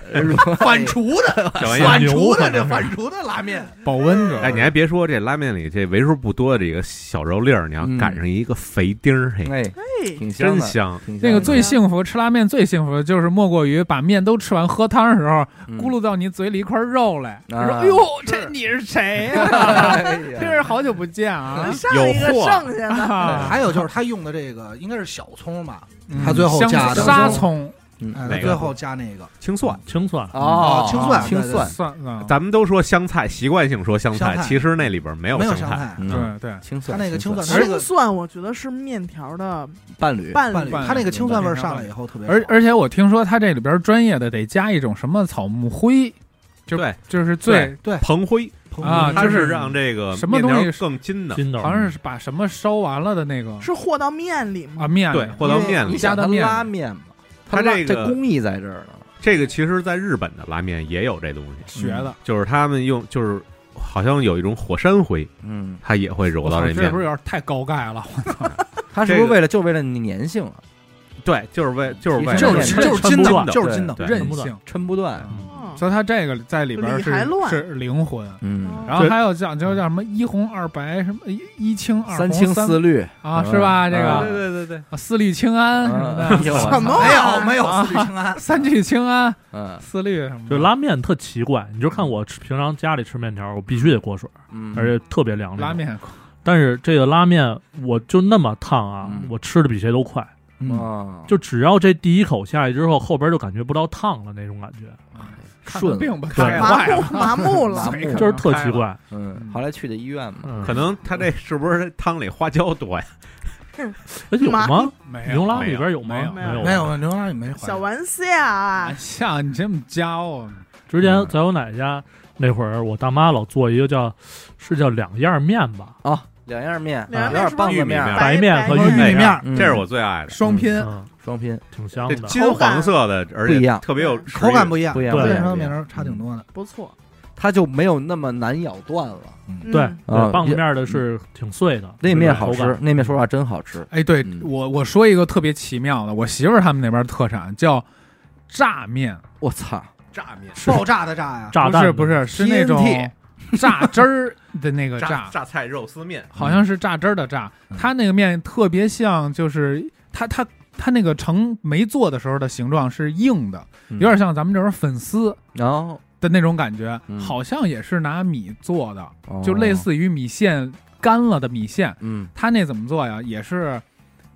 Speaker 1: 反
Speaker 2: 反刍的，
Speaker 6: 小啊玩意儿。
Speaker 2: 反刍的
Speaker 4: 反正
Speaker 2: 这
Speaker 4: 是
Speaker 2: 反刍的拉面，
Speaker 5: 保温着。
Speaker 6: 哎，你还别说，这拉面里这为数不多的这个小肉粒儿，你要
Speaker 1: 嗯
Speaker 6: 赶上一个肥丁儿，嘿，
Speaker 1: 哎，
Speaker 3: 嘿
Speaker 1: 挺香
Speaker 6: 真
Speaker 1: 的，
Speaker 6: 香。
Speaker 1: 挺香的
Speaker 5: 那个 最幸福，吃拉面最幸福的就是莫过于把面都吃完，喝汤的时候
Speaker 4: 嗯
Speaker 1: 嗯
Speaker 5: 咕，噜到你嘴里一块肉来。你说：“
Speaker 1: 啊
Speaker 5: 哎呦，这你是谁 呀？
Speaker 1: 嗯
Speaker 5: 真是好久不见啊
Speaker 3: 上一个
Speaker 6: 有货
Speaker 3: 剩下的！”
Speaker 2: 还有就是他用的这个应该是小葱吧，
Speaker 5: 嗯
Speaker 2: 他最后
Speaker 5: 香
Speaker 2: 加的
Speaker 5: 沙葱、
Speaker 2: 哎，
Speaker 1: 嗯
Speaker 2: 他
Speaker 6: 哪个
Speaker 2: 最后加那个
Speaker 6: 青蒜，
Speaker 4: 清蒜，
Speaker 1: 哦，
Speaker 2: 青蒜
Speaker 1: 青蒜，
Speaker 5: 蒜啊，
Speaker 6: 咱们都说香菜，习惯性说香
Speaker 2: 香菜
Speaker 6: 其实那里边没有
Speaker 2: 没有
Speaker 6: 香
Speaker 2: 香菜，
Speaker 1: 嗯
Speaker 5: 对对，
Speaker 1: 青
Speaker 2: 他
Speaker 1: 蒜，
Speaker 2: 那个青蒜，他那
Speaker 3: 生
Speaker 2: 个
Speaker 3: 蒜我觉得是面条的
Speaker 1: 伴侣，
Speaker 3: 伴
Speaker 2: 伴
Speaker 3: 侣
Speaker 2: 侣，
Speaker 5: 伴侣
Speaker 2: 他那个青蒜味儿上来以后特别好，
Speaker 5: 而而且我听说他这里边专业的得加一种什么草木灰，就
Speaker 6: 对，
Speaker 5: 就是最
Speaker 6: 蓬灰，
Speaker 5: 啊
Speaker 6: 它
Speaker 5: 就是是
Speaker 6: 让这个
Speaker 5: 什么
Speaker 6: 面条
Speaker 5: 东西
Speaker 6: 更筋的，
Speaker 4: 筋斗儿，
Speaker 5: 好像是把什么烧完了的那个
Speaker 3: 是和到面里
Speaker 5: 啊
Speaker 3: 吗？
Speaker 5: 面
Speaker 6: 对，和到面
Speaker 1: 你
Speaker 6: 里。
Speaker 1: 想
Speaker 5: 加到
Speaker 1: 它
Speaker 5: 面
Speaker 1: 拉面嘛，
Speaker 6: 它
Speaker 1: 拉
Speaker 6: 这
Speaker 1: 这
Speaker 6: 个
Speaker 1: 工艺在这儿呢，
Speaker 6: 这个其实，在日本的拉面也有这东西，
Speaker 5: 学的。
Speaker 6: 就是他们用，就是好像有一种火山灰，
Speaker 1: 嗯，
Speaker 6: 它也会揉到
Speaker 5: 我
Speaker 6: 这
Speaker 5: 操这
Speaker 6: 面
Speaker 5: 不。是有点太高钙了？我操！
Speaker 1: 他是不是为了就为了你粘性啊，
Speaker 6: 对，就是为就是为
Speaker 5: 就是就是
Speaker 6: 抻
Speaker 5: 筋
Speaker 6: 不
Speaker 5: 道
Speaker 6: 断的，
Speaker 2: 就是筋道，
Speaker 6: 对
Speaker 5: 韧
Speaker 4: 不
Speaker 5: 性，
Speaker 1: 抻不断？
Speaker 5: 嗯
Speaker 3: 哦
Speaker 5: 所以它这个在里边儿
Speaker 3: 里还乱
Speaker 5: 是是灵魂。
Speaker 1: 嗯，
Speaker 5: 然后还有讲究叫什么一红二白什么一一青二红
Speaker 1: 三清四绿
Speaker 5: 啊是吧？这
Speaker 1: 啊
Speaker 5: 个
Speaker 6: 对对对对，
Speaker 5: 啊四律清
Speaker 1: 嗯
Speaker 5: 安什 么的，
Speaker 1: 什
Speaker 3: 么
Speaker 2: 没
Speaker 3: 啊
Speaker 2: 有没有
Speaker 5: 啊
Speaker 2: 四季平 安，
Speaker 5: 三聚氰胺、
Speaker 1: 嗯
Speaker 5: 四律什么
Speaker 4: 就
Speaker 5: 的。
Speaker 4: 拉面特奇怪，你就看我吃平常家里吃面条，我必须得过水，
Speaker 1: 嗯，
Speaker 4: 而且特别凉。
Speaker 5: 拉，面，
Speaker 4: 但是这个拉面我就那么烫啊
Speaker 1: 嗯，
Speaker 4: 我吃的比谁都快。
Speaker 5: 嗯，
Speaker 1: 啊，
Speaker 4: 就只要这第一口下去之后，后边就感觉不到烫了那种感觉，
Speaker 5: 看
Speaker 1: 顺
Speaker 5: 病吧，
Speaker 4: 对
Speaker 5: 太
Speaker 3: 麻
Speaker 5: 坏
Speaker 3: 木
Speaker 5: 了，
Speaker 3: 麻木了，
Speaker 5: 嘴可能
Speaker 4: 就是特
Speaker 5: 开
Speaker 4: 奇
Speaker 5: 了。
Speaker 4: 怪。
Speaker 1: 嗯，后来去的医院嘛，
Speaker 4: 嗯
Speaker 6: 可能他这是不是汤里花椒多呀？
Speaker 4: 哎有
Speaker 3: 麻
Speaker 4: 吗？
Speaker 5: 没
Speaker 4: 牛拉
Speaker 6: 没
Speaker 4: 里
Speaker 6: 有
Speaker 4: 边有吗？
Speaker 3: 没有
Speaker 4: 有，
Speaker 2: 没。有牛郎也没怀
Speaker 3: 小
Speaker 2: 孕
Speaker 3: 玩笑啊
Speaker 5: 啊，，像你这么啊教我，
Speaker 4: 之前
Speaker 1: 嗯
Speaker 4: 在我奶奶家那会儿，我大妈老做一个叫是叫两样面吧，
Speaker 1: 啊，两样面，
Speaker 3: 两样面
Speaker 1: 有点
Speaker 3: 是不是
Speaker 1: 棒子面
Speaker 6: 玉
Speaker 1: 儿，
Speaker 4: 白面和
Speaker 3: 白
Speaker 4: 玉
Speaker 5: 面
Speaker 4: 面，
Speaker 5: 面
Speaker 1: 嗯
Speaker 6: 这是我最爱的，
Speaker 5: 双拼
Speaker 4: 嗯，
Speaker 1: 双拼，
Speaker 4: 挺香
Speaker 6: 这
Speaker 4: 的。
Speaker 6: 金黄色的，而且
Speaker 1: 不一样
Speaker 6: 特别有
Speaker 2: 口感
Speaker 6: 一
Speaker 2: 不一样，
Speaker 1: 不一样
Speaker 2: 面
Speaker 4: 对
Speaker 1: 不一
Speaker 2: 条
Speaker 1: 样
Speaker 2: 面条差挺多的。
Speaker 3: 不错，
Speaker 1: 它就没有那么难咬断了。
Speaker 3: 嗯
Speaker 4: 对，
Speaker 1: 啊
Speaker 4: 对棒子面的是挺碎的，
Speaker 1: 那面好
Speaker 4: 口
Speaker 1: 吃
Speaker 4: 感，
Speaker 1: 那面说实话真好吃。
Speaker 5: 哎，对
Speaker 1: 嗯
Speaker 5: 我我说一个特别奇妙的，我媳妇儿他们那边特产叫炸面，
Speaker 1: 我操，
Speaker 6: 炸面，
Speaker 4: 是
Speaker 2: 爆炸的炸呀，
Speaker 4: 炸
Speaker 5: 不
Speaker 4: 弹
Speaker 5: 是
Speaker 4: 的
Speaker 5: 不是是那种
Speaker 2: TNT
Speaker 5: 榨汁儿的那个
Speaker 6: 榨
Speaker 5: 炸，
Speaker 6: 榨菜肉丝面，
Speaker 5: 好像是榨汁儿的榨。
Speaker 1: 嗯
Speaker 5: 它那个面特别像，就是它它它那个成没做的时候的形状是硬的，
Speaker 1: 有哦
Speaker 5: 有点像咱们这种粉丝
Speaker 1: 然后
Speaker 5: 的那种感觉，
Speaker 1: 嗯哦
Speaker 5: 好像也是拿米做的，就类，似于米线干了的米线。
Speaker 1: 嗯
Speaker 5: 它那怎么做呀？也是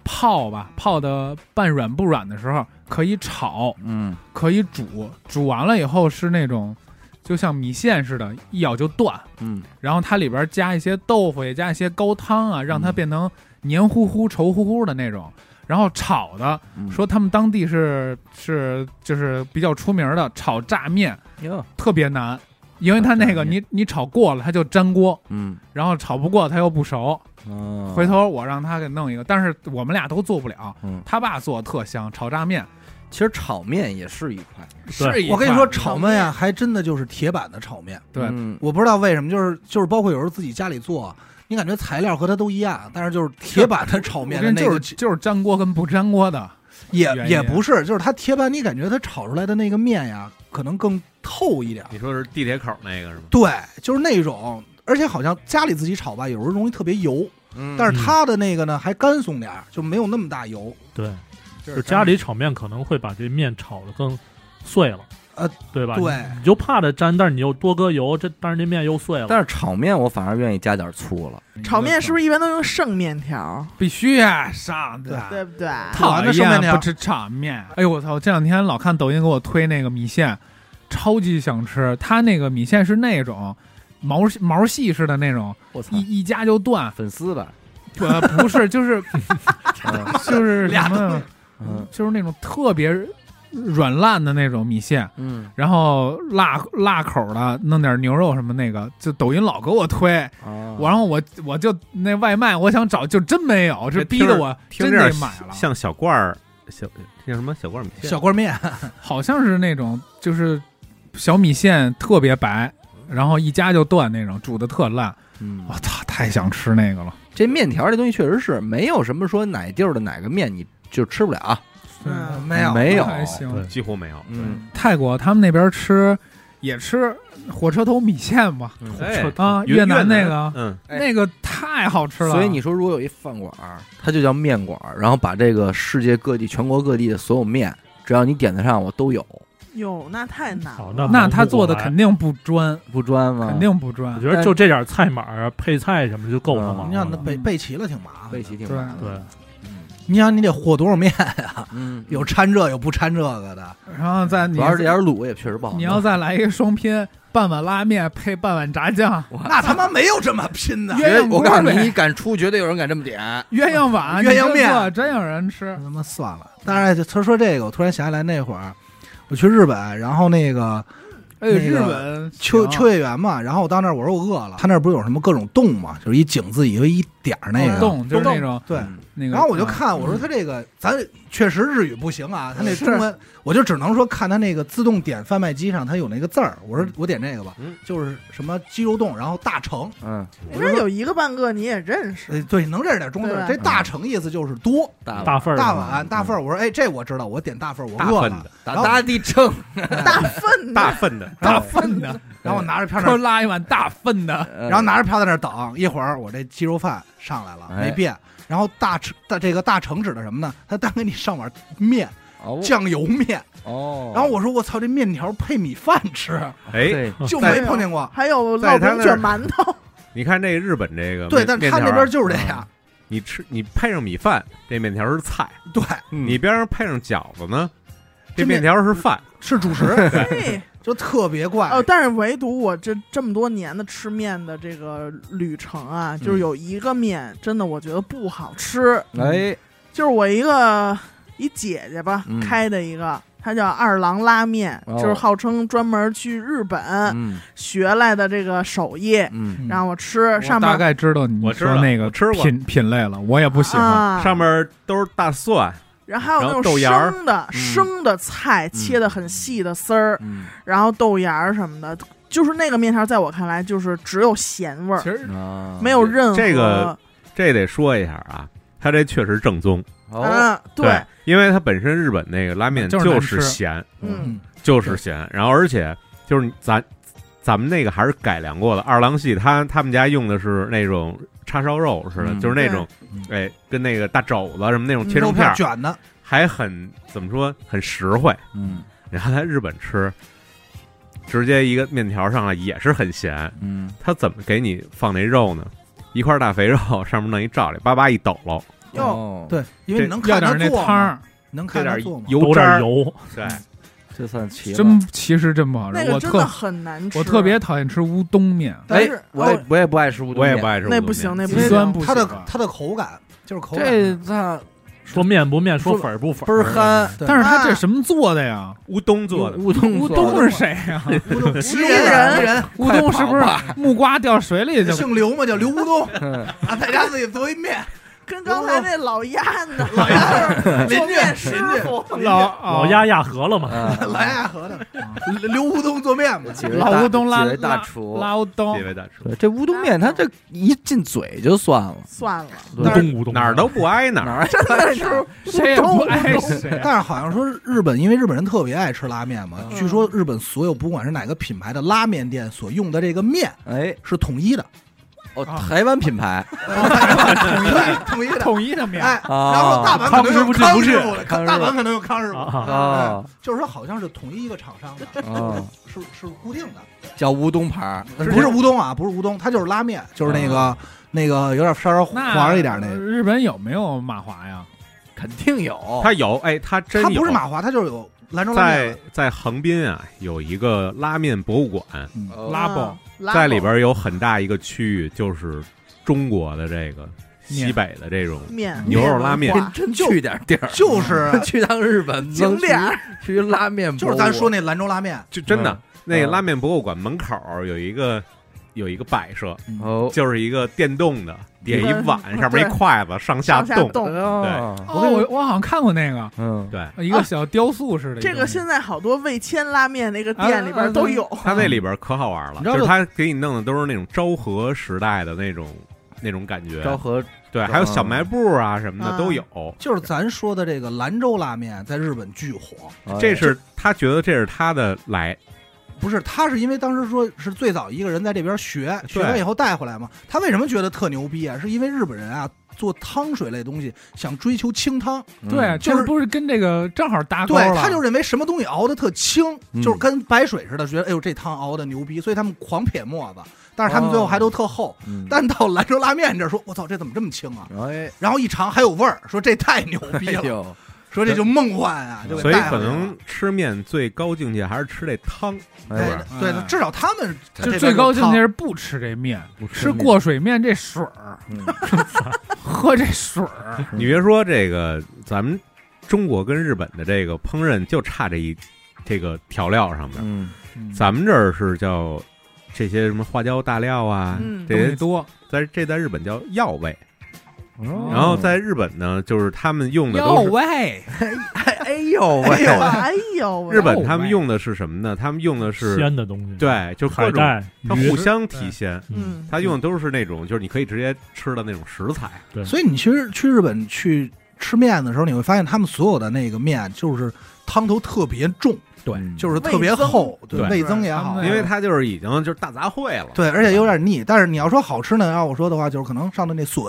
Speaker 5: 泡吧，泡的半软不软的时候可以炒，
Speaker 1: 嗯
Speaker 5: 可以煮，煮完了以后是那种就像米线似的，一咬就断。
Speaker 1: 嗯
Speaker 5: 然后它里边加一些豆腐，也加一些高汤啊，让它变成黏糊糊、稠乎乎的那种。然后炒的，
Speaker 1: 嗯，
Speaker 5: 说他们当地是是就是比较出名的炒炸面，
Speaker 1: 哟，
Speaker 5: 特别难，因为它那个
Speaker 1: 炸面
Speaker 5: 你你炒过了它就粘锅，
Speaker 1: 嗯，
Speaker 5: 然后炒不过它又不熟。
Speaker 1: 哦
Speaker 5: 回头我让他给弄一个，但是我们俩都做不了。
Speaker 1: 嗯
Speaker 5: 他爸做特香炒炸面，
Speaker 1: 其实炒面也是一块，
Speaker 5: 是一
Speaker 2: 我跟你
Speaker 5: 块
Speaker 2: 说，
Speaker 5: 儿
Speaker 2: 炒面呀，还真的就是铁板的炒面。
Speaker 5: 对
Speaker 1: 嗯
Speaker 2: 我不知道为什么，就是就是包括有时候自己家里做，你感觉材料和它都一样，但是就是铁板的炒面
Speaker 5: 我
Speaker 2: 的
Speaker 5: 跟
Speaker 2: 那
Speaker 5: 就
Speaker 2: 个
Speaker 5: 是就是粘锅跟不粘锅的，
Speaker 2: 也
Speaker 5: 原因
Speaker 2: 也不是，就是它铁板，你感觉它炒出来的那个面呀，可能更透一点。
Speaker 6: 你说是地铁口那个是吗？
Speaker 2: 对，就是那种，而且好像家里自己炒吧，有时候容易特别油，
Speaker 1: 嗯
Speaker 2: 但是它的那个呢还干松点儿，就没有那么大油。
Speaker 4: 对，
Speaker 5: 就
Speaker 4: 就家里炒面可能会把这面炒的更碎了，
Speaker 2: 呃，
Speaker 4: 对吧？
Speaker 2: 对
Speaker 4: 你你就怕它粘，但是你又多搁油，这但是这面又碎了。
Speaker 1: 但是炒面我反而愿意加点醋了，
Speaker 3: 炒面是不是一般都用剩面条，
Speaker 5: 必须呀上的？
Speaker 3: 对不对？
Speaker 5: 讨
Speaker 2: 好那上面那
Speaker 5: 厌
Speaker 2: 样
Speaker 5: 不吃炒面。哎呦我操！这两天老看抖音给我推那个米线，超级想吃。他那个米线是那种毛毛细似的那种，
Speaker 1: 我操，
Speaker 5: 一一夹就断。
Speaker 1: 粉丝吧，
Speaker 5: 呃，不是，就是
Speaker 1: 嗯
Speaker 5: 就是什么，
Speaker 1: 嗯
Speaker 5: 就是那种特别软烂的那种米线。
Speaker 1: 嗯
Speaker 5: 然后辣辣口的，弄点牛肉什么那个，就抖音老给我推，
Speaker 1: 啊，
Speaker 5: 我然后我我就那外卖，我想找就真没有，这逼得我
Speaker 6: 听
Speaker 5: 真
Speaker 6: 着
Speaker 5: 得买了。
Speaker 6: 像小罐儿小叫什么小罐儿米线，
Speaker 2: 小锅面，
Speaker 5: 好像是那种就是小米线特别白，然后一夹就断那种，煮的特烂。
Speaker 1: 嗯
Speaker 5: 我操，太想吃那个了。
Speaker 1: 这面条这东西确实是没有什么说哪地儿的哪个面你就吃不了，啊
Speaker 3: 嗯，
Speaker 2: 没有
Speaker 1: 没有啊
Speaker 5: 还行
Speaker 4: 对。
Speaker 6: 几乎没有。
Speaker 1: 嗯，
Speaker 5: 泰国他们那边吃也吃火车头米线吧，
Speaker 6: 哎
Speaker 5: 啊，
Speaker 6: 越
Speaker 5: 越南那个
Speaker 6: 南
Speaker 5: 啊，
Speaker 6: 嗯，
Speaker 1: 哎
Speaker 5: 那个太好吃了。
Speaker 1: 所以你说如果有一饭馆儿，它就叫面馆儿，然后把这个世界各地、全国各地的所有面，只要你点得上，我都有，
Speaker 3: 哟，那太难
Speaker 4: 好
Speaker 3: 了。
Speaker 4: 那
Speaker 5: 那他做的肯定不专，
Speaker 1: 不专吗？
Speaker 5: 肯定不专
Speaker 4: 我。觉得就这点菜码儿、啊配菜什么就够他
Speaker 1: 嗯
Speaker 2: 你想
Speaker 4: 忙
Speaker 2: 那
Speaker 4: 了。
Speaker 2: 备备齐了挺麻烦的。
Speaker 1: 背齐挺
Speaker 5: 对
Speaker 1: 麻烦
Speaker 4: 对
Speaker 1: 的，，啊
Speaker 2: 你想你得和多少面？
Speaker 1: 嗯，
Speaker 2: 有掺这有不掺这个的，
Speaker 5: 然后再你
Speaker 1: 主要是这点卤也确实不好弄。
Speaker 5: 你要再来一个双拼，半碗拉面配半碗炸酱，
Speaker 2: 那他妈没有这么拼的。
Speaker 5: 鸳鸯
Speaker 1: 哎我
Speaker 5: 锅
Speaker 1: 告诉你，
Speaker 5: 呗
Speaker 1: 你敢出，绝对有人敢这么点。
Speaker 5: 鸳鸯碗、
Speaker 2: 鸳鸯面
Speaker 5: 你这做真有人吃。
Speaker 2: 他妈算了。但是他说这个，我突然想起来那会儿我去日本，然后那个
Speaker 5: 哎，
Speaker 2: 那个
Speaker 5: 日本
Speaker 2: 秋
Speaker 5: 行
Speaker 2: 秋叶原嘛，然后我到那儿我说我饿了，他那儿不是有什么各种洞嘛，就是一井字以为一点儿那个。
Speaker 5: 哦洞就是那种
Speaker 2: 对，
Speaker 5: 那个，
Speaker 2: 然后我就
Speaker 5: 嗯
Speaker 2: 看，我说他这个咱确实日语不行啊，他那中文我就只能说看他那个自动点贩卖机上他有那个字儿，我说我点这个吧
Speaker 6: 嗯，
Speaker 2: 就是什么鸡肉冻，然后大成，
Speaker 1: 嗯，
Speaker 3: 那边有一个半个你也认识，
Speaker 2: 呃对，能认识点中字
Speaker 3: 对
Speaker 2: 儿。
Speaker 3: 吧
Speaker 2: 这大成意思就是多，
Speaker 1: 大
Speaker 4: 大份儿的
Speaker 2: 大碗大份儿。我说哎，这我知道，我点大份儿，我
Speaker 6: 大
Speaker 2: 饿
Speaker 6: 份
Speaker 2: 了
Speaker 6: 的，
Speaker 1: 打
Speaker 2: 然后
Speaker 1: 打地正，
Speaker 3: 大粪
Speaker 6: 大
Speaker 3: 的，
Speaker 6: 份的，
Speaker 5: 大粪的，
Speaker 2: 然后我拿着票
Speaker 5: 说
Speaker 2: 那，
Speaker 5: 拉一碗大粪的，
Speaker 1: 然
Speaker 2: 然后拿着票在那儿 等，一会儿我这鸡肉饭上来了
Speaker 1: 哎
Speaker 2: 没变。然后大成大这个大成指的什么呢？他单给你上碗面，
Speaker 1: 哦
Speaker 2: 酱油面。
Speaker 1: 哦，
Speaker 2: 然后我说我操，这面条配米饭吃，
Speaker 6: 哎，
Speaker 1: 对
Speaker 2: 就
Speaker 6: 在
Speaker 2: 没碰见过。
Speaker 3: 还有
Speaker 6: 在
Speaker 3: 烙
Speaker 6: 他
Speaker 3: 饼
Speaker 6: 那儿
Speaker 3: 卷馒头，
Speaker 6: 你看这日本这个
Speaker 2: 对，
Speaker 6: 面
Speaker 2: 但是他
Speaker 6: 面条
Speaker 2: 那
Speaker 6: 啊
Speaker 2: 边就是这样。
Speaker 6: 你吃你配上米饭，这面条是菜；
Speaker 2: 对，
Speaker 1: 嗯
Speaker 6: 你边上配上饺子呢，这
Speaker 2: 嗯这
Speaker 6: 面
Speaker 2: 面嗯
Speaker 6: 条是饭。
Speaker 2: 是主食，
Speaker 3: 嘿，
Speaker 2: 就特别怪。
Speaker 3: 哦，但是唯独我这这么多年的吃面的这个旅程啊，就是有一个面真的我觉得不好吃，
Speaker 1: 哎，
Speaker 3: 就是我一个一姐姐吧、
Speaker 1: 嗯
Speaker 3: 开的一个，她叫二郎拉面，
Speaker 1: 哦
Speaker 3: 就是号称专门去日本、
Speaker 1: 嗯
Speaker 3: 学来的这个手艺，
Speaker 1: 嗯，
Speaker 3: 让我吃上
Speaker 5: 我大
Speaker 3: 面
Speaker 5: 概知道你
Speaker 6: 我知
Speaker 5: 说
Speaker 6: 道
Speaker 5: 那个
Speaker 6: 我吃过
Speaker 5: 品品类了，我也不喜欢。
Speaker 3: 啊、
Speaker 6: 上面都是大蒜，
Speaker 3: 然后还有
Speaker 6: 然后
Speaker 3: 那
Speaker 6: 豆
Speaker 3: 种
Speaker 6: 芽儿
Speaker 3: 生的、
Speaker 1: 嗯
Speaker 3: 生的菜，切的很细的丝儿，
Speaker 1: 嗯
Speaker 3: 然后豆芽儿什么的，就是那个面条，在我看来就是只有咸味儿
Speaker 5: 其，实
Speaker 1: 啊，
Speaker 3: 没有任何
Speaker 6: 这个这得说一下啊，它这确实正宗。
Speaker 1: 哦，
Speaker 3: 嗯，对，
Speaker 6: 因为它本身日本那个拉面
Speaker 5: 就是难吃
Speaker 6: 是咸，
Speaker 3: 嗯，
Speaker 6: 就是咸，然后而且就是咱咱们那个还是改良过的。二郎系他他们家用的是那种叉烧肉似的，
Speaker 1: 嗯
Speaker 6: 就是那种
Speaker 1: 嗯
Speaker 6: 哎跟那个大肘子什么那种切
Speaker 2: 嗯肉
Speaker 6: 成片儿，
Speaker 2: 卷的，
Speaker 6: 还很怎么说很实惠。
Speaker 1: 嗯
Speaker 6: 然后在日本吃，直接一个面条上来也是很咸，
Speaker 1: 嗯，
Speaker 6: 他怎么给你放那肉呢？一块大肥肉上面弄一罩里，叭叭一抖喽，
Speaker 3: 哟
Speaker 1: 哦，
Speaker 2: 对，因为你能看
Speaker 5: 要点
Speaker 2: 他
Speaker 5: 那
Speaker 2: 做
Speaker 5: 汤
Speaker 2: 嘛，
Speaker 5: 儿，
Speaker 2: 能
Speaker 6: 这
Speaker 2: 看他
Speaker 6: 点
Speaker 2: 做嘛。
Speaker 6: 油
Speaker 4: 有
Speaker 6: 汁
Speaker 4: 点
Speaker 6: 儿，
Speaker 4: 油，
Speaker 6: 对，
Speaker 1: 这算齐了。
Speaker 5: 真其实真不好吃。
Speaker 3: 那个
Speaker 5: 我
Speaker 3: 真的
Speaker 5: 特
Speaker 3: 很难吃，
Speaker 5: 我特别讨厌吃乌冬面，
Speaker 3: 但
Speaker 1: 哎
Speaker 3: 是，
Speaker 1: 我也
Speaker 3: 哦
Speaker 1: 我也不爱吃乌冬
Speaker 6: 我
Speaker 1: 面，
Speaker 6: 也不爱吃乌冬
Speaker 3: 那
Speaker 6: 面。
Speaker 3: 不行，那不
Speaker 5: 极
Speaker 3: 行
Speaker 5: 端，不喜
Speaker 2: 它
Speaker 5: 欢
Speaker 2: 的它的口感就是口感，
Speaker 1: 这那
Speaker 4: 说面不面，说粉儿不粉
Speaker 1: 倍
Speaker 4: 儿，
Speaker 1: 儿憨，
Speaker 2: 对
Speaker 5: 但是啊它这什么做的呀？
Speaker 6: 乌冬做的，
Speaker 1: 乌冬
Speaker 5: 乌
Speaker 1: 做的
Speaker 5: 冬是谁呀？
Speaker 2: 乌冬
Speaker 3: 食人
Speaker 2: 食人
Speaker 5: 乌冬是不是木瓜掉水里就？
Speaker 2: 姓刘嘛，叫刘乌冬
Speaker 1: 嗯
Speaker 2: 啊，在家自己做一面，
Speaker 3: 跟刚才那老鸭呢，老 鸭是做面师傅，
Speaker 5: 老
Speaker 4: 老鸭压合了嘛，
Speaker 1: 嗯
Speaker 2: 蓝牙河的 刘乌冬做面嘛，
Speaker 1: 几位
Speaker 5: 老
Speaker 1: 大
Speaker 5: 乌冬拉
Speaker 1: 几位大
Speaker 5: 拉
Speaker 1: 厨。
Speaker 5: 拉乌
Speaker 6: 这
Speaker 5: 冬，
Speaker 6: 位大厨
Speaker 1: 对，这乌冬面它这一进嘴就算了，
Speaker 3: 算了，
Speaker 4: 乌
Speaker 1: 嗯
Speaker 4: 冬乌冬
Speaker 6: 哪儿都不挨哪
Speaker 1: 哪
Speaker 6: 儿，
Speaker 1: 儿
Speaker 3: 真的是
Speaker 5: 谁也不爱谁。啊
Speaker 2: 但是好像说日本，因为日本人特别爱吃拉面嘛，
Speaker 3: 嗯
Speaker 2: 据说日本所有不管是哪个品牌的拉面店所用的这个面
Speaker 1: 哎
Speaker 2: 是统一的，
Speaker 1: 哦，
Speaker 5: 啊
Speaker 1: 台湾品牌
Speaker 2: 统一统一的。
Speaker 5: 统一的面，
Speaker 2: 哎，
Speaker 1: 啊
Speaker 2: 然后大阪可能有康师傅的，
Speaker 1: 康师傅
Speaker 2: 大阪可能有康师傅，哎
Speaker 4: 啊，
Speaker 1: 哦
Speaker 2: 就是说好像是统一一个厂商的，
Speaker 1: 哦，
Speaker 2: 是是固定的，
Speaker 1: 叫乌冬牌儿，
Speaker 2: 不是乌冬啊，不是乌冬，它就是拉面，就是那个那个有点稍稍
Speaker 5: 那
Speaker 2: 黄一点那个，
Speaker 5: 日本有没有马华呀？
Speaker 1: 肯定有。
Speaker 6: 他有哎，他真
Speaker 2: 它
Speaker 6: 有
Speaker 2: 不是马华，它就是有兰州拉面
Speaker 6: 在
Speaker 2: 的，
Speaker 6: 在横滨啊，有一个拉面博物馆，
Speaker 1: 哦
Speaker 5: 拉布
Speaker 3: 嗯拉
Speaker 6: 在里边有很大一个区域，就是中国的这个西北的这种
Speaker 3: 面
Speaker 6: 牛肉拉面
Speaker 3: 文化
Speaker 1: 真去点儿地儿，嗯
Speaker 2: 就是 啊
Speaker 1: 去趟日本
Speaker 3: 景点儿，
Speaker 1: 去去拉面博
Speaker 2: 就
Speaker 1: 物
Speaker 2: 是
Speaker 1: 馆，
Speaker 2: 咱说那兰州拉面，
Speaker 6: 就真的、
Speaker 1: 嗯
Speaker 6: 那个
Speaker 1: 嗯
Speaker 6: 拉面博物馆门口儿有一个有一个摆设，
Speaker 1: 哦，
Speaker 6: 就是一个电动的，点一碗，
Speaker 3: 嗯
Speaker 6: 上面一筷子上下
Speaker 3: 上下
Speaker 6: 动。
Speaker 3: 动。
Speaker 1: 哦，
Speaker 5: 哦，我我好像看过那个，
Speaker 1: 嗯，
Speaker 6: 对，
Speaker 5: 一个小雕塑似的。
Speaker 3: 这个现在好多味千拉面那个店里
Speaker 5: 啊啊
Speaker 3: 边都有，
Speaker 6: 它那里边可好玩
Speaker 1: 嗯
Speaker 6: 了，
Speaker 1: 你知道
Speaker 6: 就是
Speaker 1: 这
Speaker 6: 它给你弄的都是那种昭和时代的那种那种感觉，
Speaker 1: 昭和嗯
Speaker 6: 对，还有小卖部啊什么的都有。
Speaker 2: 就是咱说的这个兰州拉面在日本巨火，
Speaker 6: 这是他觉得这是他的来，
Speaker 2: 不是，他是因为当时说是最早一个人在这边学，
Speaker 6: 对
Speaker 2: 学完以后带回来嘛。他为什么觉得特牛逼啊？是因为日本人啊做汤水类东西想追求清汤，
Speaker 1: 哎嗯
Speaker 5: 对，啊
Speaker 2: 就
Speaker 5: 就是是不是跟这个正好搭钩
Speaker 2: 对
Speaker 5: 了？，
Speaker 2: 他就认为什么东西熬的特清，
Speaker 1: 嗯
Speaker 2: 就是跟白水似的，觉得哎呦这汤熬的牛逼，所以他们狂撇沫子，但是他们最后还都特厚。
Speaker 1: 嗯，
Speaker 2: 但到兰州拉面这儿说，我操，这怎么这么清啊？
Speaker 1: 哎，
Speaker 2: 然后一尝还有味儿，说这太牛逼
Speaker 1: 哎
Speaker 2: 了，
Speaker 1: 呦，
Speaker 2: 说这就梦幻啊，就给
Speaker 6: 所以
Speaker 2: 带回
Speaker 6: 可
Speaker 2: 来了
Speaker 6: 能吃面最高境界还是吃这汤，
Speaker 1: 哎
Speaker 6: 是不
Speaker 2: 哎
Speaker 6: 是，
Speaker 2: 对
Speaker 5: 哎，
Speaker 2: 至少他们这
Speaker 5: 就
Speaker 2: 边
Speaker 5: 最高境界
Speaker 2: 有
Speaker 5: 是不吃这面，
Speaker 1: 不
Speaker 5: 吃过水面这水儿，
Speaker 1: 嗯
Speaker 5: 喝这水儿。
Speaker 1: 嗯
Speaker 6: 你别说这个，咱们中国跟日本的这个烹饪就差这一这个调料上面，
Speaker 1: 嗯，
Speaker 5: 嗯
Speaker 6: 咱们这儿是叫这些什么花椒大料啊，
Speaker 3: 嗯
Speaker 6: 这
Speaker 5: 东西
Speaker 6: 些
Speaker 5: 多，
Speaker 6: 在这在日本叫药味，
Speaker 1: 哦
Speaker 6: 嗯然后在日本呢，就是他们用的
Speaker 5: 哟
Speaker 6: 都是
Speaker 5: 喂，
Speaker 1: 哎呦喂，
Speaker 3: 哎呦喂，
Speaker 6: 日本，他们用的是什么呢？他们用的是
Speaker 4: 鲜的东西，，
Speaker 6: 对，就
Speaker 4: 海
Speaker 6: 各种
Speaker 4: 带、
Speaker 6: 它
Speaker 4: 鱼
Speaker 6: 互，相提鲜，
Speaker 3: 嗯，
Speaker 6: 它用的都是那种就是你可以直接吃的那种食材，
Speaker 2: 所以你其实去日本去吃面的时候，你会发现他们所有的那个面就是汤头特别重，
Speaker 1: 嗯
Speaker 2: 就是特别厚，对
Speaker 6: 对
Speaker 2: 味增也好，
Speaker 5: 对
Speaker 6: 因为它就是已经就是大杂烩了。
Speaker 2: 对，而且有点腻。但是你要说好吃呢，要我说的话，就是可能上的那笋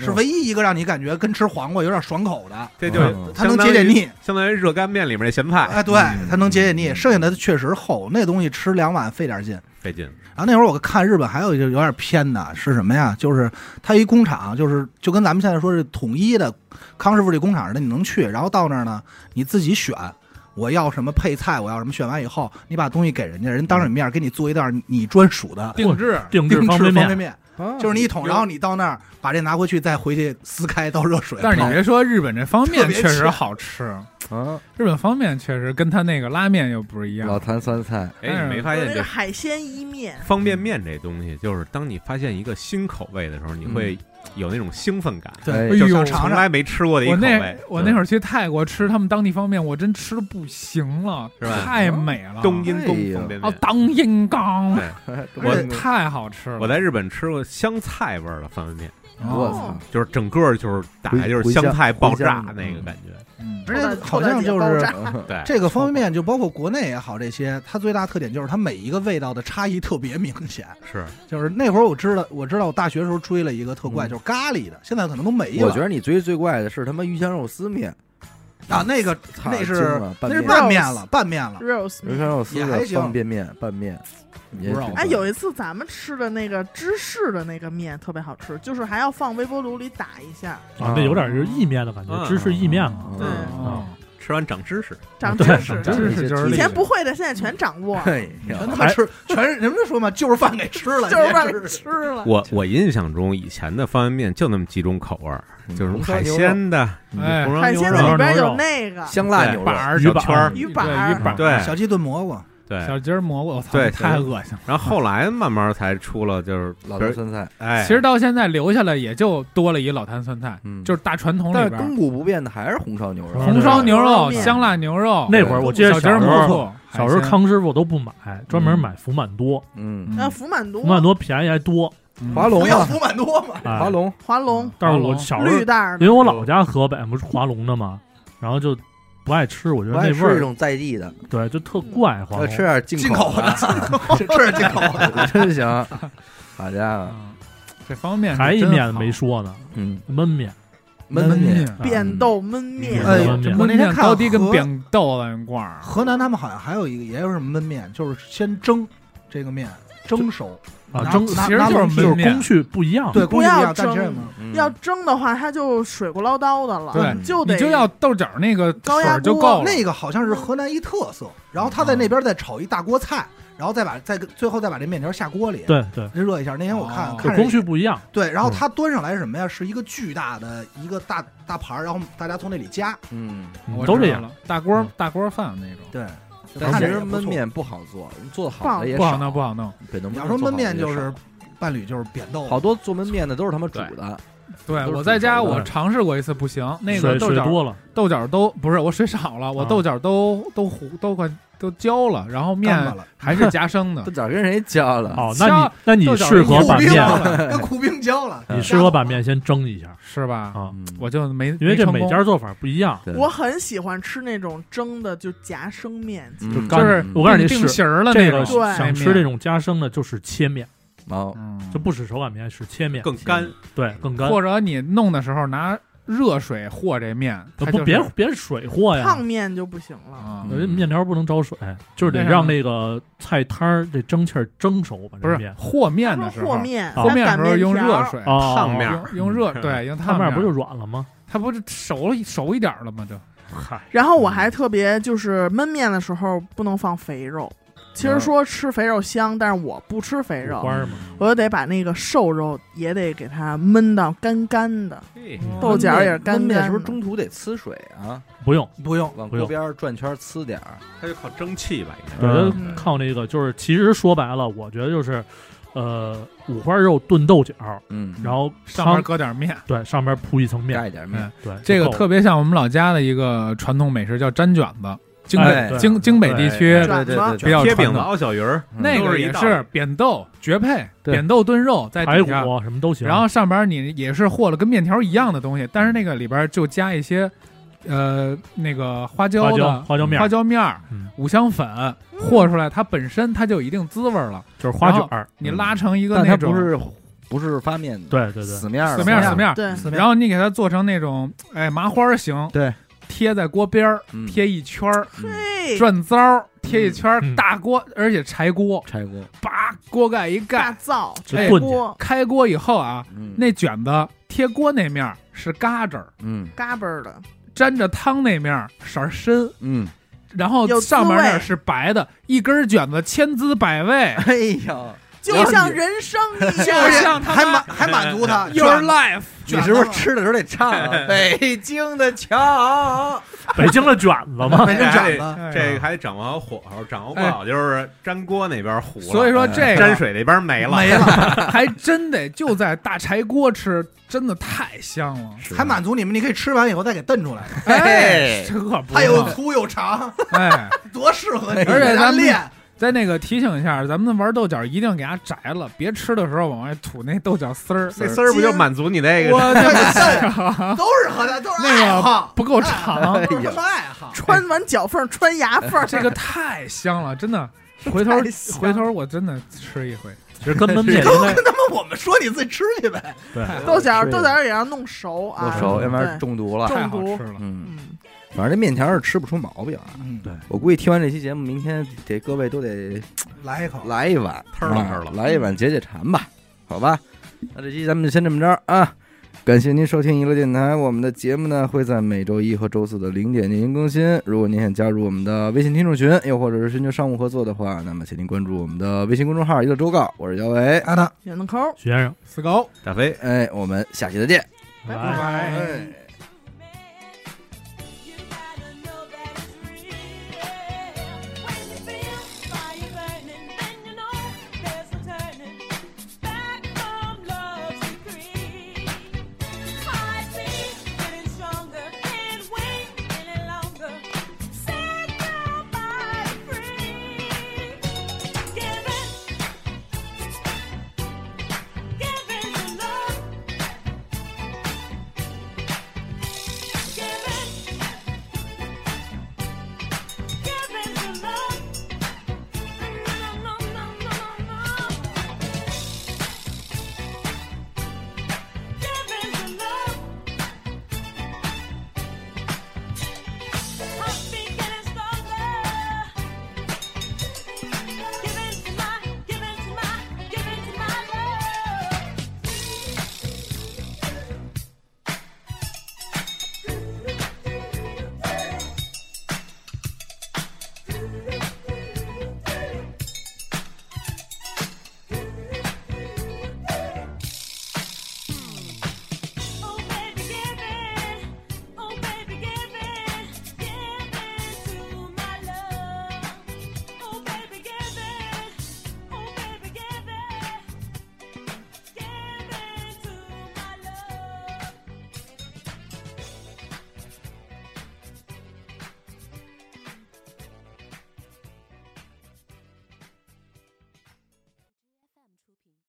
Speaker 2: 是唯一一个让你感觉跟吃黄瓜有点爽口的，
Speaker 6: 这就是
Speaker 1: 嗯
Speaker 2: 它能
Speaker 6: 相当
Speaker 2: 解解
Speaker 6: 于
Speaker 2: 腻。
Speaker 6: 相当于热干面里面那咸菜
Speaker 2: 哎，对，它能解解腻。剩下的确实厚，那东西吃两碗费点劲。
Speaker 6: 费劲。
Speaker 2: 然后那会儿我看日本还有一个有点偏的是什么呀？就是它一工厂，就是就跟咱们现在说是统一的康师傅这工厂似的，你能去，然后到那儿呢，你自己选我要什么配菜，我要什么，选完以后你把东西给人家，人当着你面给你做一袋你专属的
Speaker 5: 定制
Speaker 4: 定制
Speaker 2: 定制方
Speaker 4: 方便
Speaker 2: 便
Speaker 4: 面，
Speaker 2: 面，
Speaker 1: 嗯
Speaker 2: 就是你一
Speaker 5: 嗯
Speaker 2: 桶，然后你到那儿把这拿回去，再回去撕开倒热水。
Speaker 5: 但 是你别说，日本这方
Speaker 2: 特
Speaker 5: 面
Speaker 2: 别
Speaker 5: 确实
Speaker 2: 呛
Speaker 5: 好吃，
Speaker 1: 啊，
Speaker 5: 日本方面确实跟他那个拉面又不是一
Speaker 1: 老
Speaker 5: 样。
Speaker 1: 坛酸菜，
Speaker 6: 哎，你没发
Speaker 3: 有
Speaker 6: 现
Speaker 3: 那
Speaker 6: 这
Speaker 3: 个海鲜伊面，
Speaker 6: 方便面这东西，就是当你发现一个新口味的时候，你会有那种兴奋感，
Speaker 5: 哎
Speaker 1: 哎
Speaker 5: 呦，
Speaker 6: 就是
Speaker 5: 我
Speaker 6: 从来没吃过的一口
Speaker 5: 那
Speaker 6: 味。
Speaker 5: 我
Speaker 4: 嗯
Speaker 5: 那会
Speaker 6: 儿
Speaker 5: 儿去泰国吃他们当地方便，我真吃的不行了，
Speaker 6: 是吧哦
Speaker 5: 太美了，
Speaker 6: 冬阴
Speaker 1: 哎
Speaker 6: 功
Speaker 1: 呦
Speaker 6: 方便
Speaker 5: 啊
Speaker 6: 面，，
Speaker 5: 当阴刚，
Speaker 6: 对
Speaker 5: 而且
Speaker 1: 我
Speaker 5: 太好吃了。
Speaker 6: 我在日本吃过香菜味儿的方便面，
Speaker 1: 哎我
Speaker 5: 哦，
Speaker 1: 操，
Speaker 6: 就是整个就是打开就是
Speaker 1: 茴
Speaker 6: 香菜爆炸
Speaker 1: 茴香
Speaker 6: 那个感觉。
Speaker 5: 嗯
Speaker 2: 而且好像就是
Speaker 1: 啊
Speaker 6: 对，
Speaker 2: 这个方便面，就包括国内也好，这些它最大特点就是它每一个味道的差异特别明显。
Speaker 6: 是
Speaker 2: 就是那会儿我知道，我知道我大学时候追了一个特怪，
Speaker 4: 嗯
Speaker 2: 就是咖喱的，现在可能都没了。
Speaker 1: 我觉得你最最怪的是他妈鱼香肉丝面，
Speaker 2: 啊，那个
Speaker 1: 操
Speaker 2: 那
Speaker 1: 惊
Speaker 2: 是
Speaker 1: 了
Speaker 2: 那
Speaker 1: 拌
Speaker 2: 是
Speaker 1: 面
Speaker 2: 拌面了，拌面了。
Speaker 3: rose
Speaker 1: 鱼香肉丝
Speaker 2: 也还
Speaker 1: 的
Speaker 2: 行
Speaker 1: 方便面拌面，也
Speaker 5: 不知道
Speaker 4: 啊
Speaker 3: 哎，有
Speaker 1: 一
Speaker 3: 一次咱们吃的那个芝士的那个面特别好吃，就是还要放微波炉里打一下，
Speaker 4: 啊，那有点就是意面的感觉，
Speaker 6: 嗯
Speaker 4: 芝士意面嘛，
Speaker 3: 对
Speaker 1: 嗯
Speaker 5: 哦
Speaker 6: 吃完长知识，
Speaker 3: 长知
Speaker 4: 对
Speaker 3: 识。
Speaker 4: 长
Speaker 5: 知识就是
Speaker 3: 以
Speaker 5: 厉
Speaker 3: 前
Speaker 5: 害
Speaker 3: 不会的，现在全掌握，
Speaker 1: 哎呀
Speaker 4: 嗯
Speaker 2: 全他妈吃，全是人家说嘛，就是饭给吃了，
Speaker 3: 就是
Speaker 2: 饭
Speaker 3: 让你吃了。
Speaker 6: 我我印象中以前的方便面就那么几种口味儿，就是
Speaker 1: 红烧
Speaker 6: 海
Speaker 1: 牛肉嗯
Speaker 6: 鲜的、
Speaker 5: 哎
Speaker 6: 红烧
Speaker 3: 海
Speaker 6: 牛
Speaker 3: 鲜
Speaker 4: 的
Speaker 6: 肉
Speaker 3: 里边
Speaker 4: 牛肉
Speaker 3: 有那个，
Speaker 1: 香辣牛肉，
Speaker 5: 板儿
Speaker 4: 鱼
Speaker 6: 小
Speaker 4: 板
Speaker 6: 圈儿，
Speaker 3: 鱼板
Speaker 5: 板
Speaker 3: 儿
Speaker 5: 鱼板儿
Speaker 6: 对
Speaker 2: 小鸡炖蘑菇，
Speaker 6: 对。
Speaker 5: 小鸡儿蘑菇，我操，
Speaker 6: 对
Speaker 5: 太恶心了。
Speaker 6: 然后后来慢慢才出了，就是
Speaker 1: 老坛酸菜，
Speaker 6: 哎，
Speaker 5: 其实到现在留下来也就多了一老坛酸菜，
Speaker 1: 嗯，
Speaker 5: 就是大传统
Speaker 1: 但
Speaker 5: 里
Speaker 1: 是
Speaker 5: 边
Speaker 1: 亘古不变的还是红烧牛肉，
Speaker 4: 红
Speaker 5: 红烧牛
Speaker 3: 牛肉
Speaker 5: 肉、
Speaker 3: 面
Speaker 5: 香辣牛肉。
Speaker 4: 那会儿我记得
Speaker 5: 小鸡
Speaker 4: 小
Speaker 5: 儿
Speaker 4: 时
Speaker 5: 蘑
Speaker 4: 候，
Speaker 5: 菇，
Speaker 4: 小时候
Speaker 5: 海鲜
Speaker 4: 康师傅都不买，专门买福满多，
Speaker 1: 嗯，
Speaker 3: 呃，
Speaker 5: 嗯
Speaker 3: 福满多，
Speaker 4: 福满多便宜还多。
Speaker 5: 嗯
Speaker 1: 华龙
Speaker 2: 不要
Speaker 1: 啊，
Speaker 2: 福满多嘛。
Speaker 4: 哎
Speaker 1: 华，龙，
Speaker 3: 华龙
Speaker 4: 但是
Speaker 5: 华
Speaker 4: 我
Speaker 5: 龙
Speaker 4: 小时候
Speaker 3: 绿，袋儿
Speaker 4: 因为
Speaker 3: 的，
Speaker 4: 我老家河北不是华龙的嘛，然后就不爱吃，我觉得
Speaker 1: 我爱
Speaker 4: 那味
Speaker 1: 吃一
Speaker 4: 儿
Speaker 1: 种在地的，
Speaker 4: 对就特怪华
Speaker 1: 要
Speaker 4: 龙。
Speaker 1: 吃点进
Speaker 2: 进口
Speaker 1: 的
Speaker 2: 的，，这这是进口 的。
Speaker 1: 真行，好家伙，
Speaker 5: 嗯这方面
Speaker 4: 还一面没
Speaker 5: 说，
Speaker 4: 说呢，
Speaker 1: 嗯，
Speaker 4: 焖面，
Speaker 1: 焖面，
Speaker 4: 啊
Speaker 3: 扁豆焖 面，
Speaker 2: 哎
Speaker 4: 焖面
Speaker 2: 我那天看
Speaker 5: 高低跟
Speaker 2: 河
Speaker 5: 扁豆的罐儿，
Speaker 2: 河南他们好像还有一个也有什么焖面，就是先蒸这个面，蒸熟，
Speaker 4: 啊，
Speaker 2: 拿
Speaker 4: 蒸
Speaker 2: 拿
Speaker 5: 其实
Speaker 2: 拿
Speaker 5: 就是
Speaker 2: 笼
Speaker 5: 焖
Speaker 2: 屉
Speaker 4: 就是
Speaker 5: 面
Speaker 4: 工序不一样。
Speaker 2: 对，
Speaker 3: 不
Speaker 2: 工艺
Speaker 3: 要
Speaker 2: 一样但其实也
Speaker 3: 蒸
Speaker 2: 没有
Speaker 1: 嗯
Speaker 3: 要蒸的话，它就水过捞叨的了，
Speaker 5: 对
Speaker 3: 嗯就
Speaker 5: 你
Speaker 3: 得
Speaker 5: 就要豆角那个
Speaker 3: 高
Speaker 5: 水
Speaker 3: 压
Speaker 5: 儿就
Speaker 3: 锅
Speaker 5: 够了。
Speaker 2: 那个好像是河南一特色，然后他在那边再炒一大锅菜，然后再把再最后再把这面条下锅里
Speaker 4: 对对，
Speaker 2: 热一下。那天我看、
Speaker 5: 哦
Speaker 4: 就
Speaker 2: 看着
Speaker 4: 工序不一样。
Speaker 2: 对，然后他端上来是什么呀？是一个巨大的一个大大盘儿，然后大家从那里夹。
Speaker 1: 嗯，
Speaker 4: 嗯
Speaker 5: 我
Speaker 4: 都
Speaker 5: 知
Speaker 4: 这
Speaker 5: 道
Speaker 4: 样，
Speaker 5: 了，大锅
Speaker 4: 嗯
Speaker 5: 大锅饭那种，
Speaker 2: 对，
Speaker 1: 但
Speaker 2: 看
Speaker 1: 其
Speaker 2: 着
Speaker 1: 实
Speaker 2: 也不错
Speaker 1: 焖。面不好做，做好的也
Speaker 5: 不好
Speaker 1: 少。
Speaker 5: 弄不好弄。
Speaker 1: 北东
Speaker 2: 你
Speaker 1: 不
Speaker 2: 要
Speaker 1: 是
Speaker 2: 说
Speaker 1: 做好
Speaker 2: 焖
Speaker 1: 的
Speaker 2: 面
Speaker 1: 也
Speaker 2: 就是
Speaker 1: 少
Speaker 2: 伴侣就是扁豆，
Speaker 1: 好多做焖面的都是他们煮的，
Speaker 5: 对
Speaker 1: 都是
Speaker 5: 我在家
Speaker 1: 煮熟
Speaker 5: 我
Speaker 1: 的
Speaker 5: 尝试过一次，不行，那个
Speaker 4: 水
Speaker 5: 豆
Speaker 4: 水
Speaker 5: 角
Speaker 4: 多了，
Speaker 5: 豆角都不是我水少了，我
Speaker 4: 啊
Speaker 5: 豆角都都糊都快都焦了，然后
Speaker 2: 干巴
Speaker 5: 面
Speaker 2: 了，
Speaker 5: 还是夹生 的
Speaker 1: 这，早跟谁交了？
Speaker 4: 哦，那你那
Speaker 5: 豆
Speaker 4: 你
Speaker 5: 角
Speaker 4: 适
Speaker 5: 我
Speaker 4: 合
Speaker 2: 苦
Speaker 4: 把
Speaker 2: 冰
Speaker 4: 面，
Speaker 2: 了， 跟苦冰浇了。
Speaker 4: 你适合把面先蒸一下
Speaker 5: 是吧？
Speaker 4: 啊，
Speaker 1: 嗯
Speaker 5: 哦我就没
Speaker 4: 因为这每
Speaker 5: 没成
Speaker 4: 家
Speaker 5: 功
Speaker 4: 做法不一样。
Speaker 1: 对
Speaker 3: 我很喜欢吃那种蒸的，就夹生面，
Speaker 1: 嗯
Speaker 4: 就
Speaker 5: 就
Speaker 4: 干
Speaker 5: 是
Speaker 4: 我告诉你
Speaker 5: 定
Speaker 4: 是
Speaker 5: 型儿了那
Speaker 4: 这个
Speaker 5: 种，
Speaker 3: 对
Speaker 4: 想吃这种夹生的，就是切面，
Speaker 1: 毛
Speaker 5: 嗯，
Speaker 4: 就不使手擀面，是切面，
Speaker 6: 更干，
Speaker 4: 对，更干。
Speaker 5: 或者你弄的时候拿热水和这面，它就
Speaker 4: 不
Speaker 5: 是
Speaker 4: 别别水和呀
Speaker 3: 烫，面就不行了。
Speaker 5: 啊
Speaker 1: 嗯，
Speaker 4: 呃面条不能着水，就是得
Speaker 5: 为啥
Speaker 4: 让那个菜摊儿这蒸气儿蒸熟把
Speaker 5: 不
Speaker 4: 这
Speaker 5: 是
Speaker 4: 面。
Speaker 5: 和面
Speaker 3: 他
Speaker 5: 的
Speaker 3: 说
Speaker 5: 时候，
Speaker 3: 和面，
Speaker 4: 啊
Speaker 5: 和
Speaker 3: 他
Speaker 5: 面的
Speaker 3: 擀
Speaker 5: 时候用
Speaker 3: 条
Speaker 5: 热，水，
Speaker 4: 哦，
Speaker 6: 烫面
Speaker 5: 用用热对，用
Speaker 4: 烫面
Speaker 5: 嗯面
Speaker 4: 不就软了吗？
Speaker 5: 它不是熟了熟一点儿了吗？就
Speaker 4: 嗨，
Speaker 5: 嗯
Speaker 3: 然后我还特别就是焖面的时候不能放肥肉，其实说吃肥肉香，但是我不吃肥
Speaker 4: 五
Speaker 3: 肉
Speaker 4: 花，儿嘛，
Speaker 1: 嗯
Speaker 3: 我就得把那个瘦肉也得给它焖到干干的。
Speaker 6: 嘿
Speaker 3: 豆角儿也是干
Speaker 1: 焖面
Speaker 3: 干
Speaker 1: 是不是
Speaker 3: 的
Speaker 1: 中途得呲水啊？
Speaker 4: 不用，
Speaker 2: 不用，
Speaker 1: 往
Speaker 4: 不
Speaker 1: 锅
Speaker 4: 用
Speaker 1: 边儿转圈儿呲点儿。
Speaker 6: 它就靠蒸汽吧，应该
Speaker 4: 对，
Speaker 1: 嗯
Speaker 4: 它靠那个就是，其实说白了，我觉得就是，呃，五花肉炖豆角，
Speaker 1: 嗯，
Speaker 4: 然后
Speaker 5: 上面
Speaker 4: 汤
Speaker 5: 搁点面，
Speaker 4: 对上面铺一层面，哎
Speaker 1: 盖一点面
Speaker 5: 嗯。
Speaker 4: 对，
Speaker 5: 这个
Speaker 4: 就够
Speaker 5: 特
Speaker 4: 了
Speaker 5: 别像我们老家的一个传统美食，叫粘卷子。京
Speaker 4: 哎
Speaker 5: 北
Speaker 4: 对
Speaker 5: 京京北地区
Speaker 1: 对对对对
Speaker 3: 嗯
Speaker 5: 比
Speaker 1: 对，嗯
Speaker 5: 较
Speaker 6: 贴
Speaker 5: 传
Speaker 6: 饼子、
Speaker 5: 统，
Speaker 6: 熬小鱼儿，
Speaker 5: 那
Speaker 6: 都
Speaker 5: 个
Speaker 6: 是一
Speaker 5: 也
Speaker 6: 道
Speaker 5: 是扁豆绝配，
Speaker 4: 对
Speaker 5: 扁豆炖肉在
Speaker 4: 排
Speaker 5: 底下，
Speaker 4: 骨什么都行，
Speaker 5: 啊然后上边你也是和了跟面条一样的东西，但是那个里边就加一些，呃，那个花椒
Speaker 4: 花椒
Speaker 5: 的
Speaker 4: 花椒面儿，
Speaker 5: 花椒面儿
Speaker 4: 嗯、
Speaker 5: 五香粉和出来，它本身它就有一定滋味了。
Speaker 4: 就是花卷儿，
Speaker 5: 你
Speaker 4: 嗯
Speaker 5: 拉成一个
Speaker 1: 但
Speaker 5: 那
Speaker 1: 它不
Speaker 5: 种
Speaker 1: 是不是发面的，
Speaker 4: 对对对，
Speaker 1: 死面儿
Speaker 5: 死
Speaker 1: 的
Speaker 5: 面儿
Speaker 1: 嗯
Speaker 5: 死面儿，
Speaker 3: 对，
Speaker 2: 四面
Speaker 5: 然后你给它做成那种哎麻花形，
Speaker 1: 对，
Speaker 5: 贴在锅边儿，
Speaker 1: 嗯
Speaker 5: 贴一圈儿，
Speaker 1: 嗯
Speaker 3: 嘿
Speaker 5: 转糟儿贴一圈
Speaker 4: 嗯
Speaker 5: 儿，大锅，而且柴锅，
Speaker 1: 柴锅，
Speaker 5: 叭锅盖一
Speaker 3: 大
Speaker 5: 盖，
Speaker 3: 灶
Speaker 4: 就
Speaker 5: 哎
Speaker 4: 炖去，
Speaker 3: 锅
Speaker 5: 开锅以后啊，
Speaker 1: 嗯
Speaker 5: 那卷子贴锅那面儿是嘎吱儿，
Speaker 1: 嗯
Speaker 3: 嘎嘣儿的，
Speaker 5: 沾着汤那面儿色儿深，
Speaker 1: 嗯，
Speaker 5: 然后
Speaker 3: 有滋
Speaker 5: 上面那
Speaker 3: 味
Speaker 5: 儿是白的，一根卷子千滋百味
Speaker 1: ，哎呀，
Speaker 3: 就像人生一
Speaker 5: 就
Speaker 3: 样。
Speaker 5: 像他
Speaker 2: 还满
Speaker 5: 妈
Speaker 2: 还满足 他，
Speaker 5: your
Speaker 2: 卷
Speaker 5: life。
Speaker 1: 你
Speaker 2: 卷
Speaker 1: 是不是
Speaker 2: 子
Speaker 1: 吃的时候得唱啊北京的墙？
Speaker 4: 北京的卷子
Speaker 1: 啊
Speaker 4: 嘛，
Speaker 2: 北京
Speaker 6: 哎
Speaker 2: 卷子，
Speaker 6: 这个还得掌握好火候，掌握不好就是粘锅那边糊了，
Speaker 5: 哎所以说这
Speaker 6: 沾
Speaker 5: 个
Speaker 6: 水那边没了，
Speaker 2: 没了，
Speaker 5: 还真得就在大柴锅吃，真的太香了。
Speaker 2: 还满足你们，你可以吃完以后再给炖出来，
Speaker 5: 哎，这可不嘛
Speaker 2: 它又粗又长，
Speaker 5: 哎，
Speaker 2: 多适合你，
Speaker 5: 而且咱
Speaker 2: 咱
Speaker 5: 们
Speaker 2: 练。
Speaker 5: 在那个提醒一下，咱们玩豆角一定给它摘了，别吃的时候往外吐那豆角丝儿。
Speaker 6: 那丝儿不就满足你那个？
Speaker 5: 我
Speaker 2: 对
Speaker 5: 的
Speaker 2: 对都是和他都是爱好，
Speaker 5: 不够长，
Speaker 3: 哎
Speaker 2: 都是他们爱好。
Speaker 3: 穿完脚缝儿穿牙缝儿，
Speaker 5: 这个太香了，真 的。
Speaker 3: 太
Speaker 5: 回头
Speaker 3: 香
Speaker 5: 回头我真的吃一回，
Speaker 4: 其实根本面
Speaker 2: 都
Speaker 4: 应该
Speaker 2: 跟他妈我们说你自己吃去呗，
Speaker 4: 对，
Speaker 3: 豆角
Speaker 1: 是
Speaker 3: 豆角也要弄熟啊，
Speaker 1: 又熟，要不然
Speaker 3: 对
Speaker 1: 中毒了。
Speaker 3: 中
Speaker 5: 太好
Speaker 3: 毒
Speaker 5: 吃了。
Speaker 1: 嗯，
Speaker 3: 嗯，
Speaker 1: 反正这面条是吃不出毛病啊。
Speaker 2: 嗯，
Speaker 4: 对
Speaker 1: 我估计听完这期节目，明天得各位都得
Speaker 2: 来一口，
Speaker 1: 来一碗，
Speaker 6: 嘚儿了
Speaker 1: 啊
Speaker 6: 嘚儿了
Speaker 1: 来一碗解解馋吧，好吧？那这期咱们就先这么着啊！感谢您收听娱乐电台，我们的节目呢会在每周一和周四的零点进行更新。如果您想加入我们的微信听众群，又或者是寻求商务合作的话，那么请您关注我们的微信公众号“娱乐周告”，我是姚伟，
Speaker 2: 安娜。
Speaker 3: 眼子抠儿，
Speaker 4: 徐先生，
Speaker 5: 死狗，
Speaker 6: 大飞，
Speaker 1: 哎，我们下期再见。
Speaker 3: 拜
Speaker 4: 拜
Speaker 3: 拜。
Speaker 4: 拜
Speaker 1: 哎